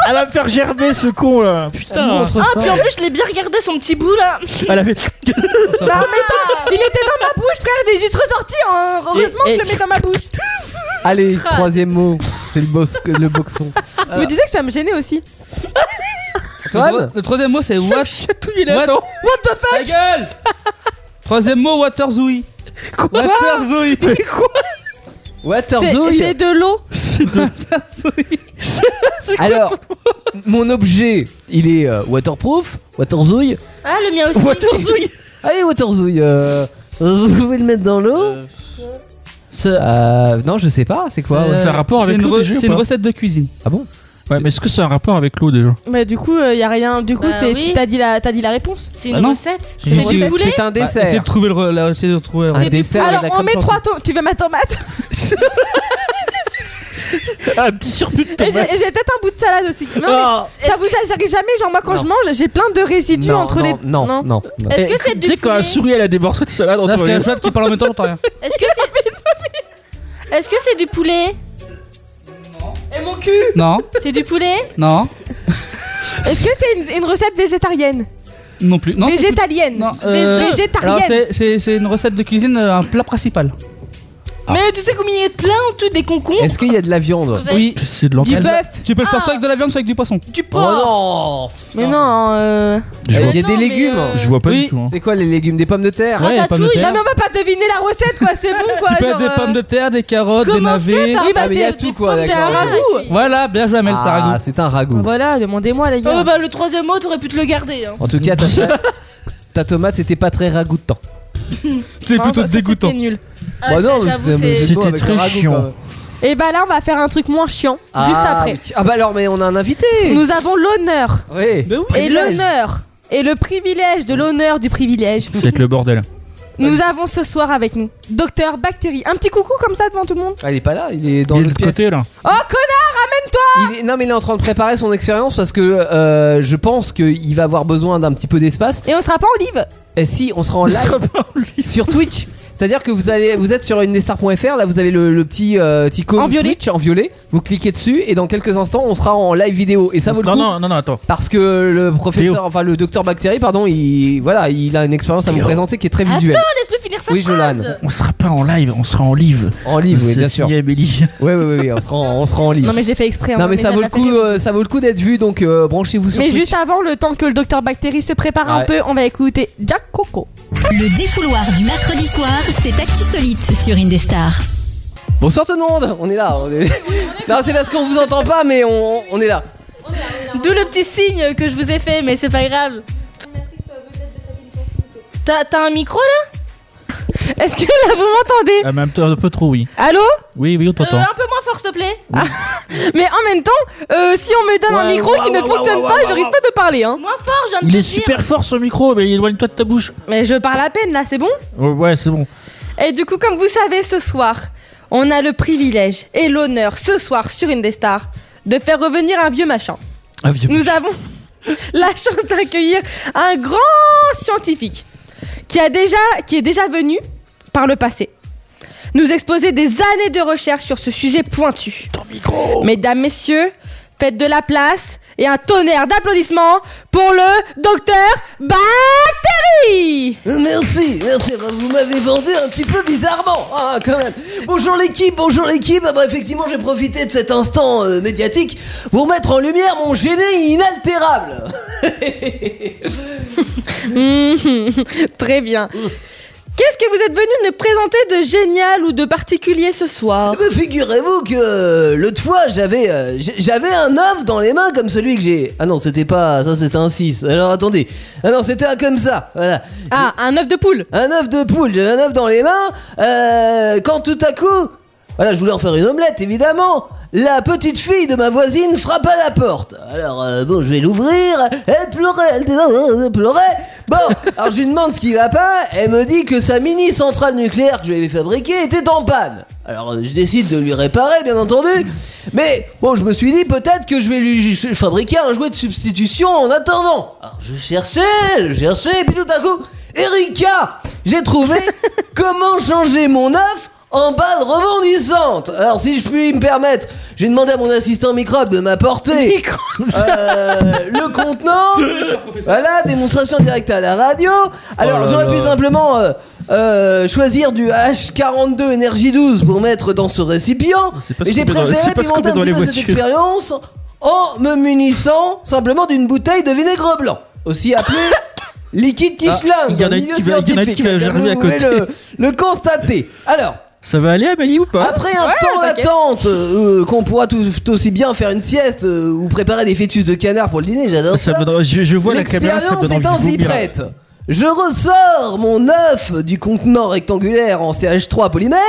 H: Elle va me faire gerber ce con là. Putain.
D: Montre
F: Ah,
D: ça.
F: puis en plus, je l'ai bien regardé son petit bout là.
H: Elle avait.
E: Il était dans ma bouche, frère, il est juste ressorti. hein. Heureusement que je le mets dans ma bouche. (laughs)
D: Allez, troisième mot. C'est le, boss, le boxon.
E: Je me disais que ça me gênait aussi.
G: Le
D: Antoine
G: tro- Le troisième mot, c'est what. What, What the fuck Ta gueule Troisième mot, Waterzoui.
D: (laughs)
G: Waterzoui.
E: C'est c'est
D: Waterzouille
E: de
D: (laughs)
E: l'eau.
D: Alors, mon objet, il est euh, waterproof, waterzouille.
F: Ah, le mien aussi.
D: Waterzouille Allez, waterzouille, euh, vous pouvez le mettre dans l'eau Euh, Non, je sais pas, c'est quoi
G: Euh,
D: ouais
H: C'est un rapport
G: c'est
H: avec
G: une
H: l'eau
G: re-
H: déjà ou
G: C'est une
H: pas
G: recette de cuisine.
D: Ah bon
H: Ouais, mais est-ce que c'est un rapport avec l'eau déjà
E: Mais du coup, il y a rien. Du coup,
F: Bah
E: c'est
F: oui.
E: t'as dit la t'as dit la réponse.
F: C'est
G: Bah
F: une
G: non.
F: recette.
G: J'ai
F: C'est
G: dit-
F: du poulet.
D: C'est un
G: Bah, essayez
D: dessert.
G: de trouver le. re- la- essayez de trouver.
D: un dessert. avec
E: Alors,
D: la
E: on
D: crème
E: met
D: chantilly.
E: trois tomates. Tu veux ma tomate
H: Un petit surplus de
E: Et j'ai et j'ai peut-être un bout de salade aussi. Non, mais j'avoue, là, j'arrive jamais. Genre, moi, quand
D: Oh. Non.
E: je mange, j'ai plein de résidus
D: non,
E: entre
D: non,
E: les.
D: non, non, non,
F: (laughs) Est-ce que c'est du
H: Eh, Tu sais, quand
F: poulet
H: un souris elle a des morceaux de salade
G: Là,
H: entre
G: c'est
H: les
G: un joueur qui parle en même temps, j'entends rien.
F: Est-ce que c'est. Est-ce que c'est du poulet
E: Et mon cul
G: Non,
F: C'est du poulet
G: non,
E: Est-ce que c'est une, une recette végétarienne
G: non plus. Non, c'est-
E: Végétalienne
G: non,
E: Vég-
G: euh, alors
E: Végétarienne
G: c'est- c'est c'est une recette de cuisine, euh, un plat principal.
F: Mais tu sais combien il y a de plein en dessous des concombres
D: Est-ce qu'il y a de la viande
F: Vous avez
G: Oui,
H: C'est de
G: Du
H: l'entraide.
G: bœuf. Tu peux le faire soit avec de la viande, soit avec du poisson.
F: Ah. du
D: Oh
F: porc
D: non Eh,
E: Mais non, euh...
H: Je vois-
D: Il y a
F: non,
D: des
F: mais,
D: légumes
F: euh,
H: Je vois pas
G: Oui.
H: du tout. hein.
D: C'est quoi les légumes Des pommes de terre
G: Ouais,
F: Ratatouille,
G: pommes de
E: Non
G: terre.
E: mais on va pas deviner la recette quoi, c'est bon quoi
G: Tu peux
E: genre,
G: être des
E: euh,
G: pommes de terre, des carottes, des
F: Commencez
G: navets.
F: par-
E: Oui bah
D: Ah, mais il y a
E: c'est
D: tout quoi,
E: c'est
D: d'accord.
E: un ragoût
G: Voilà, bien joué Amel
D: Ah,
G: Saragou.
D: c'est un ragoût.
E: Voilà, demandez-moi les
F: Oh
E: gars
F: bah le troisième mot t'aurais pu te le garder hein.
D: En tout
H: (laughs)
D: cas, ta, ta tomate, c'était pas très ragoûtant. Bah
G: C'est
E: Non, ça-
G: plutôt
E: ça, c'était
G: dégoûtant.
E: nul
F: Ah, ça, j'avoue, c'est-
H: C'était très chiant.
E: Et bah là, on va faire un truc moins chiant
K: Ah,
E: juste après.
K: oui. Ah bah alors, mais on a un invité.
E: Nous avons l'honneur
K: Oui.
E: et l'honneur et le privilège de l'honneur du privilège.
H: C'est être le bordel.
E: Nous avons ce soir avec nous Docteur Bactérie. Un petit coucou comme ça devant tout le monde.
K: Ah, il est pas là, il est dans le
F: (laughs)
H: côté là.
E: Oh connard, amène-toi
K: Il est- non mais il est en train de préparer son expérience parce que euh, je pense qu'il va avoir besoin d'un petit peu d'espace.
E: Et on sera pas en live
K: Et si on sera en live sur Twitch. C'est-à-dire que vous allez, vous êtes sur indestar.fr, là vous avez le, le petit euh, petit cône
E: En violet.
K: Twitch en violet. Vous cliquez dessus et dans quelques instants on sera en live vidéo et ça vaut le
H: non,
K: coup.
H: non, non, non, attends.
K: Parce que le professeur, enfin le docteur Bactérie, pardon, il voilà, il a une expérience à vous
H: Théo.
K: présenter qui est très visuelle.
F: Attends, Oh, laisse-le finir sa
K: Oui,
F: phrase.
K: Jolan.
H: On sera pas en live, on sera en live.
K: En live, oui,
H: C'est
K: bien sûr.
H: signé Amélie.
K: Oui, oui, oui, oui, on sera en, on sera en live.
E: Non mais j'ai fait exprès. hein,
K: Non, mais ça
E: ça
K: vaut le
E: l'a fait
K: coup,
E: rire.
K: euh, ça vaut le coup d'être vu, donc euh, branchez-vous sur
E: Mais
K: Twitch.
E: juste avant, le temps que le Docteur Bactérie se prépare un
K: Ouais.
E: peu, on va écouter Jack Coco.
B: Le défouloir du mercredi soir, c'est Actu Solite sur Indestar.
K: Bonsoir tout le monde, on est là. on est- non, c'est parce qu'on vous entend pas, mais on, on est là.
F: D'où le petit signe que je vous ai fait, mais c'est pas grave. T'as t'as un micro là Est-ce que là vous m'entendez
H: Ah, mais un peu, un peu trop, oui.
E: Allô
H: Oui, oui, on
F: Euh,
H: t'entend.
F: Un peu moins fort s'il te plaît.
E: Mais en même temps, euh, si on me donne un
H: Ouais,
E: micro
H: ouais,
E: qui ne
H: ouais,
E: fonctionne
H: ouais,
E: pas,
H: ouais,
E: je risque pas de parler. Hein.
F: Moins fort, je viens de
H: Il
F: te
H: est
F: dire.
H: super fort ce micro, mais éloigne-toi de ta bouche.
E: Mais je parle à peine là, c'est bon
H: Ouais, ouais, c'est bon.
E: Et du coup, comme vous savez, ce soir, on a le privilège et l'honneur, ce soir, sur une des stars, de faire revenir un vieux machin.
H: Un Ah, vieux
E: Nous avons (laughs) la chance d'accueillir un grand scientifique qui, a déjà, qui est déjà venu par le passé nous exposer des années de recherche sur ce sujet pointu. Mesdames, messieurs, faites de la place et un tonnerre d'applaudissements pour le docteur Bactéry
D: Merci, merci. Bah, Vous m'avez vendu un petit peu bizarrement, hein, quand même. Bonjour l'équipe, bonjour l'équipe. Ah bah, effectivement, j'ai profité de cet instant euh, médiatique pour mettre en lumière mon génie inaltérable.
E: (laughs) Mhm, Très bien. Qu'est-ce que vous êtes venu nous présenter de génial ou de particulier ce soir
D: Eh ben, Figurez-vous que euh, l'autre fois, j'avais euh, j'- j'avais un œuf dans les mains comme celui que j'ai. Ah non, c'était pas ça, c'était un 6. Alors attendez. Ah non, c'était un comme ça. Voilà.
E: Ah, un œuf de poule.
D: Un œuf de poule, j'avais un œuf dans les mains. euh, quand tout à coup, voilà, je voulais en faire une omelette évidemment. La petite fille de ma voisine frappe à la porte. Alors euh, bon, je vais l'ouvrir. Elle pleurait, elle, était- elle pleurait. Bon, alors je lui demande ce qui va pas. Elle me dit que sa mini centrale nucléaire que je lui avais fabriquée était en panne. Alors euh, je décide de lui réparer, bien entendu. Mais bon, je me suis dit peut-être que je vais lui je vais fabriquer un jouet de substitution en attendant. Alors je cherchais, je cherchais, et puis tout à coup, Erika, j'ai trouvé comment changer mon œuf en balle rebondissante. Alors si je puis me permettre, j'ai demandé à mon assistant microbe de m'apporter euh, le
H: (laughs)
D: contenant. voilà, démonstration directe à la radio. Alors
K: Oh là
D: j'aurais
K: là.
D: pu simplement euh, euh, choisir du H42 énergie 12 pour mettre dans ce récipient.
H: pas
D: Et
H: ce
D: j'ai
H: qu'on met dans-
D: préféré
H: c'est pas ce qu'on
D: pimenter un petit
H: met dans les
D: peu cette
H: voitures.
D: expérience en me munissant simplement d'une bouteille de vinaigre blanc, aussi appelée liquide qui
H: Ah,
D: schlingue.
H: il y en a
D: au
H: une
D: milieu
H: qui va- il y en a une qui va
D: scientifique.
H: gerber à
D: Vous pouvez
H: côté.
D: Le, le constater. Alors.
H: Ça va aller, Amélie, ou pas
D: Après un temps d'attente, euh, euh, qu'on pourra tout, tout aussi bien faire une sieste euh, ou préparer des fœtus de canard pour le dîner, j'adore ça.
H: Ah, Ça me donne- je, je vois la caméra, ça me
D: L'expérience
H: donne
D: est ainsi
H: envie de vomir.
D: prête. Je ressors mon œuf du contenant rectangulaire en CH3 polymère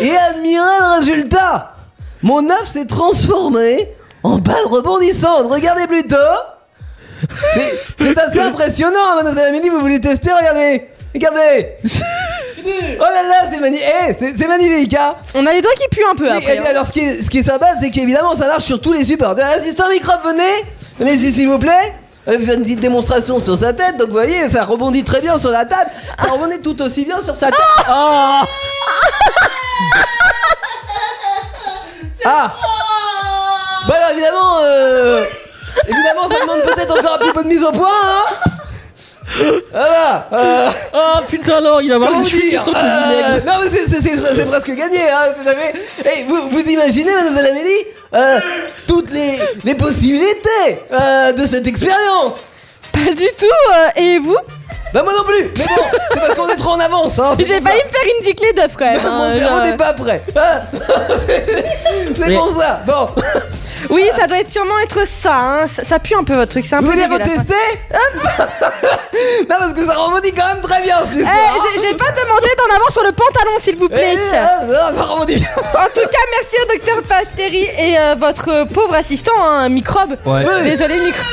D: et admirer le résultat. Mon œuf s'est transformé en balle rebondissante. Regardez plutôt. C'est- C'est assez impressionnant, mademoiselle Amélie, vous voulez tester, regardez. Regardez. Oh là là, c'est magnifique. c'est magnifique, hein.
E: On a les doigts qui puent un peu
D: Mais,
E: après.
D: eh
E: hein.
D: bien, alors, ce qui est, ce qui est sympa, c'est qu'évidemment, ça marche sur tous les supports. Assistant microbe, venez Venez ici, s'il vous plaît Elle fait une petite démonstration sur sa tête, donc vous voyez, ça rebondit très bien sur la table, ça rebondit tout aussi bien sur sa tête. Ah Ah Bah alors, évidemment, euh, évidemment, ça demande peut-être encore un petit peu de mise au point, hein Voilà euh,
H: Ah putain, alors, il va avoir
D: Comment
H: les
D: vous
H: cheveux qui
D: dire
H: sentent
D: Euh,
H: le vinaigre.
D: Non, mais c'est- c'est- c'est c'est presque gagné, hein, tout à fait. Eh, vous, vous imaginez, mademoiselle Amélie, euh, toutes les, les possibilités euh, de cette expérience
E: Pas du tout. euh, et vous
D: Bah, moi non plus Mais bon, c'est parce qu'on est trop en avance, hein c'est
E: J'ai
D: pour ça.
E: failli me faire une giclée d'œuf (laughs) quand même.
D: Mon
E: hein,
D: cerveau
E: genre.
D: n'est pas prêt. hein. (laughs) c'est
H: Mais-
D: pour ça. Bon.
E: Oui, ça doit être sûrement être ça. hein. Ça, ça pue un peu votre truc. C'est un
D: Vous
E: peu
D: voulez
E: dégueulasse, hein.
D: retester (laughs) Non, parce que ça rebondit quand même très bien, cette
E: Eh,
D: histoire.
E: j'ai- j'ai pas demandé d'en avoir sur le pantalon, s'il vous plaît.
D: Eh, eh, non, ça rebondit bien.
E: En tout cas, merci au docteur Pateri et euh, votre euh, pauvre assistant, hein, microbe.
H: Ouais. Oui.
E: Désolé, microbe.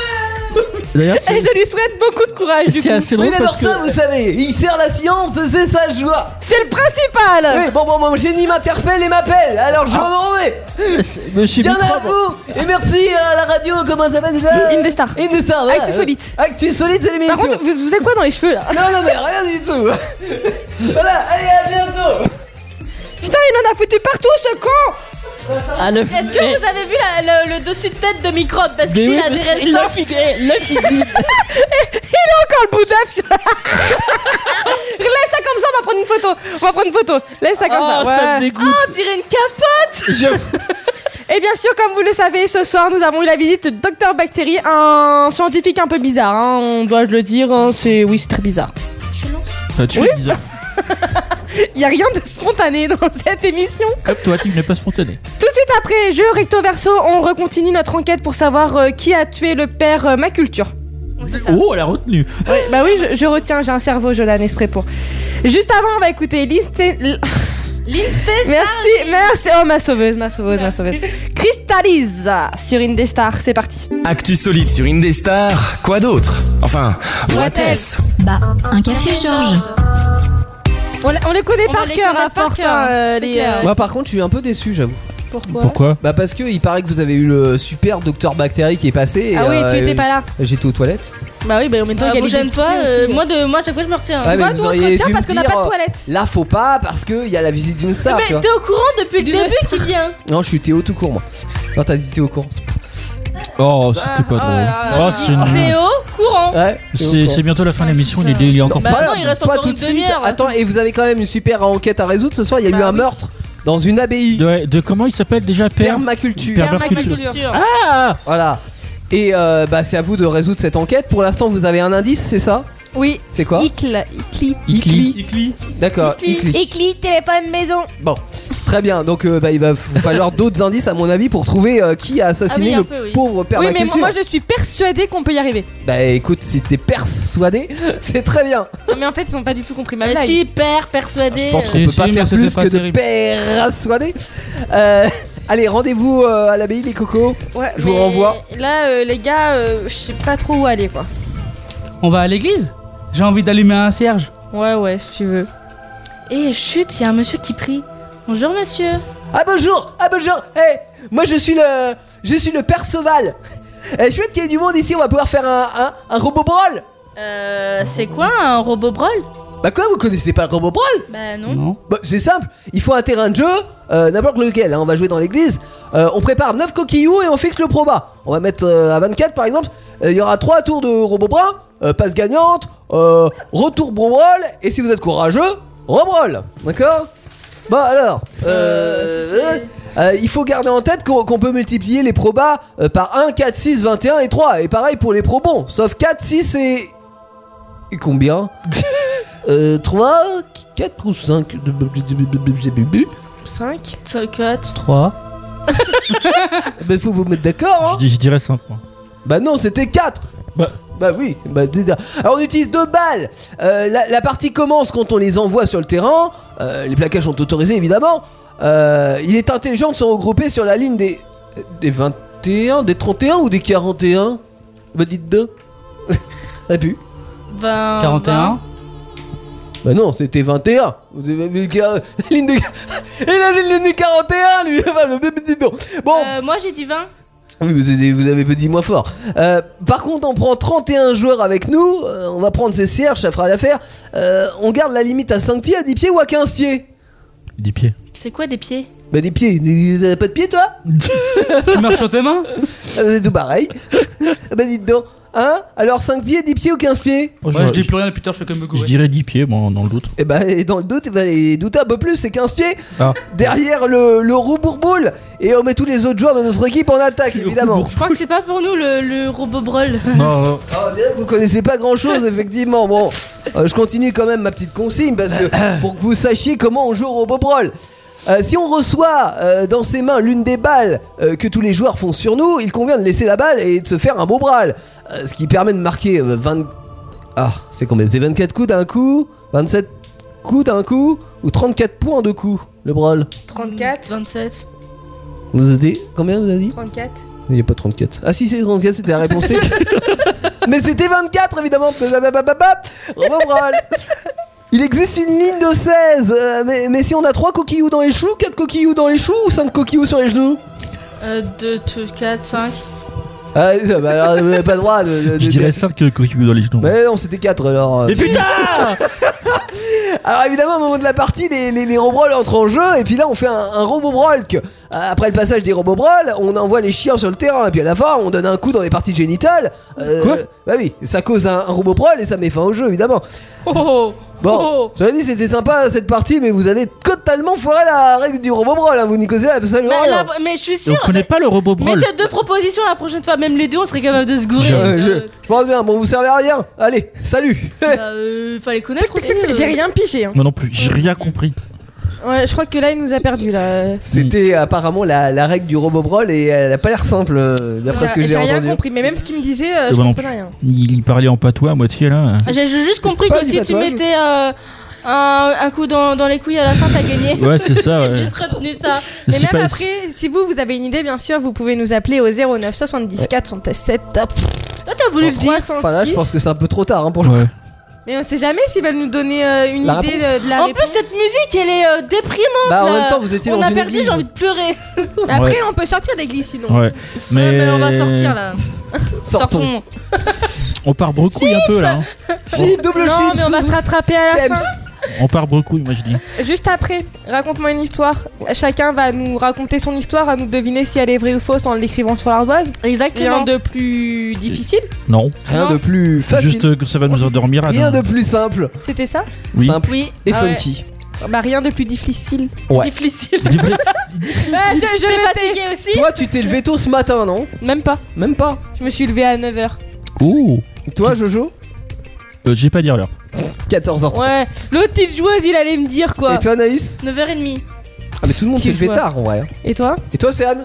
H: D'ailleurs,
E: (laughs) Et je lui souhaite beaucoup de courage. du
H: C'est
E: coup.
H: assez drôle
D: Il adore
H: parce que-
D: ça, vous savez. Il sert la science, c'est sa joie.
E: C'est le principal.
D: Oui, bon, bon, mon génie m'interpelle et m'appelle. Alors, je vais me rendre.
H: Monsieur
D: Bien à
H: Microbe.
D: vous. Et merci à la radio, comment ça s'appelle déjà
E: Indestar.
D: Indestar, voilà.
E: Actu Solite.
D: Actu Solite, c'est l'émission. Ah,
E: Par contre, vous, vous avez quoi dans les cheveux là
D: Non, non, mais rien du tout. (laughs) voilà, allez, à bientôt.
E: Putain, il en a foutu partout, ce con
H: Ah, le
F: Est-ce que vous avez vu la- le, le dessus de tête de microbe Parce
H: Mais
F: qu'il
H: oui,
F: a des
H: parce que la
F: restants.
H: figure, la figure.
E: Il a encore le bout d'œuf (laughs) Laisse ça comme ça, on va prendre une photo On va prendre une photo Laisse ça comme ça,
H: Oh, ça me
E: Ah, ouais.
H: dégoûte.
F: On dirait une capote
H: Je-
E: Et bien sûr, comme vous le savez, ce soir, nous avons eu la visite de Dr Bactéry, un scientifique un peu bizarre, hein, on doit le dire, hein, c'est... Oui, c'est très bizarre.
H: Ah, tu es bizarre.
E: Il y a rien de spontané dans (laughs) cette émission
H: Comme toi, tu n'es pas spontané.
E: Tout de suite après, jeu recto verso, on recontinue notre enquête pour savoir euh, qui a tué le père euh, Maculture.
F: C'est ça.
H: Oh, elle a retenu.
E: Ouais, bah oui, je, je retiens, j'ai un cerveau, je l'ai esprit pour. Juste avant, on va écouter Lindsay. L- (laughs)
F: L'Instest
E: Merci, merci. Oh, ma sauveuse, ma sauveuse, ma sauveuse. Crystallise sur Indestar, c'est parti.
J: Actu solide sur Indestar, quoi d'autre Enfin, what else
B: Bah, un café, Georges.
E: On, la- on les connaît
F: On
E: par
F: les
E: cœur,
F: connaît
E: à
F: par
E: force.
F: cœur,
E: hein, euh,
F: c'est
E: les,
F: clair.
E: euh,
D: Moi, par contre, je suis un peu déçu, j'avoue.
E: Pourquoi
H: Pourquoi
D: Bah, parce que il paraît que vous avez eu le super docteur Bactéry qui est passé. et,
E: Ah oui, tu
D: euh,
E: étais pas là.
D: J'étais aux toilettes.
E: Bah oui, bah en même temps,
F: Ah,
E: il y a
F: vous
E: les
F: gêne
E: deux
F: pas,
E: petits
F: euh,
E: aussi.
F: moi, de, moi, chaque fois, je me retiens.
D: Ouais,
E: Tu vois,
D: Ah, mais
E: nous
D: vous
E: on se
D: auriez
E: retient
D: dû
E: parce
D: me
E: qu'on n'a
D: dire,
E: pas de
D: euh,
E: toilette.
D: Là, faut pas parce que il y a la visite d'une star. tu
F: Mais
D: vois.
F: t'es au courant depuis le début qu'il vient
D: Non, je suis Théo tout court, moi. Non, t'as dit Théo court.
H: Oh, c'était
E: oh
H: pas
E: là
H: drôle.
E: là
H: Oh,
E: là
H: c'est
E: là.
H: nul.
F: Théo, courant
D: Ouais. Théo
H: C'est
D: court.
H: c'est bientôt la fin de l'émission, il est- il est encore
F: Bah,
H: pas.
F: non, il reste
D: pas
F: encore
D: tout
F: une
D: de suite.
F: demi-heure. Bah
D: Attends, et vous avez quand même une super enquête à résoudre. Ce soir, il y a eu un meurtre dans une abbaye.
H: De, de comment il s'appelle déjà Père
D: Permaculture.
H: Perma-
D: Ah Voilà. Et euh, bah, c'est à vous de résoudre cette enquête. Pour l'instant, vous avez un indice, c'est ça
E: Oui.
D: C'est quoi
E: Icle, Icli.
D: Icli. D'accord, Icli.
B: Éclis, téléphone maison.
D: Bon, très bien. Donc, euh, bah, il va
F: (laughs)
D: vous falloir d'autres indices, à mon avis, pour trouver euh, qui a
F: Ah oui,
D: assassiné
F: un
D: le
F: peu, oui.
D: pauvre
E: Oui, mais
D: permaculture.
E: moi je suis persuadée qu'on peut y arriver.
D: Bah, écoute, si t'es persuadé, (laughs) c'est très bien.
E: Non, mais en fait, ils ont pas du tout compris ma
F: Mais
E: blague.
F: si, père, persuadé.
D: Ah, Je pense
F: euh,
D: qu'on
H: Si,
D: peut
H: si,
D: pas
H: mais
D: faire
H: c'était
D: plus
H: pas
D: que de
H: terrible.
D: persuader. Euh, (laughs) allez, rendez-vous euh, à l'abbaye les cocos.
E: euh, Ouais,
D: Je vous
E: mais
D: renvoie.
E: Là, euh, les gars, euh, je sais pas trop où aller quoi.
G: On va à l'église J'ai envie d'allumer un cierge.
E: Ouais, ouais, si tu veux.
F: Eh, chut, il y a un monsieur qui prie. Bonjour, monsieur.
D: Ah bonjour, ah bonjour. Hey, moi je suis le, je suis le père Sauval. Eh, chouette qu'il y ait du monde ici, on va pouvoir faire un, un, un robot brawl.
F: Euh, c'est quoi un robot brawl
D: Bah quoi, vous connaissez pas le robot brawl
F: Bah non.
G: Non.
D: Bah c'est simple, il faut un terrain de jeu, euh, n'importe lequel, hein, on va jouer dans l'église. Euh, on prépare 9 coquillous et on fixe le proba. On va mettre euh, à 24 par exemple, Euh, il y aura 3 tours de robot brun, euh, passe gagnante, euh, retour bro brawl, et si vous êtes courageux, rebrawl. D'accord Bon alors, euh,
F: Euh,
D: euh, il faut garder en tête qu'on qu'on peut multiplier les probas euh, par 1, 4, 6, 21 et 3. Et pareil pour les probons, sauf 4, 6 et... Et combien euh, 3, 4 ou 5
E: 5
F: So cut.
D: 3 Bah faut vous mettre d'accord hein.
H: Je dis- Je dirais 5 points.
D: Bah non c'était 4
H: Bah.
D: Bah oui, bah déjà. Alors on utilise deux balles. Euh, la, la partie commence quand on les envoie sur le terrain. Euh, les plaquages sont autorisés évidemment. Euh, il est intelligent de se regrouper sur la ligne des des 21, des 31 ou des 41 Bah dites deux. (laughs) Ça pue.
F: 20.
G: 41.
D: Bah non, c'était 21. Vous avez vu le car- (laughs) la ligne de... Et la ligne de 41, lui. (laughs) Enfin, le bébé, dis donc. Bon,
F: Euh, moi j'ai dit 20.
D: oui, vous avez, vous avez peu dit moins fort. Euh, par contre, on prend 31 joueurs avec nous. Euh, on va prendre ces CR, ça fera l'affaire. Euh, on garde la limite à 5 pieds, à 10 pieds ou à 15 pieds
H: 10 pieds.
F: C'est quoi des pieds
D: Bah des pieds, t'as pas de pieds toi
G: Tu marches sur tes mains
H: Oh,
D: Ah, C'est tout pareil. (laughs) bah dites donc. Hein Alors 5 pieds, 10 pieds ou 15 pieds
H: Oh,
G: Ouais, je dis
H: je,
G: plus rien depuis tard, je fais comme me
H: je
G: gourer.
H: dirais 10 pieds, bon, dans le doute.
D: Et bah et dans le doute, bah, les doutes un peu plus, c'est 15 pieds.
H: Ah.
D: Derrière le, le roux bourboule. Et on met tous les autres joueurs de notre équipe en attaque, évidemment.
F: Je crois que c'est pas pour nous le, le
E: (laughs)
F: robot brawl.
H: Non,
D: Ah, on dirait que vous connaissez pas grand chose, effectivement. Bon, euh, je continue quand même ma petite consigne parce que pour que vous sachiez comment on joue au Robot Brawl. Euh, si on reçoit euh, dans ses mains l'une des balles euh, que tous les joueurs font sur nous, il convient de laisser la balle et de se faire un beau bral. Euh, ce qui permet de marquer euh, 20... Ah, c'est combien C'est 24 coups d'un coup 27 coups d'un coup Ou 34 points de coup, le brawl
E: 34 27
D: Vous avez dit Combien vous avez dit
E: 34
D: Il n'y a pas 34. Ah si, c'est 34, c'était la réponse.
H: (laughs)
D: C. Mais c'était 24, évidemment. Bababababab. Romain Brawl. Il existe une ligne de 16, euh, mais, mais si on a 3 coquillous dans les choux, 4 coquillous dans les choux ou 5 coquillous sur les genoux
F: 2, 4, 5.
D: Ah, ça, bah, alors, vous n'avez pas le droit de. de-
H: Je
D: de-
H: dirais euh, 5 coquilles dans les genoux.
D: Mais non, c'était 4 alors. euh.
H: Mais putain
D: Alors évidemment, au moment de la partie, les, les, les robots entrent en jeu, et puis là, on fait un, un robot brawl. que- euh, Après le passage des robots brawl, on envoie les chiens sur le terrain, et puis à la fin, on donne un coup dans les parties génitales. Euh,
G: Quoi
D: Bah oui, ça cause un, un robot brawl et ça met fin au jeu, évidemment.
E: Oh,
F: (laughs)
D: Bon, j'avais dit c'était sympa cette partie, mais vous avez totalement foiré la règle du robot brawl, hein, vous n'y causez
E: Oh
D: absolument
F: Mais,
D: rien.
F: Bah, la- mais je suis sûr.
H: pas le robot
F: mais t'as deux propositions la prochaine fois, même les deux, on serait capable de se
D: Je,
F: gourer. Euh,
D: je, je pense bien, bon, vous servez à rien. Allez, salut (laughs)
F: Bah, euh, fallait connaître aussi. euh.
E: (laughs) J'ai rien pigé. hein.
H: Moi non plus, j'ai rien compris.
E: Ouais, je crois que là, il nous a perdu là.
D: C'était apparemment la, la règle du robot brawl et elle a pas l'air simple euh, d'après ce que j'ai
E: rien
D: entendu.
E: compris, mais même ce qu'il me disait, euh,
H: Et
E: je
H: moi non
E: comprenais
H: plus.
E: rien.
H: Il il parlait en patois à moitié là.
F: Ah, J'ai j'ai juste compris
D: pas
F: que
D: du
F: si tu
D: tatouage.
F: mettais euh, un, un coup dans, dans les couilles à la fin, t'as gagné.
H: Ouais,
F: (laughs)
H: c'est ça, ouais.
F: J'ai juste retenu ça.
E: Mais
H: C'est
E: même
H: pas-
E: après, si vous, vous avez une idée, bien sûr, vous pouvez nous appeler au 09 74 77 ah, pff,
F: Toi, t'as voulu le dire.
E: 306.
D: Enfin là, je pense que c'est un peu trop tard hein, pour le
H: Ouais.
E: Mais on sait jamais s'ils veulent nous donner euh, une
D: La
E: idée
D: réponse.
E: de, de la
F: En
E: réponse.
F: plus, cette musique, elle est euh, déprimante.
D: Bah, en
F: là.
D: même temps, vous étiez
F: On
D: dans
F: a
D: une
F: perdu,
D: église.
F: j'ai envie de pleurer.
E: Après,
H: Ouais.
E: on peut sortir d'église sinon.
H: Ouais. Mais...
F: Ouais, mais on va sortir là.
D: Sortons.
H: On part brecouille un peu là. hein.
D: Chip,
E: Non,
D: double chip
E: mais on va se rattraper à la
D: Thames.
E: fin.
H: On part brecouille, moi je dis.
E: Juste après, raconte-moi une histoire. Chacun va nous raconter son histoire, à nous deviner si elle est vraie ou fausse en l'écrivant sur l'ardoise. Rien
F: Exactement.
E: de plus difficile,
H: Non.
D: Rien de plus facile,
H: Juste euh, que ça va nous endormir.
D: rien
H: Adam.
D: de plus simple,
E: c'était ça
H: Oui.
D: simple
F: Oui.
D: et
E: Ah ouais.
D: funky.
E: Bah rien de plus difficile.
D: Ouais.
F: Difficile.
D: (laughs)
H: Difficile.
E: (laughs) Bah, je, je
F: T'es
E: vais
F: fatigué aussi
D: Toi, tu t'es levé tôt ce matin, non
E: pas- Même pas.
D: Même pas.
E: Je me suis levée à 9h.
H: Oh
D: Toi, Jojo
H: Euh, J'ai pas dire l'heure.
D: 14h30.
E: Ouais. L'autre petite joueuse, il allait me dire quoi.
D: Et toi, Anaïs
F: 9h30.
D: Ah, mais tout le monde
E: Tu
D: s'est levé
E: vois.
D: tard en vrai.
E: Et toi
D: Et toi, c'est Anne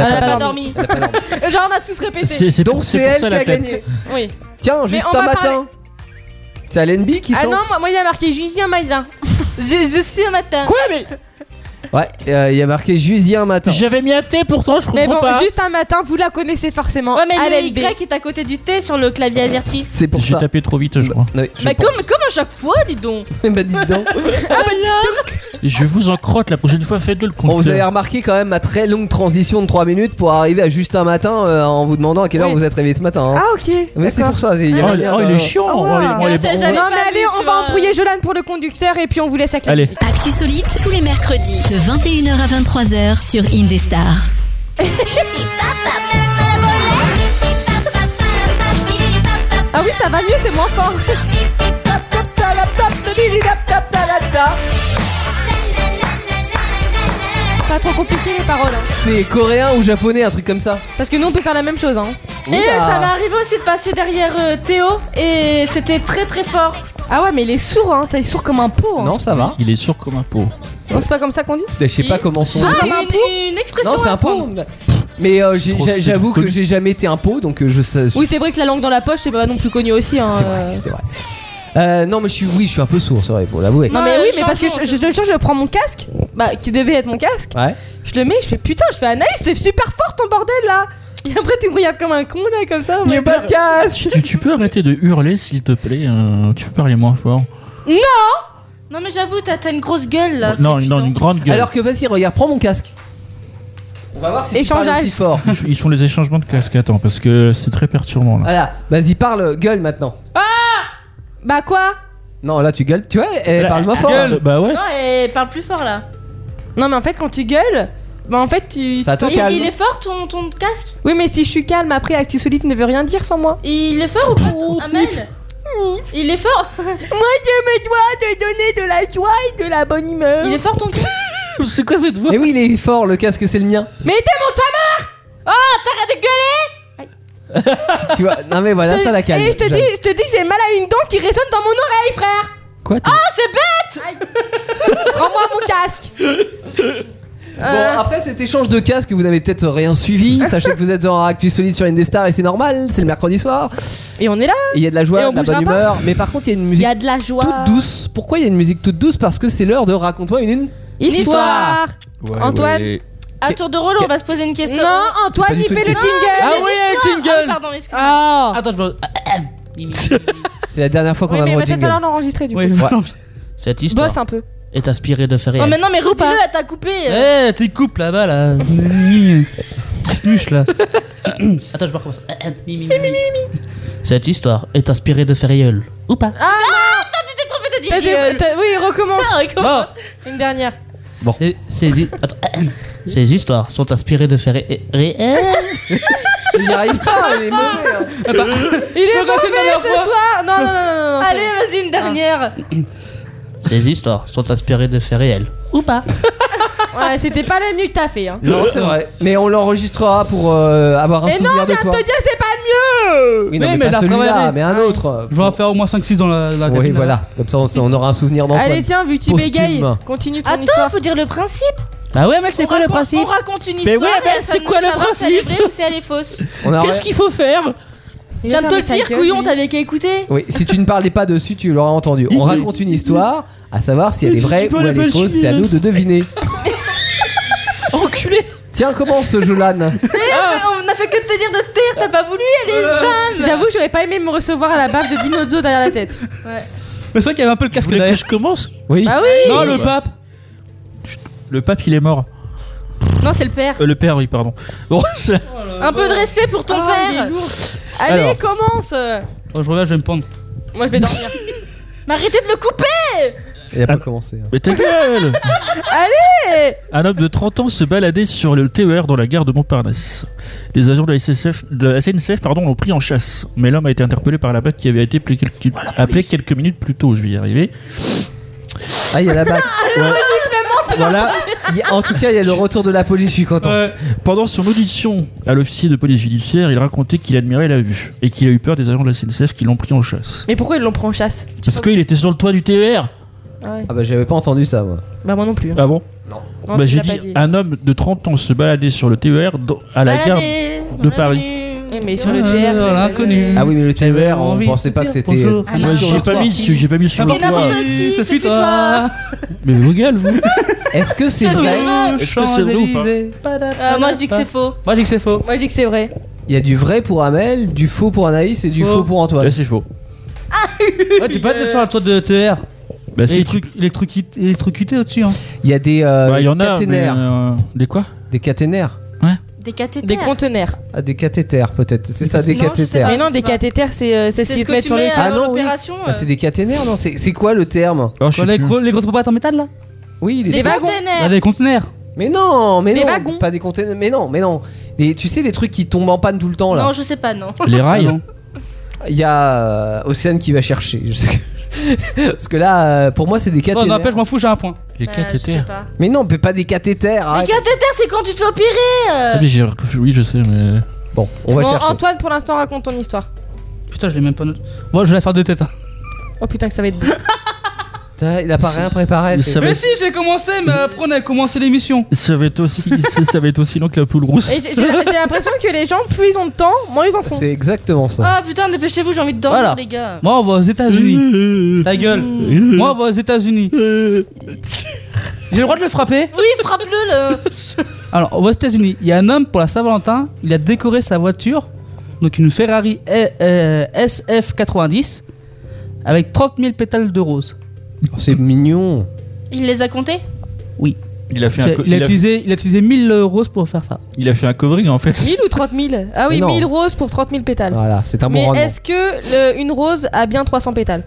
F: Elle a
E: pas
F: pas
E: dormi.
F: dormi.
E: Euh, Genre, on a tous répété.
H: C'est c'est
D: Donc,
H: pour,
D: c'est
H: c'est pour
D: elle
H: ça
D: qui
H: la
D: a
H: fête.
D: gagné.
E: Oui.
D: Tiens, juste
E: on
D: un
E: va
D: matin. C'est à l'NB qui
E: Ah
D: chante.
E: non, moi, moi, il a marqué Julien Maïdin.
F: Je, je suis un matin.
E: Quoi, mais
D: Ouais, euh, il y a marqué Jusien matin.
H: J'avais mis un thé pourtant, je comprends
E: Mais bon,
H: pas.
E: juste un matin, vous la connaissez forcément.
F: Ouais, mais le
E: Allez,
F: Y est à côté du T sur le clavier AZERTY.
D: C'est pour
H: J'ai
D: ça.
H: tapé trop vite, je crois.
D: Oui, je
F: Bah,
D: pense.
F: comme,
D: (laughs)
F: comme à chaque fois, dis donc.
D: bah, dites donc.
H: Je vous en crotte la prochaine fois, faites-le le
D: Bon, Oh, vous avez
H: compteur.
D: remarqué quand même ma très longue transition de 3 minutes pour arriver à juste un matin euh, en vous demandant à quelle heure
E: Oui.
D: vous êtes réveillé ce matin. hein.
E: Ah, ok.
D: Mais c'est pour ça. c'est- il y a
H: Oh, il-
D: rien,
H: oh, il
D: euh,
H: est chiant.
E: Ah,
H: oh, il- oh, il est
F: ouais.
H: bon.
F: J'avais
E: Non, mais
F: pas
E: allez,
F: vu,
E: on
F: tu
E: va
F: vois.
E: embrouiller Jolan pour le conducteur et puis on vous laisse avec la
H: Allez.
E: musique.
B: Actu Solite, tous les mercredis, de 21h à 23h sur Indestar.
E: Ah oui, ça va mieux, c'est moins fort. Pas trop compliqué les paroles. hein.
D: C'est coréen ou japonais, un truc comme ça.
E: Parce que nous, on peut faire la même chose. Hein.
F: Et
D: Oula.
F: euh, ça m'est arrivé aussi de passer derrière euh, Théo et c'était très très fort.
E: Ah ouais, mais il est sourd, hein. T'es sourd comme un pot. hein.
D: Non, ça va.
H: Il est sûr comme un pot.
E: Non, c'est pas comme ça qu'on dit
D: Je sais pas comment sont.
F: Ah,
E: comme un pot
F: une, une expression.
D: Non, c'est
F: à
D: un pot.
F: prendre.
D: Mais euh, j'ai-
H: Trop
D: j'a- j'avoue que
H: connu.
D: j'ai jamais été un pot, donc euh, je sais.
E: Oui, c'est vrai que la langue dans la poche, c'est pas non plus connu aussi. Hein.
D: C'est vrai, c'est vrai. Euh, non, mais je suis, oui, je suis un peu sourd, c'est vrai, faut l'avouer.
E: Non,
F: Non,
E: mais
F: euh,
E: oui, mais
F: change,
E: parce que
F: change.
E: je, je te jure, je prends mon casque, bah, qui devait être mon casque,
D: Ouais.
E: je le mets, je fais putain, je fais Anaïs, c'est super fort ton bordel là Et après, tu me regardes comme un con là, comme ça. en mode-
D: podcast
H: Tu, tu peux arrêter de hurler s'il te plaît euh, Tu peux parler moins fort
F: Non, mais j'avoue, t'as t'as une grosse gueule là.
H: Non,
F: c'est
H: non, une
F: puissant.
H: grande gueule.
D: Alors que vas-y, regarde, prends mon casque. On va voir si tu
E: Échangeage.
D: parles aussi fort.
H: Ils font- Ils font les échangements de casque, attends, parce que c'est très perturbant là.
D: Voilà, vas-y, parle, gueule maintenant.
E: Bah quoi
D: Non, là, tu gueules, tu vois, eh,
H: Bah,
D: parle-moi fort.
H: gueule, Bah ouais.
F: Non, et parle plus fort là.
E: Non, mais en fait, quand tu gueules, bah en fait, tu.
D: Ça te
F: Il,
D: calme.
F: il est fort ton, ton casque
E: Oui, mais si je suis calme, après, Actu Solide ne veut rien dire sans moi.
F: Il est fort ou pas ton- Amel Il est fort
E: Moi, je me dois de donner de la joie et de la bonne humeur.
F: Il est fort ton casque
H: C'est quoi cette voix
D: Mais oui, il est fort, le casque, c'est le mien.
E: Mais t'es mon ta
F: T'arrêtes de gueuler
D: tu vois,
E: (laughs)
D: non, mais voilà, ça la calme.
E: Et je te
D: Jeanne.
E: dis, je te dis, j'ai mal à une dent qui résonne dans mon oreille, frère
H: Quoi t'as-
F: Ah, c'est bête
E: Rends-moi mon casque Euh.
D: Bon, après cet échange de casques, vous n'avez peut-être rien suivi.
E: (laughs)
D: Sachez que vous êtes en Actus Solide sur Indestar et c'est normal, c'est le mercredi soir.
E: Et on est là
D: Il y a de la joie,
E: Et on
D: de la
E: bougera
D: bonne
E: pas.
D: humeur. Mais par contre, il y a une
E: Il
D: musique
E: y a de la joie.
D: toute douce. Pourquoi il y a une musique toute douce Parce que c'est l'heure de raconte-moi une, une
F: Histoire. Antoine,
D: ouais.
F: à tour de rôle, on va se poser une question.
E: Non, Antoine,
D: C'est
E: il
D: pas du
E: fait le
D: tout une question.
E: jingle
F: Ah
E: c'est
F: oui,
E: l'histoire.
F: jingle. Ah oui, pardon, excuse-moi.
E: Ah
H: Attends, je me.
D: C'est la dernière fois qu'on
E: Oui,
D: a
E: mais
D: le
E: il va
D: droit de
E: peut-être
D: jingle.
E: falloir l'enregistrer du coup.
H: Oui, voilà. Cette histoire
E: Bosse un peu.
H: est inspirée de faits
F: Oh,
H: réels.
F: mais non, mais
E: Ou pas.
F: redis-le, t'as coupé.
H: Eh,
F: euh.
H: t'es coupe là-bas
G: (laughs)
H: là. Petite mûche là. (coughs) Attends, je (coughs) recommence. Cette histoire est inspirée de Ferriol. Ou pas
F: Ah non, tu t'es trompé, t'as dit
E: T'as des-
F: rigole.
E: t'as- Oui, recommence.
F: Ah, recommence.
H: Bon,
E: Une dernière.
H: bon. Ces, ces- (coughs) attends,
G: (coughs)
H: ces histoires sont inspirées de faits ré- réels.
D: Il n'y arrive pas, il est mauvais. hein.
E: Il est
G: recommencer une
E: mauvais
G: dernière
E: ce
G: fois.
E: soir. Non, non, non, non, Ah. non. non,
F: Allez, vas-y, une dernière.
H: Ces histoires sont inspirées de faits réels.
E: Ou pas. Ouais, c'était pas le mieux que t'as fait. Hein.
D: Non, c'est vrai. Mais on l'enregistrera pour euh, avoir un
E: Et non,
D: souvenir
E: on
D: de
E: vient de
D: toi.
E: te dire que c'est pas le mieux.
D: Oui, non,
G: Oui,
D: mais,
G: mais
D: pas
G: la
D: celui-là,
G: travaillerai.
D: mais un autre.
G: Ah Je vais en faire au moins 5-6 dans la, la
D: Oui,
G: cabine, là.
D: voilà. Comme ça, on, on aura un souvenir d'Antoine.
E: Allez, tiens, vu que tu
D: Posthume.
E: bégayes, continue ton
F: Attends,
E: histoire.
F: faut dire le principe.
H: Bah ouais, mec, c'est
F: On
H: quoi le
F: raconte-
H: principe
F: On raconte une
H: Mais
F: histoire.
H: ouais,
F: et
H: mais
F: à
H: c'est
F: nous
H: quoi
F: de
H: le
F: savoir si elle est
H: principe
F: vraie ou si elle est fausse.
D: On a-
H: Qu'est-ce qu'il faut faire
F: Je viens de te le dire, couillon, t'avais qu'à écouter.
D: Oui, si tu ne parlais pas dessus, tu l'auras entendu. On raconte une histoire, à savoir si elle est vraie ou elle est fausse, c'est à nous de
G: (laughs)
D: deviner.
H: Enculé
D: Tiens, comment ce jeu là
F: On a fait que de te dire de te taire, t'as pas voulu, elle est spam.
E: J'avoue, j'aurais pas aimé me recevoir à la baffe de Dinozo derrière la tête.
G: Mais c'est vrai qu'il y avait un peu le
H: Qu'est-ce
G: casque
H: que
G: derrière.
H: je commence
D: Oui.
G: Ah
E: Bah oui
G: Non, le pape.
H: Le pape, il est mort.
F: Non, c'est le père.
H: Euh, le père, oui, pardon. Bon, (laughs) c'est-
F: Un peu de respect pour ton
E: Ah, il est
F: père.
E: lourd. Allez,
H: Alors.
E: commence
G: Oh, je reviens, je vais me pendre.
E: Moi, je vais dormir.
F: (laughs) Mais arrêtez de le couper.
D: Il a pas commencé. hein.
H: Mais ta
E: (laughs)
H: gueule Un homme de 30 ans se baladait sur le TER dans la gare de Montparnasse. Les agents de la, SSF, de la SNCF pardon, l'ont pris en chasse, mais l'homme a été interpellé par la BAC qui avait été appelé quelques, appelé quelques minutes plus tôt, je vais y arriver.
D: Ah, il y a la bac.
H: Voilà.
D: Il y a- En tout cas, il y a le retour de la police, je suis content.
G: Ouais.
H: Pendant son audition à l'officier de police judiciaire, il racontait qu'il admirait la vue et qu'il a eu peur des agents de la SNCF qui l'ont pris en chasse.
E: Mais pourquoi ils l'ont pris en chasse
H: Parce qu'il était sur le toit du TER
D: Ah bah j'avais pas entendu ça moi.
E: Bah, moi non plus.
H: Ah bon
E: Non,
H: Bah
E: tu
H: j'ai
E: l'as
H: dit,
E: pas dit.
H: un homme de 30 ans se baladait sur le TER dans- à la gare de Paris.
E: Oui, mais sur le
G: Ah,
E: TR.
G: voilà,
E: c'est-
G: inconnu.
D: Ah oui mais le TER on
G: envie de
D: pensait
G: te
D: pas que
G: dire
D: c'était...
G: bonjour.
F: Ah,
H: Moi
F: non.
H: j'ai pas mis, j'ai pas mis sur le
F: Mais
H: toit.
F: n'importe qui,
G: Ce
F: ce
G: fut
F: fut
G: toi.
F: toi.
G: Ah,
H: Mais vos gueules vous
D: Est-ce que c'est
F: Est-ce que
D: vrai
F: je veux
H: Est-ce que c'est Ah. vrai ou pas
F: Euh, Moi, je dis que c'est faux.
G: Moi, je dis que c'est faux.
E: Moi, je dis que c'est vrai.
D: Il y a du vrai pour Amel, du faux pour Anaïs et du
G: Faux.
D: faux pour Antoine.
H: Là Bah, c'est faux.
G: Ouais, tu peux pas te mettre sur la toit de TR.
H: Bah
G: Et
H: si, tu-
G: les trucs électrocutés- électrocutés au-dessus. Hein.
D: Il y a des euh,
H: bah il y en a. mais,
D: caténaires.
H: euh, Des quoi
D: Des caténaires.
F: Des cathéters.
E: Des conteneurs.
D: Ah des cathéters peut-être. C'est ça des
F: Non, je sais
D: cathéters.
F: Ah,
E: Mais non,
F: c'est
E: des
F: pas-
E: cathéters, c'est euh, c'est ce
F: C'est ce
E: qu'ils te
F: que
E: mettent
F: tu
E: sur le
F: mets
D: Ah
F: à
D: non, oui.
F: l'opération.
E: euh,
D: Bah, c'est des caténaires, non C'est c'est quoi le terme
H: Ah, je sais
G: Sur les,
H: plus.
G: gros- les grosses boîtes en métal là
D: Oui, il est
F: Des
E: Des wagons.
G: Ah,
H: Eh.
F: conteneurs.
G: Des conteneurs.
D: Mais non, mais
E: Des
D: non,
E: wagons.
D: pas des containers, mais non, mais non. Et tu sais les trucs qui tombent en panne tout le temps là.
F: Non, je sais pas, non.
E: Euh,
H: (laughs) Les rails.
G: Ah non.
D: Il y a euh, Océane qui va chercher. je sais que- (laughs) Parce que là, euh, pour moi, c'est des
G: Non,
D: cathéters.
G: non, bah, après, je m'en fous, j'ai un point.
H: Les
F: Euh, je sais
H: cathéters.
F: pas.
D: Mais non, mais pas des cathéters.
F: Les
D: arrête.
F: cathéters, c'est quand tu te fais opérer. euh.
H: Ah, mais j'ai reconfus- Oui, je sais, mais.
D: Bon, on va
E: Bon,
D: chercher.
E: Antoine, pour l'instant, raconte ton histoire.
G: Putain, je l'ai même pas noté. Moi, je vais la faire de tête. hein.
E: Oh putain, que ça va être beau.
D: Putain, Il a pas rien préparé.
H: Mais
D: c'est-
H: ça va
G: Mais
H: être-
G: si, j'ai commencé, (laughs) mais après, on a commencé l'émission.
H: ça va être (laughs) aussi, ça ça va être aussi long que la poule rousse.
E: Et j'ai j'ai l'impression que les gens, plus ils ont de temps, moins ils en font.
D: C'est exactement ça.
F: Ah putain, dépêchez-vous, j'ai envie de dormir,
G: Voilà.
F: les gars.
G: Moi, on va aux États-Unis.
H: (laughs)
G: Ta gueule. Moi, on va aux États-Unis. J'ai le droit de le frapper
F: Oui, frappe-le, là.
G: Alors, aux États-Unis, il y a un homme pour la Saint-Valentin, il a décoré sa voiture, donc une Ferrari eh, euh, SF90, avec 30 000 pétales de rose.
D: C'est mignon.
F: Il les a comptés
H: Il a fait un, co-
G: Il a,
H: il a-
G: utilisé, il a utilisé 1000 roses pour faire ça.
H: il a fait un covering en fait. (laughs)
E: 1000 ou 30 000 Ah oui,
D: Mais non. Ah,
E: 1000 roses pour 30 000 pétales.
D: Voilà, c'est un bon
E: Ah. Mais
D: rendement.
E: est-ce que le- une rose a bien 300 pétales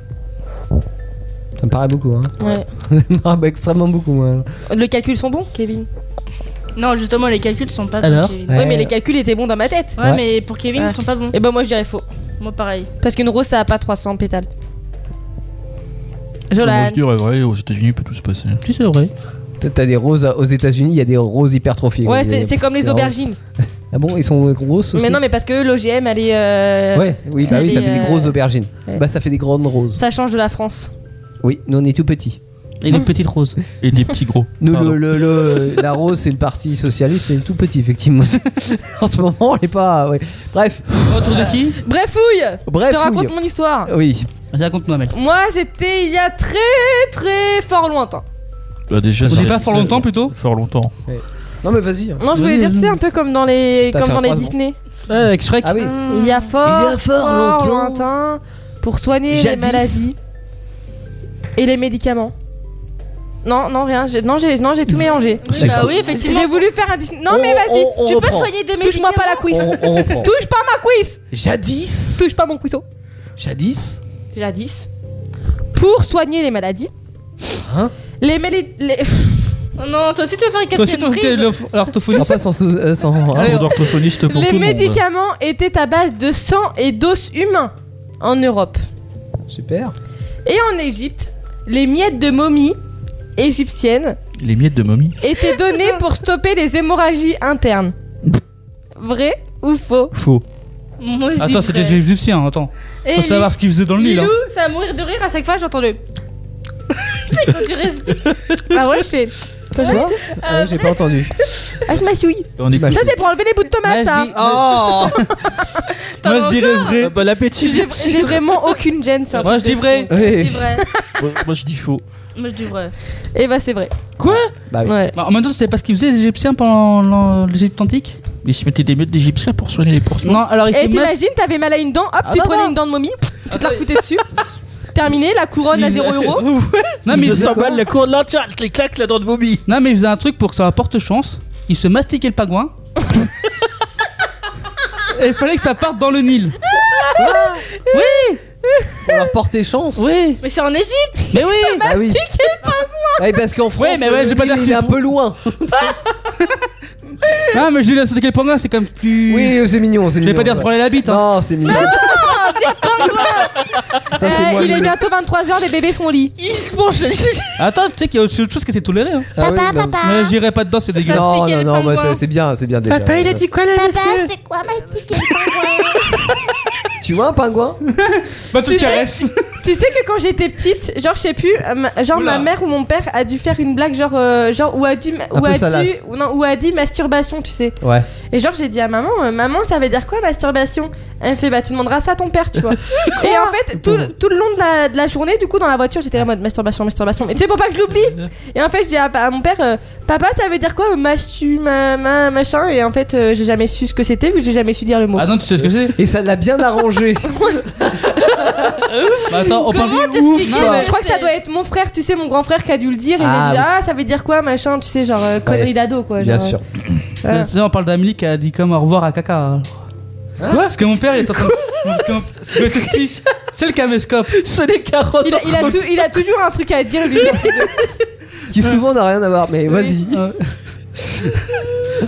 D: Ça me paraît beaucoup. Hein.
E: Ouais.
D: (laughs) Non, bah, extrêmement beaucoup. moi.
E: Les calculs sont bons, Kevin
F: Non, justement, les calculs sont pas
G: Alors
F: bons, Kevin.
D: Ouais.
E: Oui, mais les calculs étaient bons dans ma tête.
F: Ouais,
D: Ouais.
F: mais pour Kevin,
E: Ouais.
F: ils sont pas bons.
E: Et ben moi, je dirais faux.
F: Moi, pareil.
E: Parce qu'une rose, ça a pas 300 pétales.
H: Moi
E: Jolan.
H: je dirais vrai, aux États-Unis il peut tout se passer.
G: Tu sais, vrai.
D: T'as- T'as des roses aux États-Unis, il y a des roses hypertrophiées.
E: Ouais,
D: Il y a-
E: c'est c'est comme les
D: Ah ouais.
E: aubergines.
D: Ah bon, ils sont grosses aussi.
E: Mais non, mais parce que l'OGM, elle est. euh,
D: Ouais, oui, bah oui, ça
E: Et
D: fait des
E: euh,
D: grosses aubergines.
E: ouais.
D: Bah ça fait des grandes roses.
E: Ça change de la France.
D: Oui, nous on est tout petits.
G: Et des petites roses.
H: Et des petits gros.
D: Nous,
H: Pardon.
D: le, le- le- la rose, c'est le parti socialiste et le tout petit, effectivement. (laughs) en ce moment, on n'est pas. ouais. Bref.
G: Autour de qui
E: Bref, fouille
D: Bref,
E: Je te raconte
D: Ah, fouille.
E: mon histoire.
D: Oui.
G: Vas-y, raconte-nous, mec.
E: Moi, c'était il y a très très fort lointain.
H: Bah, déjà,
G: On
H: ça-
G: dit pas fort longtemps plutôt
H: Fort longtemps.
D: Non, mais vas-y. hein.
E: Non, je voulais dire, tu sais, un peu comme dans les,
D: T'as
E: comme
D: fait
E: dans
D: un
E: les
D: croisement.
E: Disney.
G: Ouais, avec Shrek.
D: Ah oui.
E: Il y a fort,
C: Il y a fort longtemps.
E: lointain pour soigner
C: Jadis.
E: les maladies et les médicaments. Non, non, rien. J'ai- Non, j'ai non, j'ai tout mélangé.
H: C'est
F: Bah
H: fou.
F: oui, effectivement.
E: J'ai voulu faire un Disney. Non,
D: On-
E: mais vas-y.
D: on- on
E: tu peux
D: reprend.
E: soigner des médicaments. Touche-moi pas la cuisse.
D: On, on reprend.
E: Touche pas ma cuisse.
D: (laughs) Jadis.
E: Touche pas mon cuisseau.
D: Jadis.
E: Jadis. Pour soigner les maladies.
D: Hein
E: Les maladies.
F: Oh Non, toi aussi tu veux faire une
G: Toi aussi,
F: quatrième
G: toi, t'es
F: prise
G: l'orth-
D: On
G: l'orthophoniste.
D: passe sans. sou- euh, sans-
H: Un cours d'orthophoniste Ah, pour
E: Les
H: tout le monde.
E: médicaments étaient à base de sang et d'os humains en Europe.
D: Super.
E: Et en Égypte, les miettes de momies égyptiennes
H: Les miettes de momie.
E: étaient données pour stopper les hémorragies internes. Vrai ou faux
H: Faux.
F: Moi je dis
G: Attends, c'était
F: vrai.
G: des égyptiens, attends.
F: Et
G: Faut savoir ce qu'ils faisaient dans le lit, là.
F: Lilou, ça va mourir de rire à chaque fois, j'entends le. (laughs) C'est quand tu respires.
E: Ah ouais, je fais.
D: Pas toi Ah, J'ai pas entendu.
E: Ah, je m'assouille.
H: On
D: Bah,
H: écoute.
E: Ça, c'est pour enlever les bouts de
G: Moi, je
E: tomate, hein. ça.
G: dis-
C: Oh
F: T'en as
G: dirais
H: Ah, Bon appétit.
E: J'ai j'ai vraiment aucune gêne, ça.
G: Moi, je dis vrai.
F: Je
D: Oui.
F: dis vrai.
H: Moi, moi, je dis faux.
F: Moi je dis vrai.
E: Et bah, c'est vrai.
D: Bah oui.
E: Ouais.
G: Bah, en même temps, tu sais pas ce qu'ils faisaient les égyptiens pendant l'en- l'Égypte antique
H: Mais ils se mettaient des miettes d'Égyptiens pour soigner les poursuites.
G: Non, alors ils
E: Et
G: se masquent.
E: t'imagines, t'avais mal à une dent, hop,
G: Ah
E: tu
G: bah
E: prenais
G: non.
E: une dent de momie, pff, tu te la refoutais dessus. Terminé, la couronne à 0 euro.
G: Non, mais ils faisaient-
H: balles la cour de l'entière, les claques la dent de Bobby.
G: non, mais ils faisaient un truc pour que ça apporte chance. Ils se mastiquaient
D: (laughs)
G: le pagouin. Et il fallait que ça parte dans le Nil.
D: Pour leur porter chance.
G: Oui,
F: Mais c'est en Égypte
G: mais oui.
D: Bah oui. Ah, oui, parce qu'en France,
G: mais ouais,
D: le
G: j'ai pas
D: Nil,
G: l'air
D: il est
G: qu'ils
D: un
G: font-
D: peu loin.
G: Hmm. Ah, mais Julien sauter le pangolin, c'est quand même plus.
D: Oui, oh, c'est mignon, c'est
G: Je
D: mignon.
G: vais pas dire se
D: ouais.
G: branler la bite. Hein.
D: Non, c'est mignon. (laughs) Ça, c'est
E: Euh,
D: moi.
E: il
D: le-
E: est bientôt 23h, les bébés sont au lit. Ils se mangent
G: hein. Attends, tu sais qu'il y a autre autre chose qui était tolérée. Hein.
D: Ah oui, non.
G: Mais j'irai pas dedans, c'est dégueulasse.
F: c'est
D: Non,
F: qu'il y a
D: non,
F: les
D: non, moi,
F: pingouins.
D: c'est- c'est bien, c'est bien déjà.
G: quoi là, monsieur
D: Tu vois un pingouin
G: Bah, tu
E: Tu
G: le
E: sais-
G: (laughs) caresses.
E: Tu sais que quand j'étais petite, genre je sais plus, euh, ma- genre
G: Oula.
E: ma mère ou mon père a dû faire une blague genre euh, genre ou a dû ou
D: peu
E: a dû
D: salace.
E: ou non ou a dit masturbation, tu sais.
D: Ouais.
E: Et genre j'ai dit à maman, euh, maman ça veut dire quoi masturbation Elle me fait bah tu demanderas ça à ton père, tu
D: (laughs)
E: vois. Et en fait tout, tout le long de la, de la journée, du coup dans la voiture j'étais là en mode masturbation, masturbation. Mais tu sais pour pas que je l'oublie. Et en fait je dis à, à mon père, euh, papa ça veut dire quoi euh, mastu ma, ma- machin Et en fait euh, j'ai jamais su ce que c'était vu que j'ai jamais su dire le mot.
G: Ah non, tu sais ce que c'est
D: Et ça l'a bien arrangé.
G: Bah, attends, on parle
F: Comment
G: du
F: t'expliquer
E: Non,
F: ce
E: mais
F: que
E: je crois que ça
F: c'est
E: doit être mon frère, tu sais, mon grand frère qui a dû le dire. Et j'ai
D: Ah,
E: dit,
D: oui.
E: ah, ça veut dire quoi, machin, tu sais, genre euh, connerie d'ado, quoi.
D: Bien
E: genre, euh.
D: sûr.
E: voilà.
D: Ah.
G: Tu sais, on parle d'Amélie qui a dit comme au revoir à
D: Hein?
G: caca. Quoi Parce que mon père il est en train de. Parce que mon- parce que j'étais petit, C'est le caméscope.
D: C'est des carottes.
E: Il a, il a tou- il a toujours un truc à dire, lui.
D: Qui souvent n'a rien à voir, mais (laughs) vas-y.
G: Euh.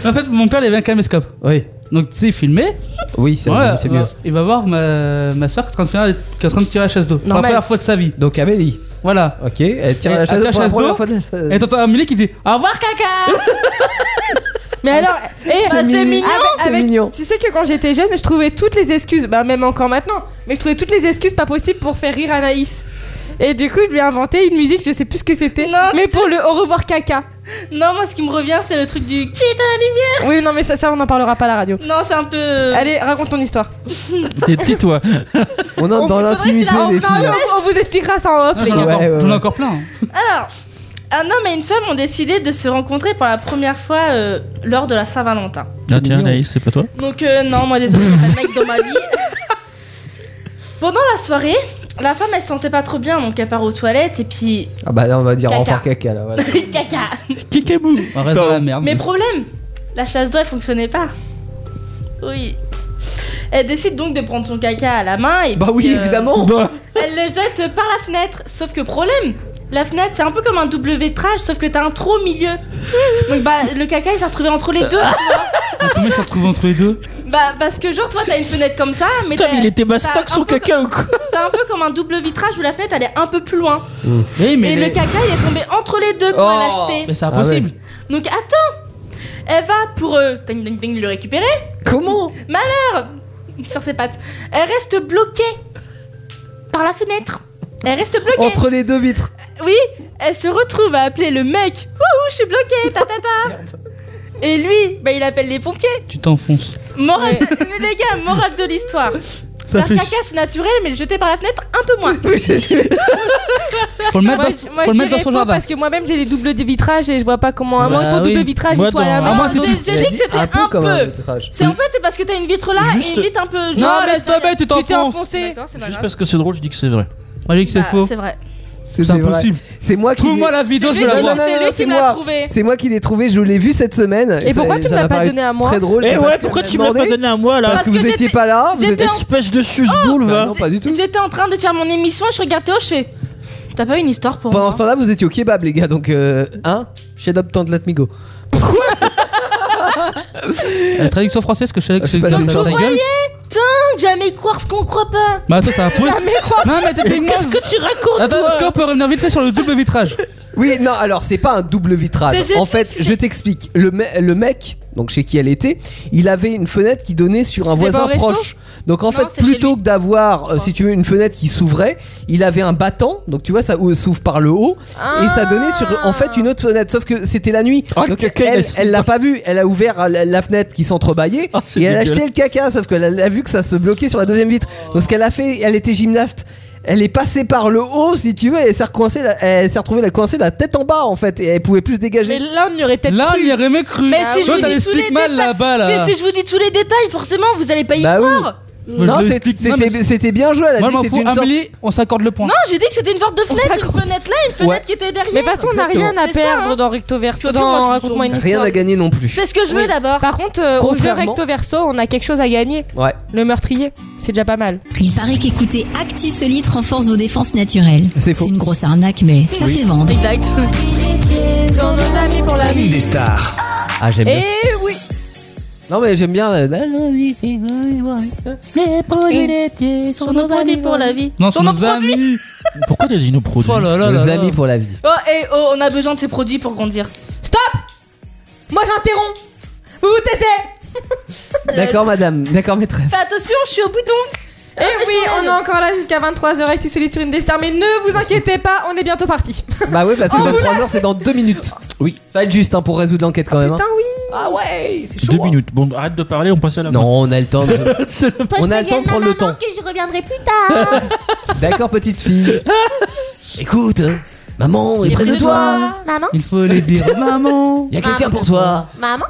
G: en fait, mon père il avait un caméscope.
D: Oui.
G: Donc tu sais, il filmait.
D: Oui, c'est
G: Ouais,
D: c'est
G: il
D: mieux.
G: va- Il va voir ma, ma soeur qui est, en train de faire- qui est en train de tirer la chasse d'eau. Pour la
E: Normal.
G: première fois de sa vie.
D: Donc Amélie,
G: Voilà.
D: ok, elle tire
G: Et
D: la chasse
G: elle tire
D: pour la
G: chasse
D: première
G: d'eau.
D: fois de la-
G: Et t'entends Amélie qui dit Au revoir caca
E: Mais alors, eh,
D: C'est mignon, c'est mignon.
E: Tu sais que quand j'étais jeune, je trouvais toutes les excuses, bah même encore maintenant, mais je trouvais toutes les excuses pas possibles pour faire rire Anaïs. Et du coup, je lui ai inventé une musique, je sais plus ce que c'était,
F: Non,
E: mais pour le au revoir caca.
F: Non, moi ce qui me revient c'est le truc du qui est à la lumière
E: Oui, non, mais ça, ça on en parlera pas à la radio.
F: Non, c'est un peu.
E: Allez, raconte ton histoire.
H: T'es- Tais-toi.
D: On entre dans
F: faudrait
D: l'intimité
F: qu'il la
D: des
F: rende dans
D: filles.
E: Oh, Non,
D: hein.
E: on vous expliquera ça en off,
G: Ah,
E: les
G: J'en ai
E: gars.
D: Ouais,
G: encore-
D: ouais,
G: j'en ai
D: ouais.
G: encore plein. hein.
F: Alors, un homme et Ah une femme ont décidé de se rencontrer pour la première fois euh, lors de la Saint-Valentin.
H: Ah, tiens, Anaïs, c'est pas toi
F: Donc euh, non, moi désolé, j'ai pas de mec dans ma vie. Pendant la soirée, la femme elle se sentait pas trop bien, donc elle part aux toilettes et puis (laughs)
D: Ah bah là, on va dire
F: Caca.
D: au revoir caca là. Voilà.
F: caca.
H: Kikamou.
G: On reste dans la merde.
F: Mais problème, la chasse d'eau elle fonctionnait pas. Oui. Elle décide donc de prendre son caca à la main et
D: (laughs) Bah
F: puis,
D: oui,
F: euh,
D: évidemment.
F: Elle le jette par la fenêtre, sauf que problème. La fenêtre, c'est un peu comme un double vitrage, sauf que t'as un trou au milieu. Donc bah le caca il s'est retrouvé entre les deux.
G: Donc, Comment ils se retrouvent entre les deux
F: Bah parce que genre toi t'as une fenêtre comme ça, mais
H: Putain,
F: t'as-
H: mais il était
F: t'as un
H: mastoc son
F: peu
H: caca ou quoi
F: T'as un peu comme un double vitrage où la fenêtre elle est un peu plus loin.
G: Mmh. Oui,
F: et le caca il est tombé entre les deux pour
C: Oh.
F: l'acheter.
G: Mais c'est impossible.
F: Donc attends, elle va pour euh, ding, ding, ding, le récupérer
D: ah Comment
F: sur ses pattes. Elle reste bloquée par la fenêtre. Elle reste bloquée.
D: (laughs) Entre les deux vitres.
F: Oui, elle se retrouve à appeler le mec. Wouhou, je suis bloquée, ta ta ta. Et lui, bah, il appelle les pompiers.
G: Tu t'enfonces.
F: Morale, mais (laughs) les gars, morale de l'histoire.
G: Ça
F: Faire
G: fait
F: caca, c'est naturel, mais le jeter par la fenêtre, un peu moins.
G: Faut le mettre
F: Moi,
G: dans,
F: je- moi, je
G: faut le mettre dans
F: dirais
G: son
F: pas,
G: jardin.
F: Parce que moi-même, j'ai les doubles de vitrage et je vois pas comment. à
G: Bah
F: moi, ton
G: oui.
F: double vitrage,
G: Moi,
F: il faut aller à
G: dans-
F: la
G: Ah, moi,
F: main.
G: c'est
F: Bah, J'ai
G: tout.
F: j'ai
G: Il a
F: dit que
G: dit
F: c'était
G: un
F: un
G: peu comme un
F: peu.
G: vitrage.
F: C'est en fait, c'est parce que t'as une vitre là et
H: Juste-
F: une vitre un peu.
G: Non, mais laisse tomber, tu
F: t'es
G: t'enfonces.
F: enfoncé.
H: Juste parce que c'est drôle, je dis que c'est vrai.
G: Moi, je dis que c'est
F: Bah,
G: faux.
F: C'est vrai.
G: C'est impossible.
D: C'est moi qui.
G: Trouve-moi
D: l'ai-
G: la vidéo, je
F: C'est
G: veux la
F: lui qui-
G: voir.
D: Non, non,
F: c'est
D: non,
F: lui
D: c'est
F: qui me l'a
D: moi.
F: trouvé.
D: C'est moi qui l'ai trouvé, je l'ai vu cette semaine.
F: Et pourquoi tu me
D: ça
F: l'as
D: m'a
F: pas
D: paru
F: donné à moi
D: Très drôle.
H: Eh
D: ça
H: ouais,
D: m'a
H: pourquoi tu me l'as
D: demandé
H: pas donné à moi là
D: Parce que
F: Parce
D: vous
F: que
D: étiez
F: j'étais-
D: pas là. vous
F: j'étais
D: étiez-
F: en-
H: Espèce de suce-boule,
D: Bah
H: va
D: Non, pas du tout.
F: J'étais en train de faire mon émission, je regarde Théo, je fais. T'as pas une histoire pour
D: Pendant
F: moi
D: ce temps-là, vous étiez au kebab, les gars. Donc, euh, hein Chez Doptant de l'Atmigo.
G: La traduction française que je savais que
D: Je sais
G: c'est
D: pas si
G: que
D: vous
G: ta gueule.
F: Donc, Jamais croire ce qu'on croit pas.
G: Bah attends, c'est un pouce. Non, mais t'étais Qu'est-ce que tu racontes Attends, est-ce qu'on peut revenir vite fait sur le double vitrage
D: Oui, non, alors c'est pas un double vitrage.
F: C'est
D: En
F: génial,
D: fait, je t'explique. Le, me- le mec, donc chez qui elle était, il avait une fenêtre qui donnait sur un
F: C'était pas
D: voisin
F: au resto
D: proche. Donc en
F: Non,
D: fait,
F: c'est chez
D: plutôt que d'avoir, euh, si tu veux, une fenêtre qui s'ouvrait, il avait un battant. Donc tu vois, ça ou- s'ouvre par le haut. Et ça donnait sur en fait une autre fenêtre. Sauf que c'était la nuit.
H: Ah, le
D: Donc,
H: caca, il a
D: elle,
H: fini.
D: elle l'a pas vu. Elle a ouvert euh, la, la fenêtre qui s'entrebâillait.
H: Ah, c'est
D: et elle a
H: dégueulasse.
D: acheté le caca. Sauf qu'elle a, elle a vu que ça se bloquait sur la deuxième vitre. Donc ce qu'elle a fait, elle était gymnaste. Elle est passée par le haut, si tu veux, et elle s'est recoincée la- elle s'est retrouvée la coincée la tête en bas, en fait, et elle pouvait plus se
F: Mais
D: dégager.
F: là, on y aurait peut-être
G: Là,
F: cru.
G: il y aurait même cru.
F: Mais si je
G: Toi,
F: vous
G: t'as
F: dis
G: les
F: tous les
G: splics mal
F: détails-
G: là-bas là.
F: Si, si je vous dis tous les détails, forcément, vous allez pas y
D: Bah oui.
F: croire.
G: Moi, je
D: Non,
G: le
D: c'est-
G: explique. Non, mais-
D: c'était c'était bien joué, elle a
G: Moi, je
D: dit
G: m'en
D: c'est
G: fous.
D: une sorte-
G: Amélie, on s'accorde le point.
F: Non, j'ai dit que c'était une porte de fenêtre, une fenêtre là, une fenêtre
D: Ouais.
F: qui était derrière.
E: Mais parce qu'on n'a
D: Exactement.
E: rien à
F: C'est ça,
E: perdre
F: hein.
E: dans Recto Verso,
F: Surtout, moi, je
E: dans
F: suis
E: Raconte-moi une
D: Rien
E: histoire.
D: à gagner non
F: Je
D: plus.
F: fais ce que je veux
E: Oui.
F: d'abord.
E: Par contre, euh, au jeu
D: Contrairement-
E: Recto Verso, on a quelque chose à gagner.
D: Ouais.
E: Le meurtrier, c'est déjà pas mal.
B: Il paraît qu'écouter Actu Solite renforce vos défenses naturelles.
D: C'est faux.
B: une grosse arnaque, mais ça fait vendre.
F: Exact. Sans nos amis pour la vie.
J: Des stars.
D: Ah, j'aime bien.
F: Et oui.
D: Non, mais j'aime bien. euh,
F: Sur nos produits pour la vie.
G: Non,
F: Sur
G: c'est
F: nos
G: nos
F: produits.
G: amis.
H: Pourquoi t'as dit nos produits
G: Oh là là là
D: Nos
G: là.
D: amis pour la vie.
F: Oh, et oh, on a besoin de ces produits pour grandir. Stop Moi j'interromps Vous vous taisez
D: D'accord, madame. D'accord, maîtresse.
F: Fais attention, je suis au bouton Ah,
E: Et Eh oui, on est encore là jusqu'à 23h avec Tissolite sur une des stars, mais ne vous inquiétez pas, on est bientôt parti.
D: Bah, oui,
E: Oh,
D: parce que 23h, c'est dans 2 minutes. Oui. Ça va être juste hein, pour résoudre l'enquête quand même. hein.
E: Putain, oui.
D: Ah, ouais, c'est
H: Deux
D: chaud. hein.
H: minutes. Bon, arrête de parler, on passe à la
D: Non, on a le temps (laughs) de. On a le temps de prendre le temps.
L: que je reviendrai plus tard.
D: D'accord, petite fille. (laughs) Écoute, euh, maman, on est près de toi.
L: maman
G: Il faut les dire. Maman.
D: Il y a quelqu'un pour toi.
L: Maman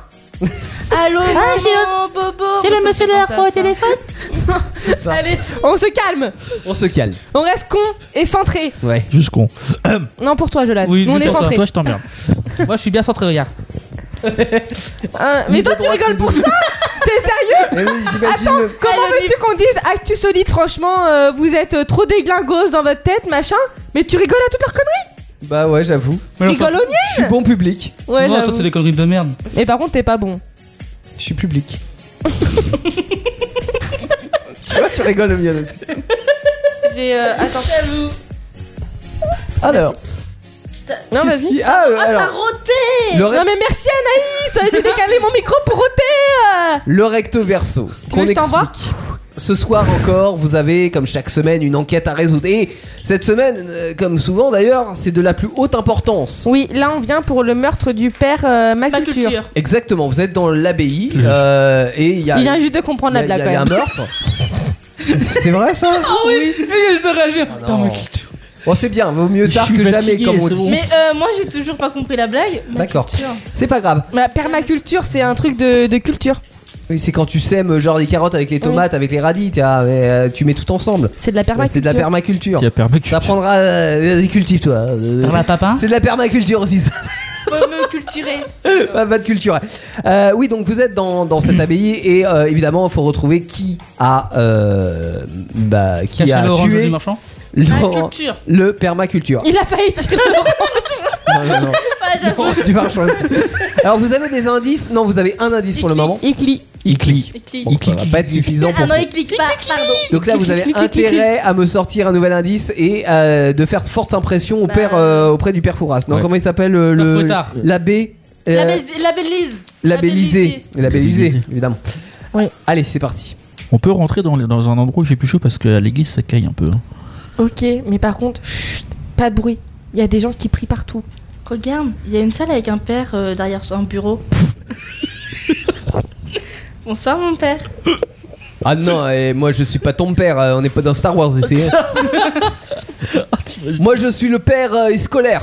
F: Allô
L: Ah, j'ai
F: maman, Bobo
E: C'est le
F: Ça me
E: monsieur
F: fait
E: de la
F: penser
E: fois
F: à
E: au
F: ça.
E: téléphone Allez, (laughs) on se calme,
D: On se calme.
E: on reste con et centré.
D: Ouais.
H: Juste con.
E: Non, pour toi, Jolan,
G: Oui,
E: nous on
G: juste
E: est
G: pour
E: centré.
H: Toi, je t'emmerde.
G: Moi, je suis bien centré, regarde.
E: Hein, mais toi, tu rigoles pour
G: (laughs)
E: ça T'es sérieux
D: Eh oui, j'imagine. le-
E: Comment veux-tu qu'on dise Actu Solide, franchement, euh, vous êtes euh, trop déglingos dans votre tête, machin, mais tu rigoles à toutes leurs conneries
D: Bah, ouais, j'avoue.
G: Mais
E: Rigole
G: enfin,
E: au mien
D: Je suis bon public.
E: Ouais,
G: Non, toi,
E: j'avoue.
G: c'est des conneries de merde.
E: Mais par contre, t'es pas bon.
D: Je
E: (laughs)
D: suis public. tu vois, tu rigoles bien aussi.
E: J'ai.
F: ah,
E: euh, attends.
D: Alors,
E: Non,
D: qu'est-ce
E: vas-y.
D: qui- Ah, euh, alors, le, re-
E: Non, mais merci Anaïs euh, J'ai décalé mon micro pour ôter
D: le recto verso.
E: Tu veux que je t'envoie
D: Ce soir encore, vous avez, comme chaque semaine, une enquête à résoudre. Et cette semaine, euh, comme souvent d'ailleurs, c'est de la plus haute importance.
E: Oui, là on vient pour le meurtre du père euh,
F: Ma culture.
D: Exactement, vous êtes dans l'abbaye euh, et il y a,
E: Il vient juste de comprendre la
D: il y a-
E: blague
D: il y a
E: quand
D: un
E: même. Oh,
D: meurtre. C'est- c'est vrai ça
F: Ah
G: Je dois réagir.
D: Putain, mais Bon, c'est bien, vaut mieux
H: Je
D: tard
H: suis
D: que jamais,
H: fatigué,
D: comme on
H: c'est
D: dit.
H: bon.
F: Mais euh, moi j'ai toujours pas compris la blague. Ma
D: D'accord.
F: culture.
D: C'est pas grave.
E: Ma permaculture, c'est un truc de, de culture.
D: Oui, c'est quand tu sèmes genre des carottes avec les tomates, avec les radis, tu vois, mais, euh, tu mets tout ensemble.
E: C'est de la
D: Ouais,
E: permaculture.
D: Bah, c'est de la permaculture.
H: Qui a permis que-
D: T'apprendras euh, vas-y, cultive toi. Euh,
G: Par la papa
D: c'est de la permaculture aussi ça.
F: Faut me culturer.
D: Pas pas de culture. Euh, oui donc vous êtes dans, dans cette abbaye et euh, évidemment il faut retrouver qui a euh, bah, qui
G: Caché
D: a
G: l'orange du
D: tué
G: marchand.
F: Ma
D: le,
F: culture.
D: le permaculture.
E: Il a failli
D: (laughs)
E: dire le-
D: Non, non, non.
F: Ah,
D: Non, du marchand. Alors vous avez des indices Non vous avez un indice pour le
F: Il clique.
D: moment.
E: Il clie.
D: Il clique.
F: Il clique.
D: Bon, ça va pas être suffisant pour.
F: Ah non,
D: ça.
F: il clique pas, pardon.
D: Donc là, vous avez intérêt à me sortir un nouvel indice et euh, de faire forte impression
F: Bah,
D: au père, euh, auprès du père Fouras. Non, comment il s'appelle euh,
G: Père
D: le
G: Fouettard.
D: l'abbé euh,
F: La bais- La Bélise.
D: labellisé, labellisé, évidemment.
E: Ouais.
D: Allez, c'est parti.
H: On peut rentrer dans, les- dans un endroit où il fait plus chaud parce qu'à l'église ça caille un peu. hein.
E: Ok, mais par contre, chut, pas de bruit. Il y a des gens qui prient partout.
F: Regarde, il y a une salle avec un père euh, derrière son
D: (laughs)
F: bureau. Bonsoir mon père.
D: Ah non, et moi je suis pas ton père, euh, on n'est pas dans Star Wars ici. hein.
E: (laughs) Oh,
D: moi je suis le père euh, scolaire.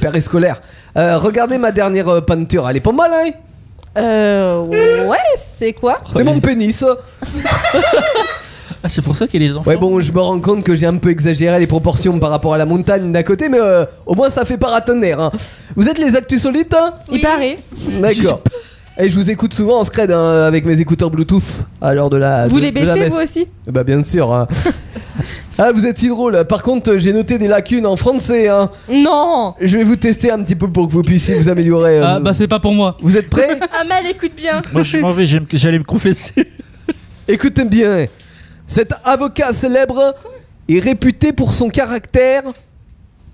D: Père scolaire. Euh, regardez ma dernière euh, peinture, elle est pas mal, hein
E: Euh. Ouais, c'est quoi
D: C'est mon pénis. hein.
H: Ah, c'est pour ça qu'il est enfants.
D: Ouais, bon, je me rends compte que j'ai un peu exagéré les proportions par rapport à la montagne d'à côté, mais euh, au moins ça fait paratonnerre. Hein. Vous êtes les actus solides hein
E: Il paraît. (laughs)
D: D'accord. Et je vous écoute souvent en scred hein, avec mes écouteurs Bluetooth à l'heure de la.
E: Vous
D: de-
E: les
D: de la
E: baissez
D: messe.
E: vous aussi
D: Bah bien
F: (laughs)
D: sûr. hein. ah vous êtes si drôle. Par contre euh, j'ai noté des lacunes en français. hein.
E: Non
D: Je vais vous tester un petit peu pour que vous puissiez vous améliorer. euh.
G: Ah bah c'est pas pour moi.
D: Vous êtes
G: (laughs)
D: prêts
F: Amel, écoute bien.
H: Moi, je m'en vais, j'aime- j'allais me confesser.
D: Écoutez bien. Cet avocat célèbre est réputé pour son caractère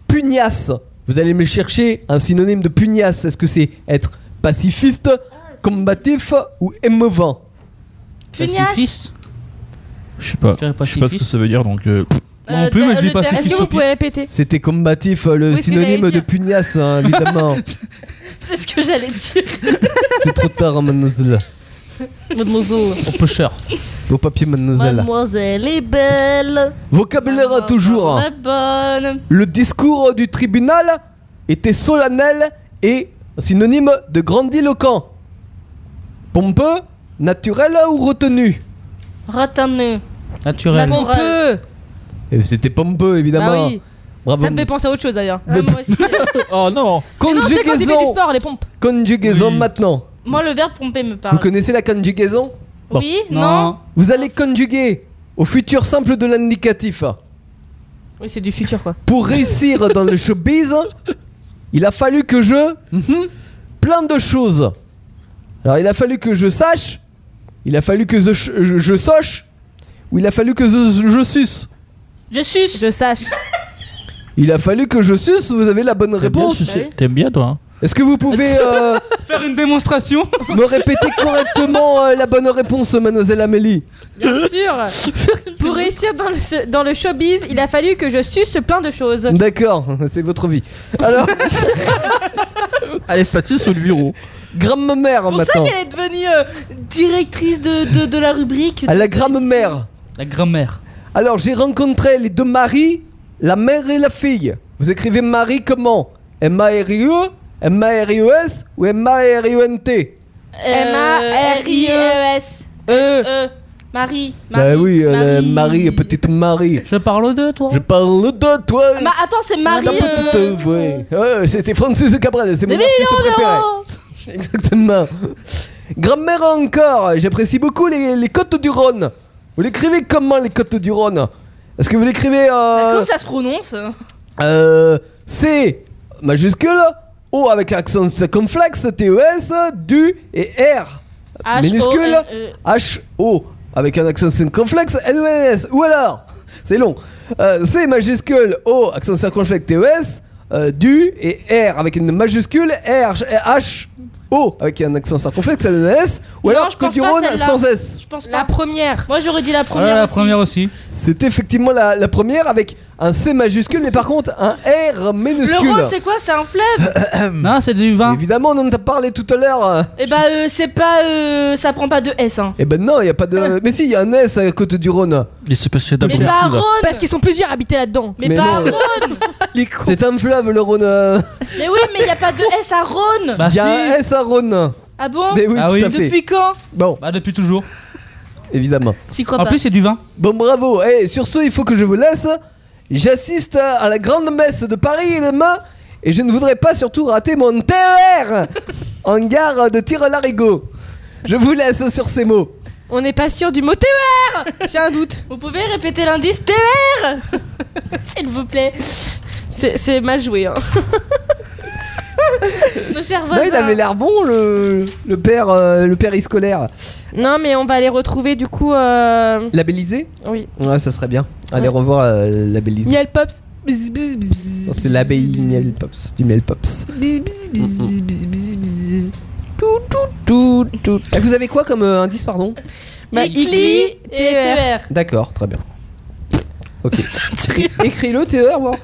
D: pugnace. Vous allez me chercher un synonyme de pugnace. Est-ce que c'est être pacifiste, combatif ou émouvant
F: Pugnace.
G: Pacifiste
H: Je sais pas.
G: Je dirais
H: Je sais pas ce que
G: pacifiste.
H: ça veut dire donc. euh,
F: Euh,
G: non plus, mais je
F: le
G: dis
F: terme-
E: Est-ce
G: pacifiste.
E: que vous
G: au pire.
E: pouvez répéter
D: C'était combatif, euh, le
F: Oui, ce que
D: synonyme
F: j'allais
D: de
F: dire.
D: pugnace,
F: (laughs)
D: hein, évidemment.
F: C'est ce que j'allais dire.
D: C'est trop tard, mademoiselle.
G: Au pusher.
D: Vos papiers, mademoiselle.
F: Mademoiselle est belle.
D: Vocabulaire à toujours.
F: La bonne.
D: Le discours du tribunal était solennel et synonyme de grandiloquent. Pompeux, naturel ou retenu
F: Retenue.
G: Naturel.
F: Bon,
E: On peut
D: Et C'était pompeux,
E: Bah
D: évidemment.
E: oui
D: Bravo.
E: Ça me fait penser à autre chose d'ailleurs.
F: Ouais, Ah, moi aussi.
H: (laughs)
F: (laughs)
H: Oh non
E: Mais non, tu sais, quand c'est fait du
D: Conjugaison.
E: sport, les pompes.
D: Conjugaison
H: Oui.
D: maintenant.
F: Moi, le verbe pomper me
E: Ah.
D: Vous
F: parle.
D: connaissez la conjugaison Bon.
F: Oui, non.
G: Non.
D: Vous allez conjuguer au futur simple de l'indicatif.
E: Oui, c'est du futur quoi.
D: Pour réussir dans le showbiz, il a fallu que je. mhm, plein de choses. Alors, il a fallu que je sache, il a fallu que je, je, je sache, ou il a fallu que je, je suce.
F: Je suce.
E: Je sache.
D: Il a fallu que je suce, vous avez la bonne
H: T'aimes bien
D: réponse.
H: sucer- T'aimes bien toi hein
D: Est-ce que vous pouvez euh,
G: Faire une démonstration
D: me répéter correctement euh, la bonne réponse, mademoiselle Amélie
E: Bien (laughs) sûr (laughs) Pour réussir dans le, dans le showbiz, il a fallu que je suce plein de choses.
D: D'accord, (laughs) c'est votre vie. Alors,
H: Allez, passer sur le bureau.
D: grammaire
F: C'est pour ça
D: maintenant.
F: qu'elle est devenue euh, directrice de, de, de la rubrique.
D: À la grammaire.
G: La grand-mère.
D: Alors, j'ai rencontré les deux maris, la mère et la fille. Vous écrivez Marie comment M-A-R-I-E M-A-R-I-E-S E ou E M-A-R-I-E-N-T
E: M-A-R-I-E-S. Euh,
F: E Euh, Marie. Marie.
D: Bah oui, euh, Marie, petite Marie.
G: Je parle aux deux, toi
D: Je parle de toi
F: Ma- attends, c'est
D: La
F: Marie.
D: petite,
F: euh,
D: ouais. Ouais, C'était Francis Cabrel, c'est mon artiste préféré. (laughs) Exactement. Grammaire encore, j'apprécie beaucoup les, les côtes du Rhône. Vous l'écrivez comment les côtes du Rhône Est-ce que vous l'écrivez euh,
F: Comment Bah, ça se prononce
D: euh, C majuscule, O avec accent circonflexe, TES, du et R
F: H,
D: minuscule,
F: O, E. N,
D: H, O avec un accent circonflexe, N, O, E, N, S. Ou alors, (laughs) c'est long, Euh, C majuscule, O accent circonflexe, TES, euh, du et R avec une majuscule, R, H, O avec un accent circonflexe, E, N, O, N, S. Ou
F: Non,
D: alors,
F: je
D: que
F: pense
D: du
F: pas
D: Rhône
F: celle-là.
D: sans S.
F: Je pense
E: La
F: pas.
E: première.
F: Moi, j'aurais dit la
G: Ah,
F: première.
G: la
F: aussi.
G: première aussi.
D: C'est effectivement la, la première avec un C majuscule, mais par contre un
F: Le
D: R minuscule.
F: Rhône, c'est quoi C'est un fleuve
G: Non, c'est du vin.
D: Évidemment, on en a parlé tout à l'heure. euh.
F: Eh bah, euh, c'est pas. euh, ça prend pas de S.
G: Ah,
F: Hein.
D: Eh ben non, il y a pas
G: (laughs)
D: de. Mais si, il y a un S à côté du Rhône.
H: Il s'est passé
F: Mais
H: d'abord
F: pas
H: là.
F: Rhône
E: Parce qu'ils sont plusieurs habités là-dedans.
F: Mais,
D: Mais
F: pas
D: non.
F: Rhône
D: C'est un fleuve le Rhône. euh.
F: Mais oui, mais y a pas de S à Rhône
G: Bah
D: Il y a
G: Ah, si.
D: un S à Rhône.
F: Ah bon
D: Mais oui,
G: Ah
D: tout
G: oui.
D: à fait.
F: Depuis quand
D: Bon,
G: Bah depuis toujours.
D: évidemment.
F: J'y crois
G: En
F: pas.
G: plus, c'est du vin.
D: Bon, bravo. Et sur ce, il faut que je vous laisse. J'assiste à la grande messe de Paris demain et je ne voudrais pas surtout rater mon TER (laughs) en gare de Tir-Larigot. Je vous laisse sur ces mots.
E: On n'est pas sûr du mot TER J'ai un doute.
F: Vous pouvez répéter l'indice TR (laughs) S'il vous plaît.
E: C'est c'est mal joué. Hein.
F: Nos chers
D: Non,
F: voisins.
D: il avait l'air bon, le, le père euh, le père scolaire.
E: Non, mais on va les retrouver du coup. euh,
D: Labellisé
E: Oui.
D: Ouais, ça serait bien. Allez revoir euh, labellisé.
E: Niel Pops. Bzz, bzz,
D: Non,
E: bzz,
D: C'est l'abbaye Miel Pops, du Miel Pops.
E: bzz, bzz, bzz, bzz, bzz, bzz. Tout, tout, tout, tout.
D: Et vous avez quoi comme euh, indice, pardon
E: Bah, E
F: Icli
E: Icli,
F: et E
E: TER.
F: TR.
D: (laughs) D'accord, très bien. Ok. Écris-le, TER, voir.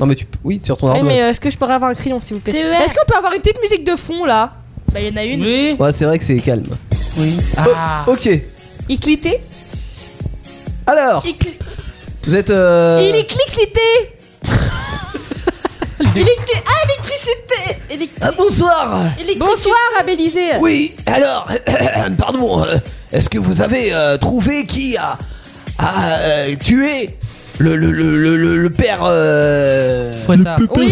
D: Non, mais tu. peux- Oui, sur ton
E: Oui, mais
D: ardoise.
E: euh, est-ce que je pourrais avoir un crayon, s'il vous plaît
F: TER.
E: Est-ce qu'on peut avoir une petite musique de fond là
F: Bah, il y en a une.
D: Ouais, c'est vrai que c'est calme. Oui. Ah. ok.
E: Il clitait
D: Alors,
E: Il, cli-
D: vous êtes. euh,
E: il est cliqueté
F: Il est clé- Ah, électricité Électri-
D: Ah, bonsoir
F: électricité.
E: Bonsoir, Abélisé
D: Oui, alors, (coughs) pardon, euh, est-ce que vous avez euh, trouvé qui a, a, euh, tué le, le, le, le- le- le père. euh,
G: Fouettard.
E: Oui,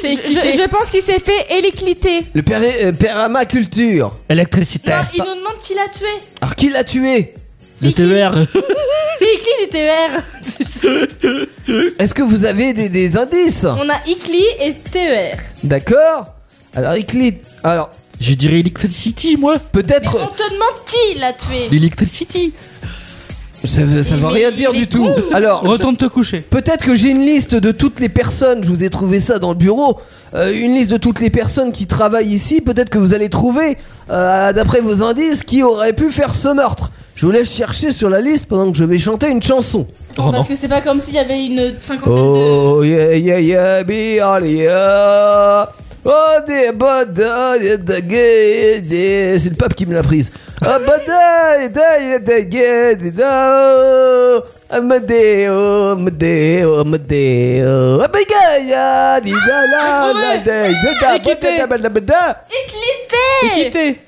E: je, je pense qu'il s'est fait électricité.
D: le père, euh, père Amaculture
H: Électricité.
F: Il nous demande qui l'a tué.
D: Alors, qui l'a tué
H: Le E TER.
F: C'est Ikli du E TER.
D: Est-ce que vous avez des, des indices
F: On a Ikli et E TER.
D: D'accord Alors, Icli. Alors,
H: J'ai dirais Electricity, moi.
D: peut-être.
F: On te demande qui l'a tué.
H: Electricity.
D: Ça, ça veut
F: Mais
D: rien
F: il
D: dire
F: est
D: du tout.
F: con.
D: Alors,
G: Retourne te coucher.
D: Peut-être que j'ai une liste de toutes les personnes, je vous ai trouvé ça dans le bureau, euh, une liste de toutes les personnes qui travaillent ici, peut-être que vous allez trouver, euh, d'après vos indices, qui aurait pu faire ce meurtre. Je vous laisse chercher sur la liste pendant que je vais chanter une chanson.
F: Attends, parce que c'est pas comme s'il y avait une cinquantaine
D: Oh yeah yeah yeah, be all yeah. Oh dear, but, uh, yeah, the gay, yeah. c'est le pape qui me l'a prise. Oh, but, uh, yeah, yeah, yeah, yeah, oh, Amadeo, Amadeo, Amadeo. Oh my God, yeah, di, da, la, la, da, da, da,
E: Équité.
D: da, da, da, da, da.
F: de. Éclité
E: Clité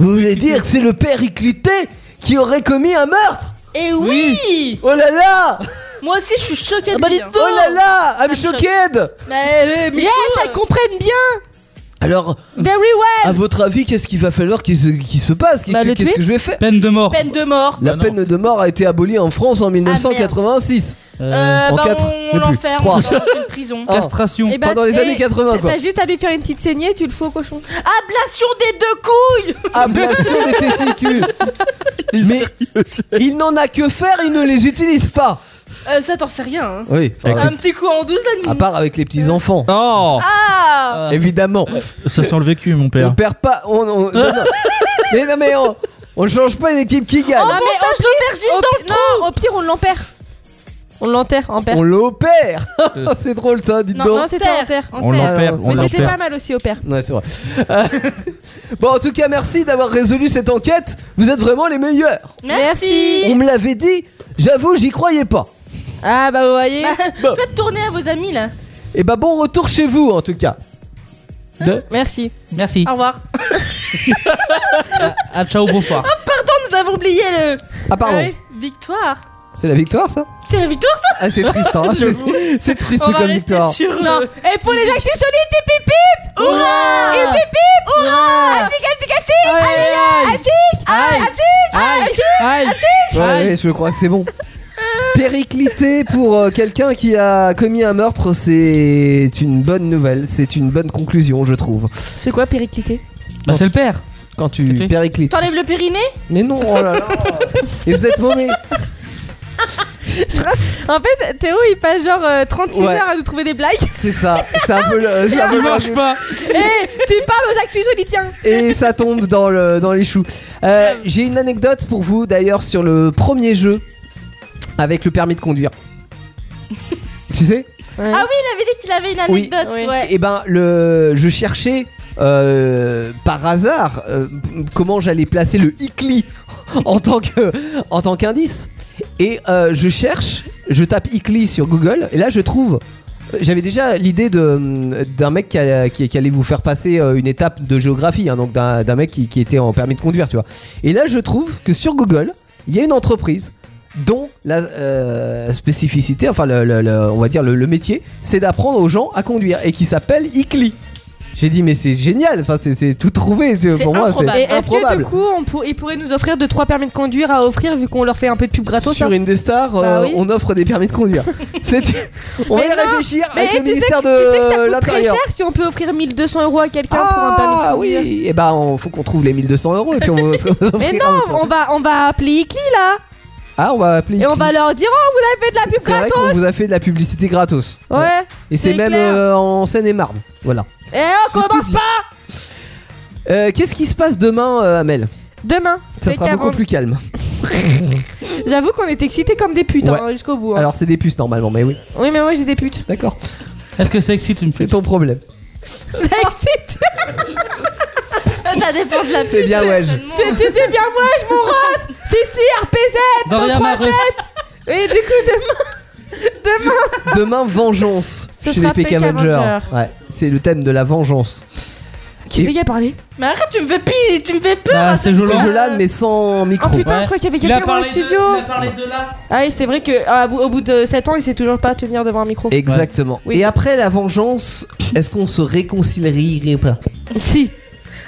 D: Vous voulez dire que c'est le père Iclité qui aurait commis un meurtre
F: Et Eh oui,
D: Oh là là
F: Moi aussi, je suis choquée
E: Ah bah,
F: de lui, hein.
D: Oh là là I'm
F: me choque.
D: shocked
F: Mais, mais
E: Yes,
F: tout,
E: elles
F: euh,
E: comprennent bien
D: Alors,
E: Very well
D: À votre avis, qu'est-ce qu'il va falloir qu'il se, qu'il se passe Qu'est-ce
E: Bah, le
D: qu'est-ce
E: tuer.
D: que je vais faire
G: Peine de mort.
F: peine de mort.
D: La
H: non.
D: peine de mort a été abolie en France
E: Ah,
D: en 1986.
F: Euh,
D: en
F: bah,
D: quatre,
F: on,
D: mais
F: on
D: plus,
F: l'enferme
D: trois.
F: dans une prison.
D: Ah.
G: Castration.
E: Eh ben,
D: Pendant les
E: eh,
D: années 80, quoi.
E: T'as juste à lui faire une petite saignée, tu le fous au cochon.
F: Ablation des deux couilles
D: Ah, Ablation des testicules. Mais il n'en a que faire, il ne les utilise pas.
F: Euh, Ça, t'en sais rien. hein.
D: Ah Oui. bah.
H: Avec-
F: Un petit coup en douce, là,
D: À
F: nous-
D: part avec les petits enfants,
G: Oh
F: Ah
D: évidemment.
H: Ça sent le vécu, mon
D: On
H: père.
D: perd pas. On, on-
E: (laughs)
D: non, non. Mais non, mais on, on change pas une équipe qui gagne.
E: Ah, mais au pire, au pire- non, au pire, on l'enterre. On l'enterre, en père.
D: on l'opère. (laughs) c'est drôle ça, dites
E: Oh. Non,
D: donc. Ah,
E: non, c'était
F: terre.
E: en terre.
H: On
D: l'enterre.
H: l'empère. On
E: Mais C'était pas
H: l'empère.
E: mal aussi au père.
D: Ouais, c'est vrai. Euh, (laughs) bon, en tout cas, merci d'avoir résolu cette enquête. Vous êtes vraiment les meilleurs.
F: Merci,
D: On me l'avait dit, j'avoue, j'y croyais pas.
E: Ah, bah, vous voyez.
F: Faites tourner à vos amis, là.
D: Et bah bon retour chez vous en tout cas.
E: Merci.
G: Merci.
F: Au
G: (laughs)
F: revoir.
G: Ah, ciao, bonsoir.
E: Oh,
F: Nous avons oublié le...
D: Ah pardon,
F: Ouais, victoire.
D: c'est la victoire ça
F: C'est la victoire, ça
D: Ah c'est triste, hein,
F: (laughs)
D: c'est- c'est triste
F: On va
D: comme
F: rester
D: victoire.
F: sur... euh,
E: Non. Et Eh, pour les actus solides, et pipip Hourra Et pipip Hourra Applique, applique, applique
F: euh,
G: Aïe,
F: ah,
G: aïe, aïe, aïe,
D: Ouais, ouais, je crois que c'est bon.
F: Euh.
D: Périclité pour euh, quelqu'un qui a commis un meurtre, c'est une bonne nouvelle, c'est une bonne conclusion je trouve.
E: C'est quoi périclité
G: Bah, c'est le père.
D: Quand tu
G: Ok.
D: périclites.
F: T'enlèves le périnée
D: Mais non, oh
F: (laughs)
D: là là. Et vous êtes mauvais.
E: En fait, Théo, il passe genre euh, 36
D: Ouais.
E: heures à nous trouver des
D: (laughs)
E: blagues.
D: C'est ça, c'est un peu le- c'est un peu
G: Ça
D: le-
G: marche pas.
E: Et tu parles aux actus solitiens
D: et ça tombe dans, le, dans les choux. Euh, J'ai une anecdote pour vous d'ailleurs sur le premier jeu avec le permis de conduire. tu sais
F: Ah oui, il avait dit qu'il avait une
D: Oui.
F: anecdote,
E: Oui.
F: ouais.
D: Et ben le je cherchais euh, par hasard euh, p- comment j'allais placer le Icli en tant que en tant qu'indice et euh, je cherche, je tape Icli sur Google et là je trouve j'avais déjà l'idée de d'un mec qui, a- qui- qui allait vous faire passer euh, une étape de géographie, hein, donc d'un d'un mec qui, qui était en permis de conduire, tu vois. Et là, je trouve que sur Google, il y a une entreprise dont la euh, spécificité, enfin, le, le- le- on va dire le, le métier, c'est d'apprendre aux gens à conduire et qui s'appelle ICLI. J'ai dit, mais c'est génial, enfin, c'est- c'est tout trouvé, tu vois,
F: C'est
D: pour moi,
F: improbable.
D: c'est
E: Et est-ce que du
D: improbable.
E: coup, on pour- ils pourraient nous offrir de trois permis de conduire à offrir vu qu'on leur fait un peu de pub gratos
D: Sur
E: hein
D: Indestar, euh,
E: Bah oui.
D: on offre des permis
E: (laughs)
D: de conduire. c'est on va
E: Mais
D: y
E: non,
D: réfléchir
E: Mais
D: Ah, avec le
E: tu sais,
D: ministère
E: que- tu sais que ça
D: de
E: coûte très
D: l'Intérieur.
E: cher si on peut offrir 1200 euros à quelqu'un pour un permis de
D: Ah
E: conduire.
D: oui, et bah on, faut qu'on trouve les 1200 euros et puis on
E: (laughs)
D: va se
E: Mais non, on va, on va appeler Icli là
D: Ah, on va appeler.
E: et on va leur dire oh vous avez fait de la pub
D: C'est vrai
E: gratos.
D: qu'on vous a fait de la publicité gratos.
E: Ouais.
D: Et c'est
E: c'est
D: même
E: clair.
D: euh, en Seine-et-Marne. Voilà.
E: Et on commence pas
D: Euh, Qu'est-ce qui se passe demain, euh, Amel
E: demain.
D: Ça
E: dès
D: sera
E: 40.
D: beaucoup plus calme.
E: J'avoue qu'on était excités comme des putes hein, jusqu'au bout. hein.
D: Alors, c'est des puces normalement, mais oui. (laughs)
E: Oui mais moi j'ai des putes.
D: D'accord.
G: Est-ce que ça excite une pute
D: C'est ton problème.
E: Ça excite (laughs) Ça dépend de la pute.
D: C'est bien Wedge.
E: (laughs) C'était bien Wedge, mon ref C'est si, RPZ Dans
D: Dorian
E: 3
D: Marus.
E: Et du coup, demain... Demain
D: Demain, vengeance
E: Ce
D: chez les
E: sera
D: PK
E: PK
D: Avenger.
E: Avenger.
D: Ouais, c'est le thème de la vengeance.
E: Qui
D: Et-
E: fait qui a parlé
F: Mais arrête, tu me fais pi, tu me fais peur.
D: Bah,
F: hein,
D: c'est
F: cette
D: Jolan.
F: histoire.
D: Jolan, mais sans micro.
E: Oh putain, je crois qu'il y avait
G: Il a
E: quelqu'un dans le
G: parlé de-
E: studio
G: il a parlé de là.
E: Ah oui, c'est vrai que ah, au bout de 7 ans, il sait toujours pas tenir devant un micro.
D: Exactement.
E: Oui.
D: Et après la vengeance, est-ce qu'on se réconcilierait pas
E: Si.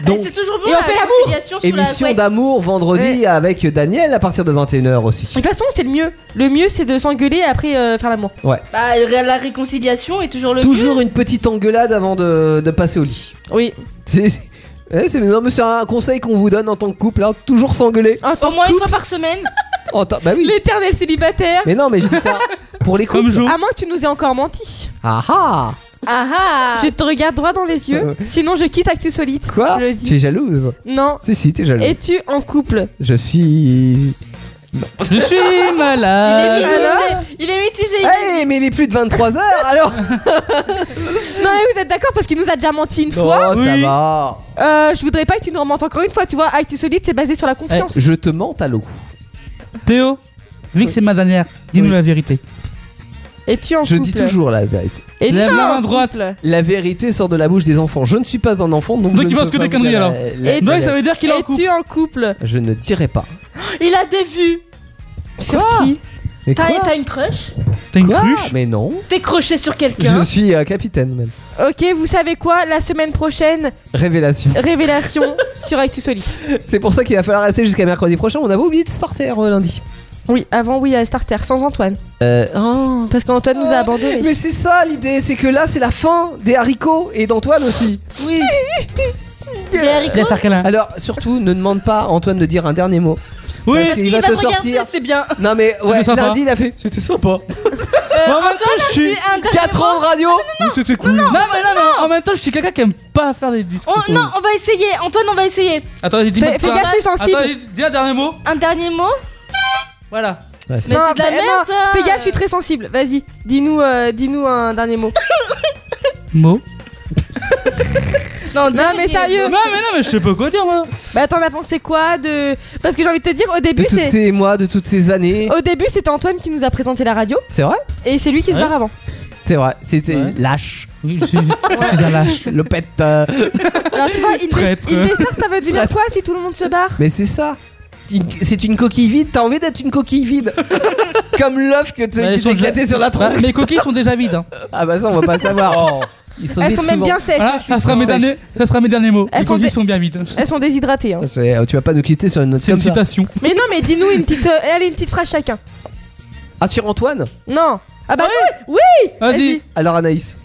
D: Donc,
F: Eh, C'est toujours bon.
E: Et on
F: la
E: fait l'amour.
F: réconciliation sous la
D: émission
F: couette.
D: d'amour vendredi avec Daniel à partir de 21h aussi.
E: De toute façon, c'est le mieux. Le mieux, c'est de s'engueuler et après euh, faire l'amour.
D: Ouais.
F: Bah, ré- la réconciliation est toujours le
D: Toujours une petite engueulade avant de, de passer au lit.
E: Oui.
D: C'est ouais, c'est- non, mais c'est un conseil qu'on vous donne en tant que couple, hein, toujours s'engueuler.
E: En
F: mieux. Au
E: tant
F: moins
E: que
F: une
E: couple,
F: fois par semaine.
D: En tant- bah oui.
E: l'éternel célibataire.
D: Mais non, mais je dis ça pour les
G: Comme
D: couples.
G: Jo.
E: À moins que tu nous aies encore menti.
D: Ah ah
F: Ah ah.
E: Je te regarde droit dans les yeux.
G: Euh.
E: Sinon, je quitte Actu Solite.
D: Quoi
E: Je le
D: Tu
E: dis.
D: es jalouse
E: Non.
D: Si, si, t'es
G: Euh.
D: jalouse.
E: Es-tu en couple
D: Je suis.
G: Je suis
F: Il est
G: malade.
F: mitigé. Il est mitigé.
D: Hey, Eh, mais il est plus de 23h alors
E: Non, mais vous êtes d'accord parce qu'il nous a déjà menti une fois.
D: Non, ça
G: Oui.
D: va.
E: Euh, je voudrais pas que tu nous remontes encore une fois. Tu vois, Actu Solide, c'est basé sur la
G: Eh,
E: confiance.
D: Je te mens, à l'eau.
G: Théo, vu que c'est ma dernière, dis-nous
D: Oui.
G: la vérité.
E: Es-tu en
D: Je
E: couple
D: dis toujours la vérité.
E: Et
G: Lève la main
E: en
G: droite.
E: couple
D: La vérité sort de la bouche des enfants. Je ne suis pas un enfant, donc.
G: Donc
D: je
G: il
D: ne
G: pense
D: peux
G: que
D: pas
G: des
D: vous dire
G: conneries,
D: la- la-
E: Et-
D: la-
G: Donc ça veut dire qu'il est en couple.
E: Es-tu en couple
D: Je ne dirai pas.
F: Il a des vues.
E: Sur
D: Quoi
E: qui
D: Mais
F: T'as
D: quoi
F: t'as une crush
G: T'as une
D: Quoi
G: cruche
D: Ah, Mais non.
F: T'es croché sur quelqu'un
D: Je suis euh, capitaine même.
E: Ok, vous savez quoi La semaine prochaine,
D: Révélation.
E: révélation sur Actu Solide.
D: (laughs) C'est pour ça qu'il va falloir rester jusqu'à mercredi prochain. On avait oublié de starter euh, lundi.
E: Oui, avant, oui, à Starter, sans Antoine.
D: Euh, oh.
E: Parce qu'Antoine nous a abandonnés.
D: Mais c'est ça l'idée, c'est que là c'est la fin des haricots et d'Antoine aussi. (laughs)
E: Oui.
F: Des haricots.
G: Il va faire câlin.
D: Alors surtout ne demande pas à Antoine de dire un dernier mot.
G: Oui,
D: parce
F: Parce
D: qu'il
F: qu'il
D: va
F: va
D: te
F: te regarder,
D: sortir.
F: c'est bien.
D: Non mais ouais,
G: sympa.
D: lundi il a fait. C'était sympa.
F: Euh,
G: en même temps,
F: Antoine,
G: je suis-
F: un petit- un dernier
D: 4 ans de radio. Mais C'était cool.
G: non, mais non, mais en même temps, je suis quelqu'un qui aime pas faire des discours.
F: On- non, on va essayer, Antoine, on va essayer.
G: Attends, dis-moi
E: Fais-
G: de
E: fais
G: quoi.
E: gaffe, je suis sensible.
G: Attends, dis- dis un dernier mot.
F: Un dernier mot
G: Voilà.
F: Mais
E: Non,
F: c'est de la
E: bah, non,
F: merde ça
E: Fais gaffe, je suis très sensible. Vas-y, dis-nous euh, dis-nous un dernier
F: (laughs)
E: mot.
G: Mot.
E: Non, mais sérieux.
G: Non, mais non, mais je sais pas quoi dire, moi.
E: Bah, t'en as pensé quoi de Parce que j'ai envie de te dire, au
D: De
E: début,
D: toutes
E: c'est. Oh.
D: ces mois, de toutes ces années.
E: Au début, c'était Antoine qui nous a présenté la radio
D: C'est vrai
E: et c'est lui qui se
G: Ouais.
E: barre avant.
D: C'est vrai. C'était
G: Ouais.
D: lâche.
G: Oui, je suis, je suis un lâche.
D: Lopette. euh.
E: Alors, tu vois, une
G: Traître.
E: Indestar, ça veut devenir quoi si tout le monde se barre
D: Mais c'est ça. Une- C'est une coquille vide. T'as envie d'être une
E: (laughs)
D: coquille vide. Comme l'œuf que
G: Ouais,
D: t'es
G: ils
D: qui
G: sont
D: t'est éclaté
G: déjà-
D: sur la
G: Bah,
D: tronche.
G: mes coquilles sont déjà vides. Hein.
D: Ah bah ça on va pas savoir.
G: Oh.
D: Ils sont
E: Elles
D: vides
E: sont même
D: souvent.
E: bien sèches.
G: Voilà,
E: je suis
G: ça, sera mes
E: sûre.
G: derniers, Ah, ça sera mes derniers mots.
E: Elles
G: mes
E: sont
G: coquilles
E: des-
G: sont bien vides.
E: Elles sont déshydratées. hein.
D: C'est- euh, Tu vas pas nous quitter sur une note
G: C'est une
D: comme ça.
G: citation.
E: Mais non, mais dis-nous une petite, euh, allez, une petite phrase chacun.
D: Ah sur Antoine
E: Non. Ah bah oui,
G: Vas-y.
D: Alors
G: (laughs)
D: Anaïs.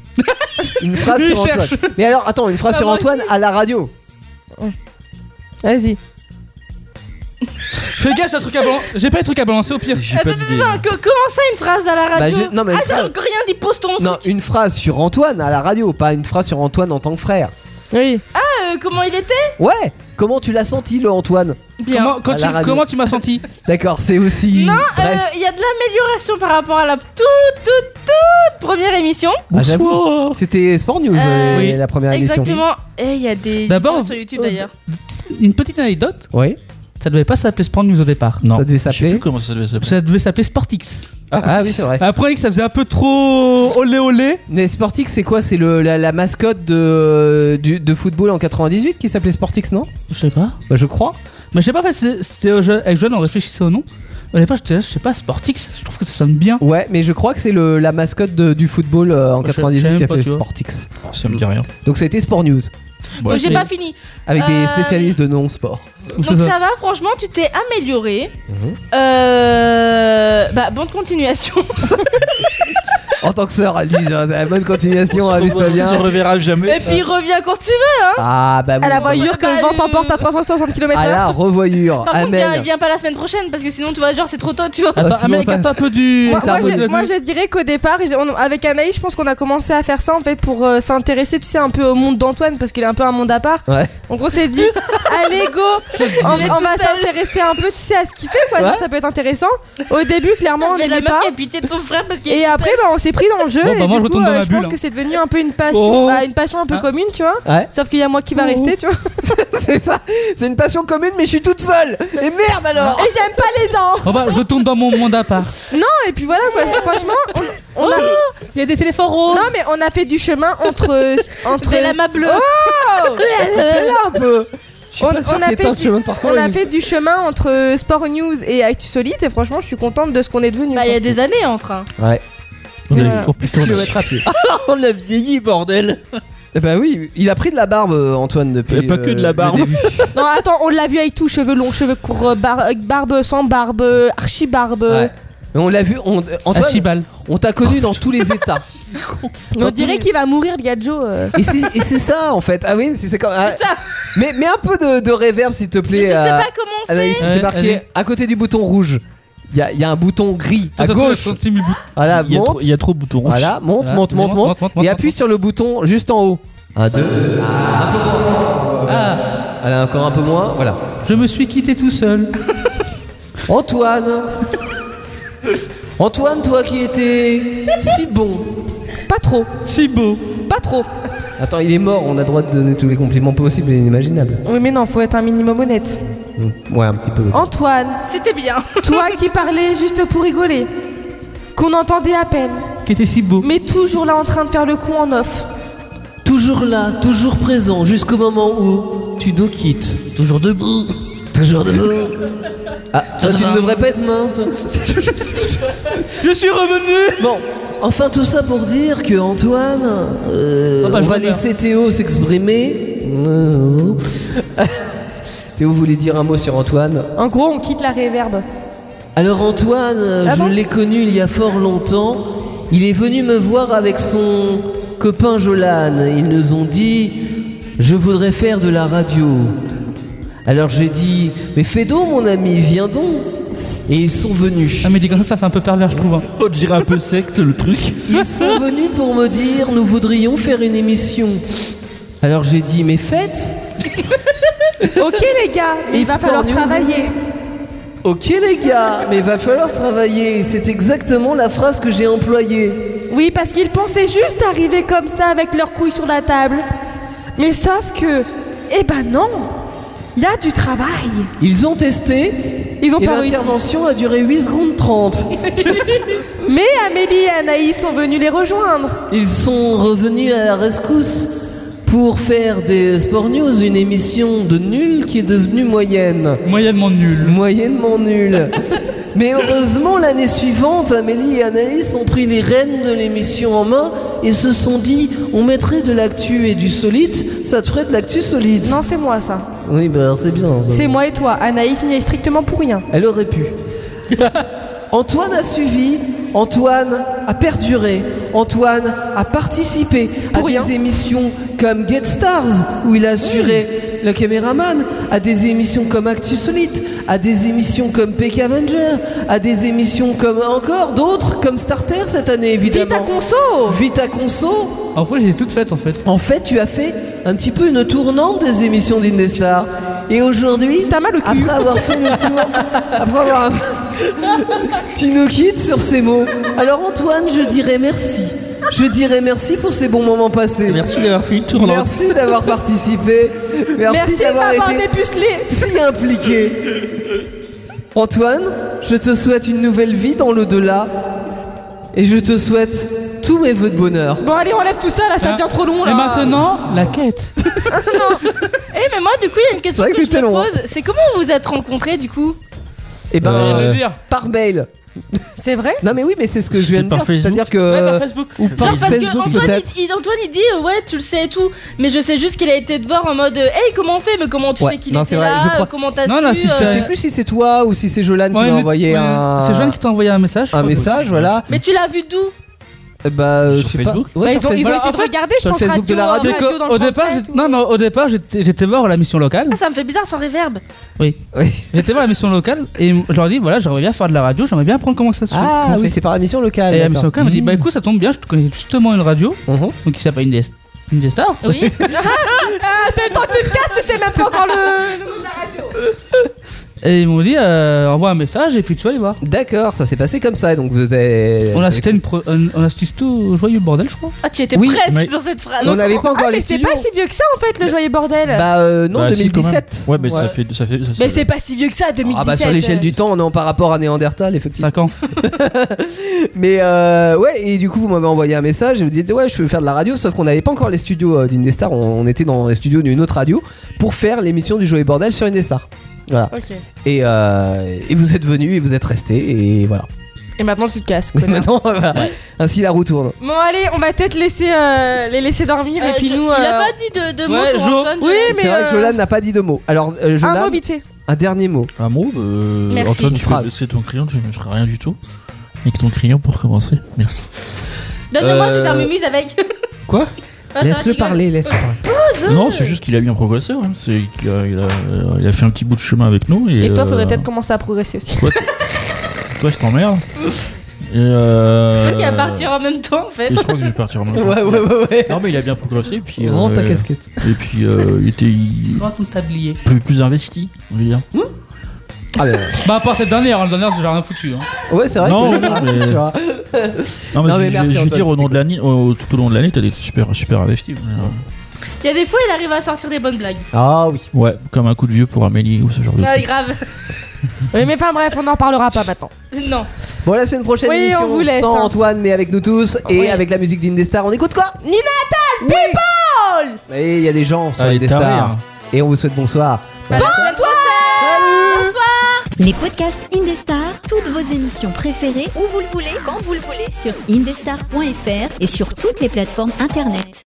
D: Une phrase
G: Lui,
D: sur
G: il
D: Antoine.
G: cherche.
D: Mais alors attends, une
E: Ah,
D: phrase
F: Bah,
D: sur
F: moi
D: Antoine à la radio.
E: vas-y.
G: Fais gaffe, j'ai un truc à balancer. J'ai pas les trucs à balancer au pire.
H: J'ai pas d'idée.
F: Attends, co- Ah, comment ça une phrase à la radio
D: Bah, je- non, mais
F: Ah,
D: une
F: j'ai
D: phrase-
F: encore rien dit, pose ton
D: Non, une phrase sur Antoine à la radio, pas une phrase sur Antoine en tant que frère.
E: Oui.
F: Euh, Comment il était
D: Ouais Comment tu l'as senti le Antoine
G: Comment, quand
D: À
G: tu,
D: la radio.
G: comment tu m'as senti
D: D'accord, c'est aussi. Non,
F: Euh, Il y a de l'amélioration par rapport à la toute, toute, toute première émission.
D: Ah, j'avoue. C'était Sport News euh,
F: Euh,
D: la première émission.
F: Exactement. Et Eh, il y a des
G: D'abord,
F: vidéos sur
E: Oh,
F: YouTube d'ailleurs.
G: Une petite anecdote.
D: Oui,
G: Ça devait pas s'appeler Sport News au départ.
H: Non.
D: ça devait
H: Je sais
D: s'appeler.
H: plus comment ça devait s'appeler.
G: Ça devait s'appeler Sportix.
D: Ah oui, c'est vrai.
G: Après, on a dit que ça faisait un peu trop olé olé.
D: Mais Sportix, c'est quoi C'est le- la, la mascotte de, du- de football en 98 qui s'appelait Sportix, non
G: Je sais pas.
D: Bah, Je crois.
G: Mais je sais pas, en fait, c'est- c'était au jeu- avec Joanne, on réfléchissait au nom. Au départ, j'étais là, je sais pas, Sportix, je trouve que ça sonne bien.
D: Ouais, mais je crois que c'est le- la mascotte de- du football euh, en
G: Bah, Je sais-
D: 98 qui
G: je sais même pas,
D: s'appelait
G: tu vois.
D: Sportix.
H: Ça me dit rien.
D: Donc ça a été Sport News
H: Bon,
F: Donc j'ai
H: c'est-
F: pas fini.
D: avec des
F: Euh,
D: spécialistes de non-sport.
F: Donc ça va, franchement, tu t'es amélioré. Euh... Bah, bonne continuation.
D: En tant que sœur, elle dit euh, euh, bonne continuation,
H: on se
D: amuse-toi
H: revoit- on se
D: bien.
H: reverra jamais.
F: Et puis reviens quand tu
D: Ah bah
E: À la
D: oui, bah,
E: voiture que
F: Bah,
E: le vent
F: euh,
E: t'emporte à 360 km/h.
D: à la revoyure.
F: Par contre, viens,
D: Amen.
F: viens pas la semaine prochaine parce que sinon, tu vois, genre, c'est trop tôt, tu vois.
D: Ah,
G: Attends,
D: sinon,
G: Amérique,
D: ça-
G: attends un peu du.
E: Moi, moi,
G: attends,
E: je,
G: du-
E: moi, je dirais qu'au départ, j'ai- on- avec Anaïs, je pense qu'on a commencé à faire ça en fait pour euh, s'intéresser, tu sais, un peu au monde d'Antoine parce qu'il est un peu un monde à part.
D: Ouais.
E: Donc on s'est
H: (laughs)
E: dit, allez go, on, on va s'intéresser un peu, tu sais, à ce qu'il fait quoi.
D: Ouais.
E: Ça, ça peut être intéressant. Au début, clairement, on
F: Mais la
E: n'aimait
F: meuf
E: pas.
F: qui a pitié de son frère parce qu'il
E: Et après, bah, on s'est s'est pris dans le jeu
H: Bon, bah,
E: et
H: moi,
E: du coup,
H: je
E: euh,
H: retourne dans ma
E: je
H: bulle,
E: pense
H: hein.
E: que c'est devenu un peu une passion,
G: Oh.
E: bah, une passion un peu
G: Ah.
E: commune, tu vois.
G: Ouais.
E: Sauf qu'il y a moi
H: Oh.
E: qui va rester, tu vois.
G: (laughs) c'est ça, c'est une passion commune, mais je suis toute seule. Et merde alors.
H: Oh.
E: Et j'aime pas les dents.
G: Oh
H: Bon bah, je retourne dans mon monde à part.
E: Non, et puis voilà, quoi, franchement, on, on Oh a.
H: Il y a des éléphants roses.
E: Non, mais on a fait du chemin (laughs) entre. entre
F: Des lamas bleus.
E: Oh
G: C'est là un peu. Je suis
E: On-
G: pas sûr
E: on a
G: qu'il y ait
E: fait
G: tant de
E: du-
G: chemin par
E: On
G: contre.
E: a fait du chemin entre Sport News et Actu Solide, et franchement, je suis contente de ce qu'on est devenu.
F: Bah, il y
E: quoi.
F: a des années en train.
G: Ouais.
M: On a-
E: Voilà.
M: oh, putain, on a-
G: Kilomètre à pied.
D: On a vieilli, bordel.
G: Eh Bah oui, il a pris de la barbe euh, Antoine depuis. euh,
M: Il y a pas que
D: Euh,
M: de la
G: le
M: barbe.
G: début.
E: Non, attends, on l'a vu avec tout cheveux longs, cheveux courts, euh, bar- euh, barbe sans barbe, euh, archi-barbe.
G: Ouais. Mais on l'a vu, on, euh, Antoine,
H: Archibald.
G: on t'a connu dans tous les
E: (laughs)
G: états.
E: On dirait
G: Dans tous les-
E: qu'il va mourir, le gars de Joe. euh.
G: Et c'est, et c'est ça en fait. Ah oui, c'est, c'est comme. ah, mais, mais un peu de, de réverb s'il te plaît.
F: Mais je sais
G: euh,
F: pas comment on fait.
G: Anaïs,
H: Ouais,
G: c'est marqué
H: allez.
G: à côté du bouton rouge. Il y a, il y a un bouton gris à
H: Ça, ça,
G: gauche.
H: ça, ça, c'est mille boutons.
G: Voilà,
M: Il y a trop-
G: monte.
M: il y a trop de boutons rouges.
G: Voilà, monte,
H: Voilà.
G: monte, monte,
H: Monte,
G: monte,
H: monte, monte,
G: Et
H: monte,
G: appuie
H: monte.
G: sur le bouton juste en haut. Un, deux.
H: Ah,
G: Allez, encore un peu moins. Voilà.
H: je me suis quitté tout seul.
G: (laughs) Antoine. (laughs) Antoine, toi qui étais si bon.
E: Pas trop,
H: Si beau.
E: pas trop.
G: Attends, il est mort, on a le droit de donner tous les compliments possibles et inimaginables.
E: Oui, mais non, faut être un minimum honnête.
G: Ouais, un petit peu.
E: Antoine,
F: C'était bien.
E: (laughs) toi qui parlais juste pour rigoler, qu'on entendait à peine,
H: Qui était si beau.
E: mais toujours là en train de faire le con en off.
D: Toujours là, toujours présent, jusqu'au moment où tu nous quittes. Toujours debout. Toujours
H: (laughs)
D: debout.
G: Ah, toi, tu ne devrais pas être mort. toi.
H: Je suis revenu.
G: Bon,
D: Enfin, tout ça pour dire que Antoine, euh,
H: Oh, bah,
D: on
H: je
D: va
H: me perds.
D: laisser Théo
H: (laughs)
D: s'exprimer.
G: Théo voulait dire un mot sur Antoine.
E: En gros, on quitte la réverbe.
D: Alors Antoine, euh,
E: Ah
D: je
E: bon
D: l'ai connu il y a fort longtemps. Il est venu me voir avec son copain Jolan. Ils nous ont dit, je voudrais faire de la radio. Alors j'ai dit, mais fais donc mon ami, viens donc. Et ils sont venus.
H: Ah mais dit comme ça, ça fait un peu pervers, je trouve. hein.
M: On dirait un peu secte le truc.
D: Ils sont venus pour me dire nous voudrions faire une émission. Alors j'ai dit mais faites
E: Ok, les
G: (laughs)
E: gars, mais il
D: Et
E: va
D: Sport
E: falloir
D: News.
E: travailler.
D: Ok les gars, mais va falloir travailler. C'est exactement la phrase que j'ai employée.
E: Oui, parce qu'ils pensaient juste arriver comme ça avec leurs couilles sur la table. Mais sauf que, eh ben non, il y a du travail.
D: Ils ont testé
E: Ils ont
D: et
E: pas réussi.
D: l'intervention a duré 8 secondes 30.
E: Mais Amélie et Anaïs sont venus les rejoindre.
D: Ils sont revenus à la rescousse pour faire des Sport News une émission de nulle qui est devenue moyenne.
H: Moyennement nul.
D: Moyennement nulle.
E: (laughs)
D: Mais heureusement, l'année suivante, Amélie et Anaïs ont pris les rênes de l'émission en main et se sont dit on mettrait de l'actu et du solide, ça te ferait de l'actu solide.
E: Non, c'est moi ça.
D: Oui, bah c'est bien. ça.
E: C'est moi et toi. Anaïs n'y est strictement pour rien.
D: Elle
E: (laughs)
D: aurait pu. Antoine a suivi, Antoine a perduré, Antoine a participé à
E: Pour rien.
D: des émissions comme Get Stars où il a assuré le caméraman, à des émissions comme Actu Solite, à des émissions comme Peck Avenger, à des émissions comme encore d'autres comme Starter cette année évidemment.
E: Vite à conso
D: Vite à conso.
H: En vrai, j'ai toute faite en fait.
D: En fait, tu as fait un petit peu une tournante des émissions d'Indestar. Et aujourd'hui,
E: T'as mal au cul.
D: après avoir fait le tour,
E: (laughs)
D: après avoir. tu nous quittes sur ces mots. Alors, Antoine, je dirais merci. Je dirais merci pour ces bons moments passés.
H: Merci d'avoir fait une tournante.
D: Merci d'avoir participé. Merci,
E: Merci de
D: d'avoir
E: m'avoir
D: été
E: dépucelé.
D: si impliqué. Antoine, je te souhaite une nouvelle vie dans l'au-delà. Et je te souhaite tous mes voeux de bonheur.
E: Bon, allez, on lève tout ça là, ça
H: Ah.
E: devient trop long là.
H: Et maintenant, la quête.
F: Eh, mais moi, du coup, il y a une question
G: vrai
F: que,
G: que
F: je
G: c'était
F: me
G: long, hein.
F: pose. C'est comment vous vous êtes rencontrés, du coup
G: Et
D: Eh
G: ben,
H: Rien à
G: euh,
H: dire.
G: par mail.
E: C'est vrai
G: Non, mais oui, mais c'est ce que je viens de
M: C'était
G: dire.
M: par
G: C'est-à-dire que.
H: Ouais, par Facebook.
G: Ou
F: Genre,
G: par
F: parce que
G: Facebook,
F: Antoine
G: peut-être.
F: il, il- Antoine, il dit, euh, ouais, tu le sais et tout. Mais je sais juste qu'il a été te voir en mode, euh, hey, comment on fait Mais comment tu
G: Ouais,
F: sais qu'il
G: non,
F: était
G: c'est vrai,
F: là
G: je crois-
F: euh, Comment t'as
H: Non,
F: su
H: non, si je
G: Je
F: euh,
G: sais plus si c'est toi ou si c'est Jolan qui m'a envoyé un.
H: C'est Jeanne qui t'a envoyé un message.
G: un message, voilà.
F: Mais tu l'as vu d'où
G: Euh, Bah, je
M: Sur
G: sais
M: Facebook
G: pas. Ouais,
E: Bah,
G: sur
E: ils, ont, ils ont
G: Facebook.
H: Voilà,
E: essayé
H: en
E: de
H: fait,
E: regarder, je
G: sur le
E: pense,
G: Facebook de la radio,
E: radio dans le
H: au départ,
E: 37
H: j'étais-
E: ou-
H: non, mais au départ, j'étais j'étais voir la mission locale.
F: Ah, ça me fait bizarre sans réverb.
H: Oui.
G: Oui.
H: J'étais voir la mission locale et je leur ai dit voilà, j'aimerais bien faire de la radio, j'aimerais bien apprendre comment ça se
G: Ah
H: comment on
G: oui,
H: fait.
G: c'est par la mission locale.
H: Et la
G: d'accord.
H: mission locale m'a dit bah écoute, ça tombe bien, je te connais justement une radio
G: Mhm.
H: donc qui s'appelle une des, une des stars.
F: Oui.
E: Ah, c'est le temps que tu te casses, tu sais même pas encore le.
G: Et ils m'ont dit, euh, envoie un message et puis tu vas les voir.
D: D'accord, ça s'est passé comme ça, donc vous avez.
G: On a
D: vous avez-
G: c'était une pro- un- un astuce tout joyeux bordel, je crois.
F: Ah, tu étais
D: Oui,
F: presque
D: mais-
F: dans cette phrase.
D: On n'avait pas encore
E: Ah, mais
D: les
E: c'est
D: studios.
E: pas si vieux que ça en fait le joyeux bordel.
D: Bah euh, non,
H: Bah, si, quand même.
D: 2017.
H: Ouais, mais
D: Ouais.
H: ça fait. Ça fait ça-
E: mais c'est pas si vieux que ça 2017.
D: Ah bah sur l'échelle
E: euh.
D: du temps, on est en par rapport à Néandertal, effectivement.
G: 5 ans.
D: Mais euh, ouais, et du coup, vous m'avez envoyé un message et vous dites ouais, je veux faire de la radio, sauf qu'on n'avait pas encore les studios euh, d'Indestar, on, on était dans les studios d'une autre radio pour faire l'émission du Joyeux Bordel sur Indestar. Voilà.
E: Ok.
D: Et, euh, et vous êtes venus et vous êtes restés et voilà.
E: Et maintenant tu te casses.
D: Et
E: connard.
D: maintenant, voilà. ainsi la roue tourne.
E: Bon allez, on va peut-être laisser euh, les laisser dormir et
F: Euh,
E: puis
F: je-
E: nous.
F: Il a
E: euh,
F: pas dit de, de mots
G: ouais,
F: pour
G: Jo.
F: Antoine.
E: Oui,
F: Jolan.
E: mais
D: C'est vrai
E: euh,
D: que Jolan n'a pas dit de mots. Alors, euh,
E: un
D: Jolan,
E: mot vite fait.
D: un dernier mot.
H: Un mot euh,
F: Merci.
H: Antoine,
D: Une
H: tu
D: phrase.
H: peux laisser ton crayon, tu ne feras rien du tout. Avec ton crayon pour commencer. Merci.
F: Donne-moi, je
H: Euh,
F: vais faire mumuse avec. (laughs)
D: Quoi
F: Ah, ça
D: Laisse-le
F: rigole.
D: parler, laisse-le parler.
H: Non, c'est juste qu'il a eu un progresseur. hein. C'est qu'il a, il a- il a fait un petit bout de chemin avec nous. Et,
E: Et toi, faudrait
H: euh,
E: peut-être commencer à progresser aussi.
H: Toi, je t'emmerde. Et
F: C'est
H: euh,
F: toi qui vas partir en même temps, en fait.
H: Et je crois que je vais partir en même temps.
D: (laughs) Ouais, ouais, ouais, ouais.
H: Non, mais il a bien progressé. et Puis,
D: Rends ta
H: euh,
D: casquette.
H: Et puis, euh, il était il-
G: Prends ton tablier.
H: plus, plus investi, on va dire.
D: Ah, mais-
G: Bah, à part cette dernière, hein, la dernière, j'ai rien foutu. Hein.
D: ouais, c'est vrai.
H: Non,
D: que-
H: non, mais-
D: tu vois.
H: Non, mais,
D: Non,
H: je-
D: mais merci,
H: je, je veux
D: Antoine,
H: dire, au
D: c'était
H: nom de l'année, au- tout au long de l'année, t'as des super, super investis. euh,
F: Il y a des fois, il arrive à sortir des bonnes blagues.
D: Ah oui.
H: Ouais, comme un coup de vieux pour Amélie ou ce genre de
F: Ah,
H: truc.
F: grave.
E: Oui, mais enfin bref, on n'en parlera pas maintenant.
F: Non.
D: Bon, la semaine prochaine,
E: Oui, on
D: émission
E: vous laisse,
D: sans
E: hein.
D: Antoine, mais avec nous tous et
E: Oui.
D: avec la musique d'Indestar. On écoute quoi
E: Nina
D: Natal People Et il y a des gens sur
H: Ah, les
D: Indestar.
H: tarés, hein.
D: Et on vous souhaite bonsoir.
E: Bah,
B: Les podcasts Indestar, toutes vos émissions préférées, où vous le voulez, quand vous le voulez, sur indestar.fr et sur toutes les plateformes internet.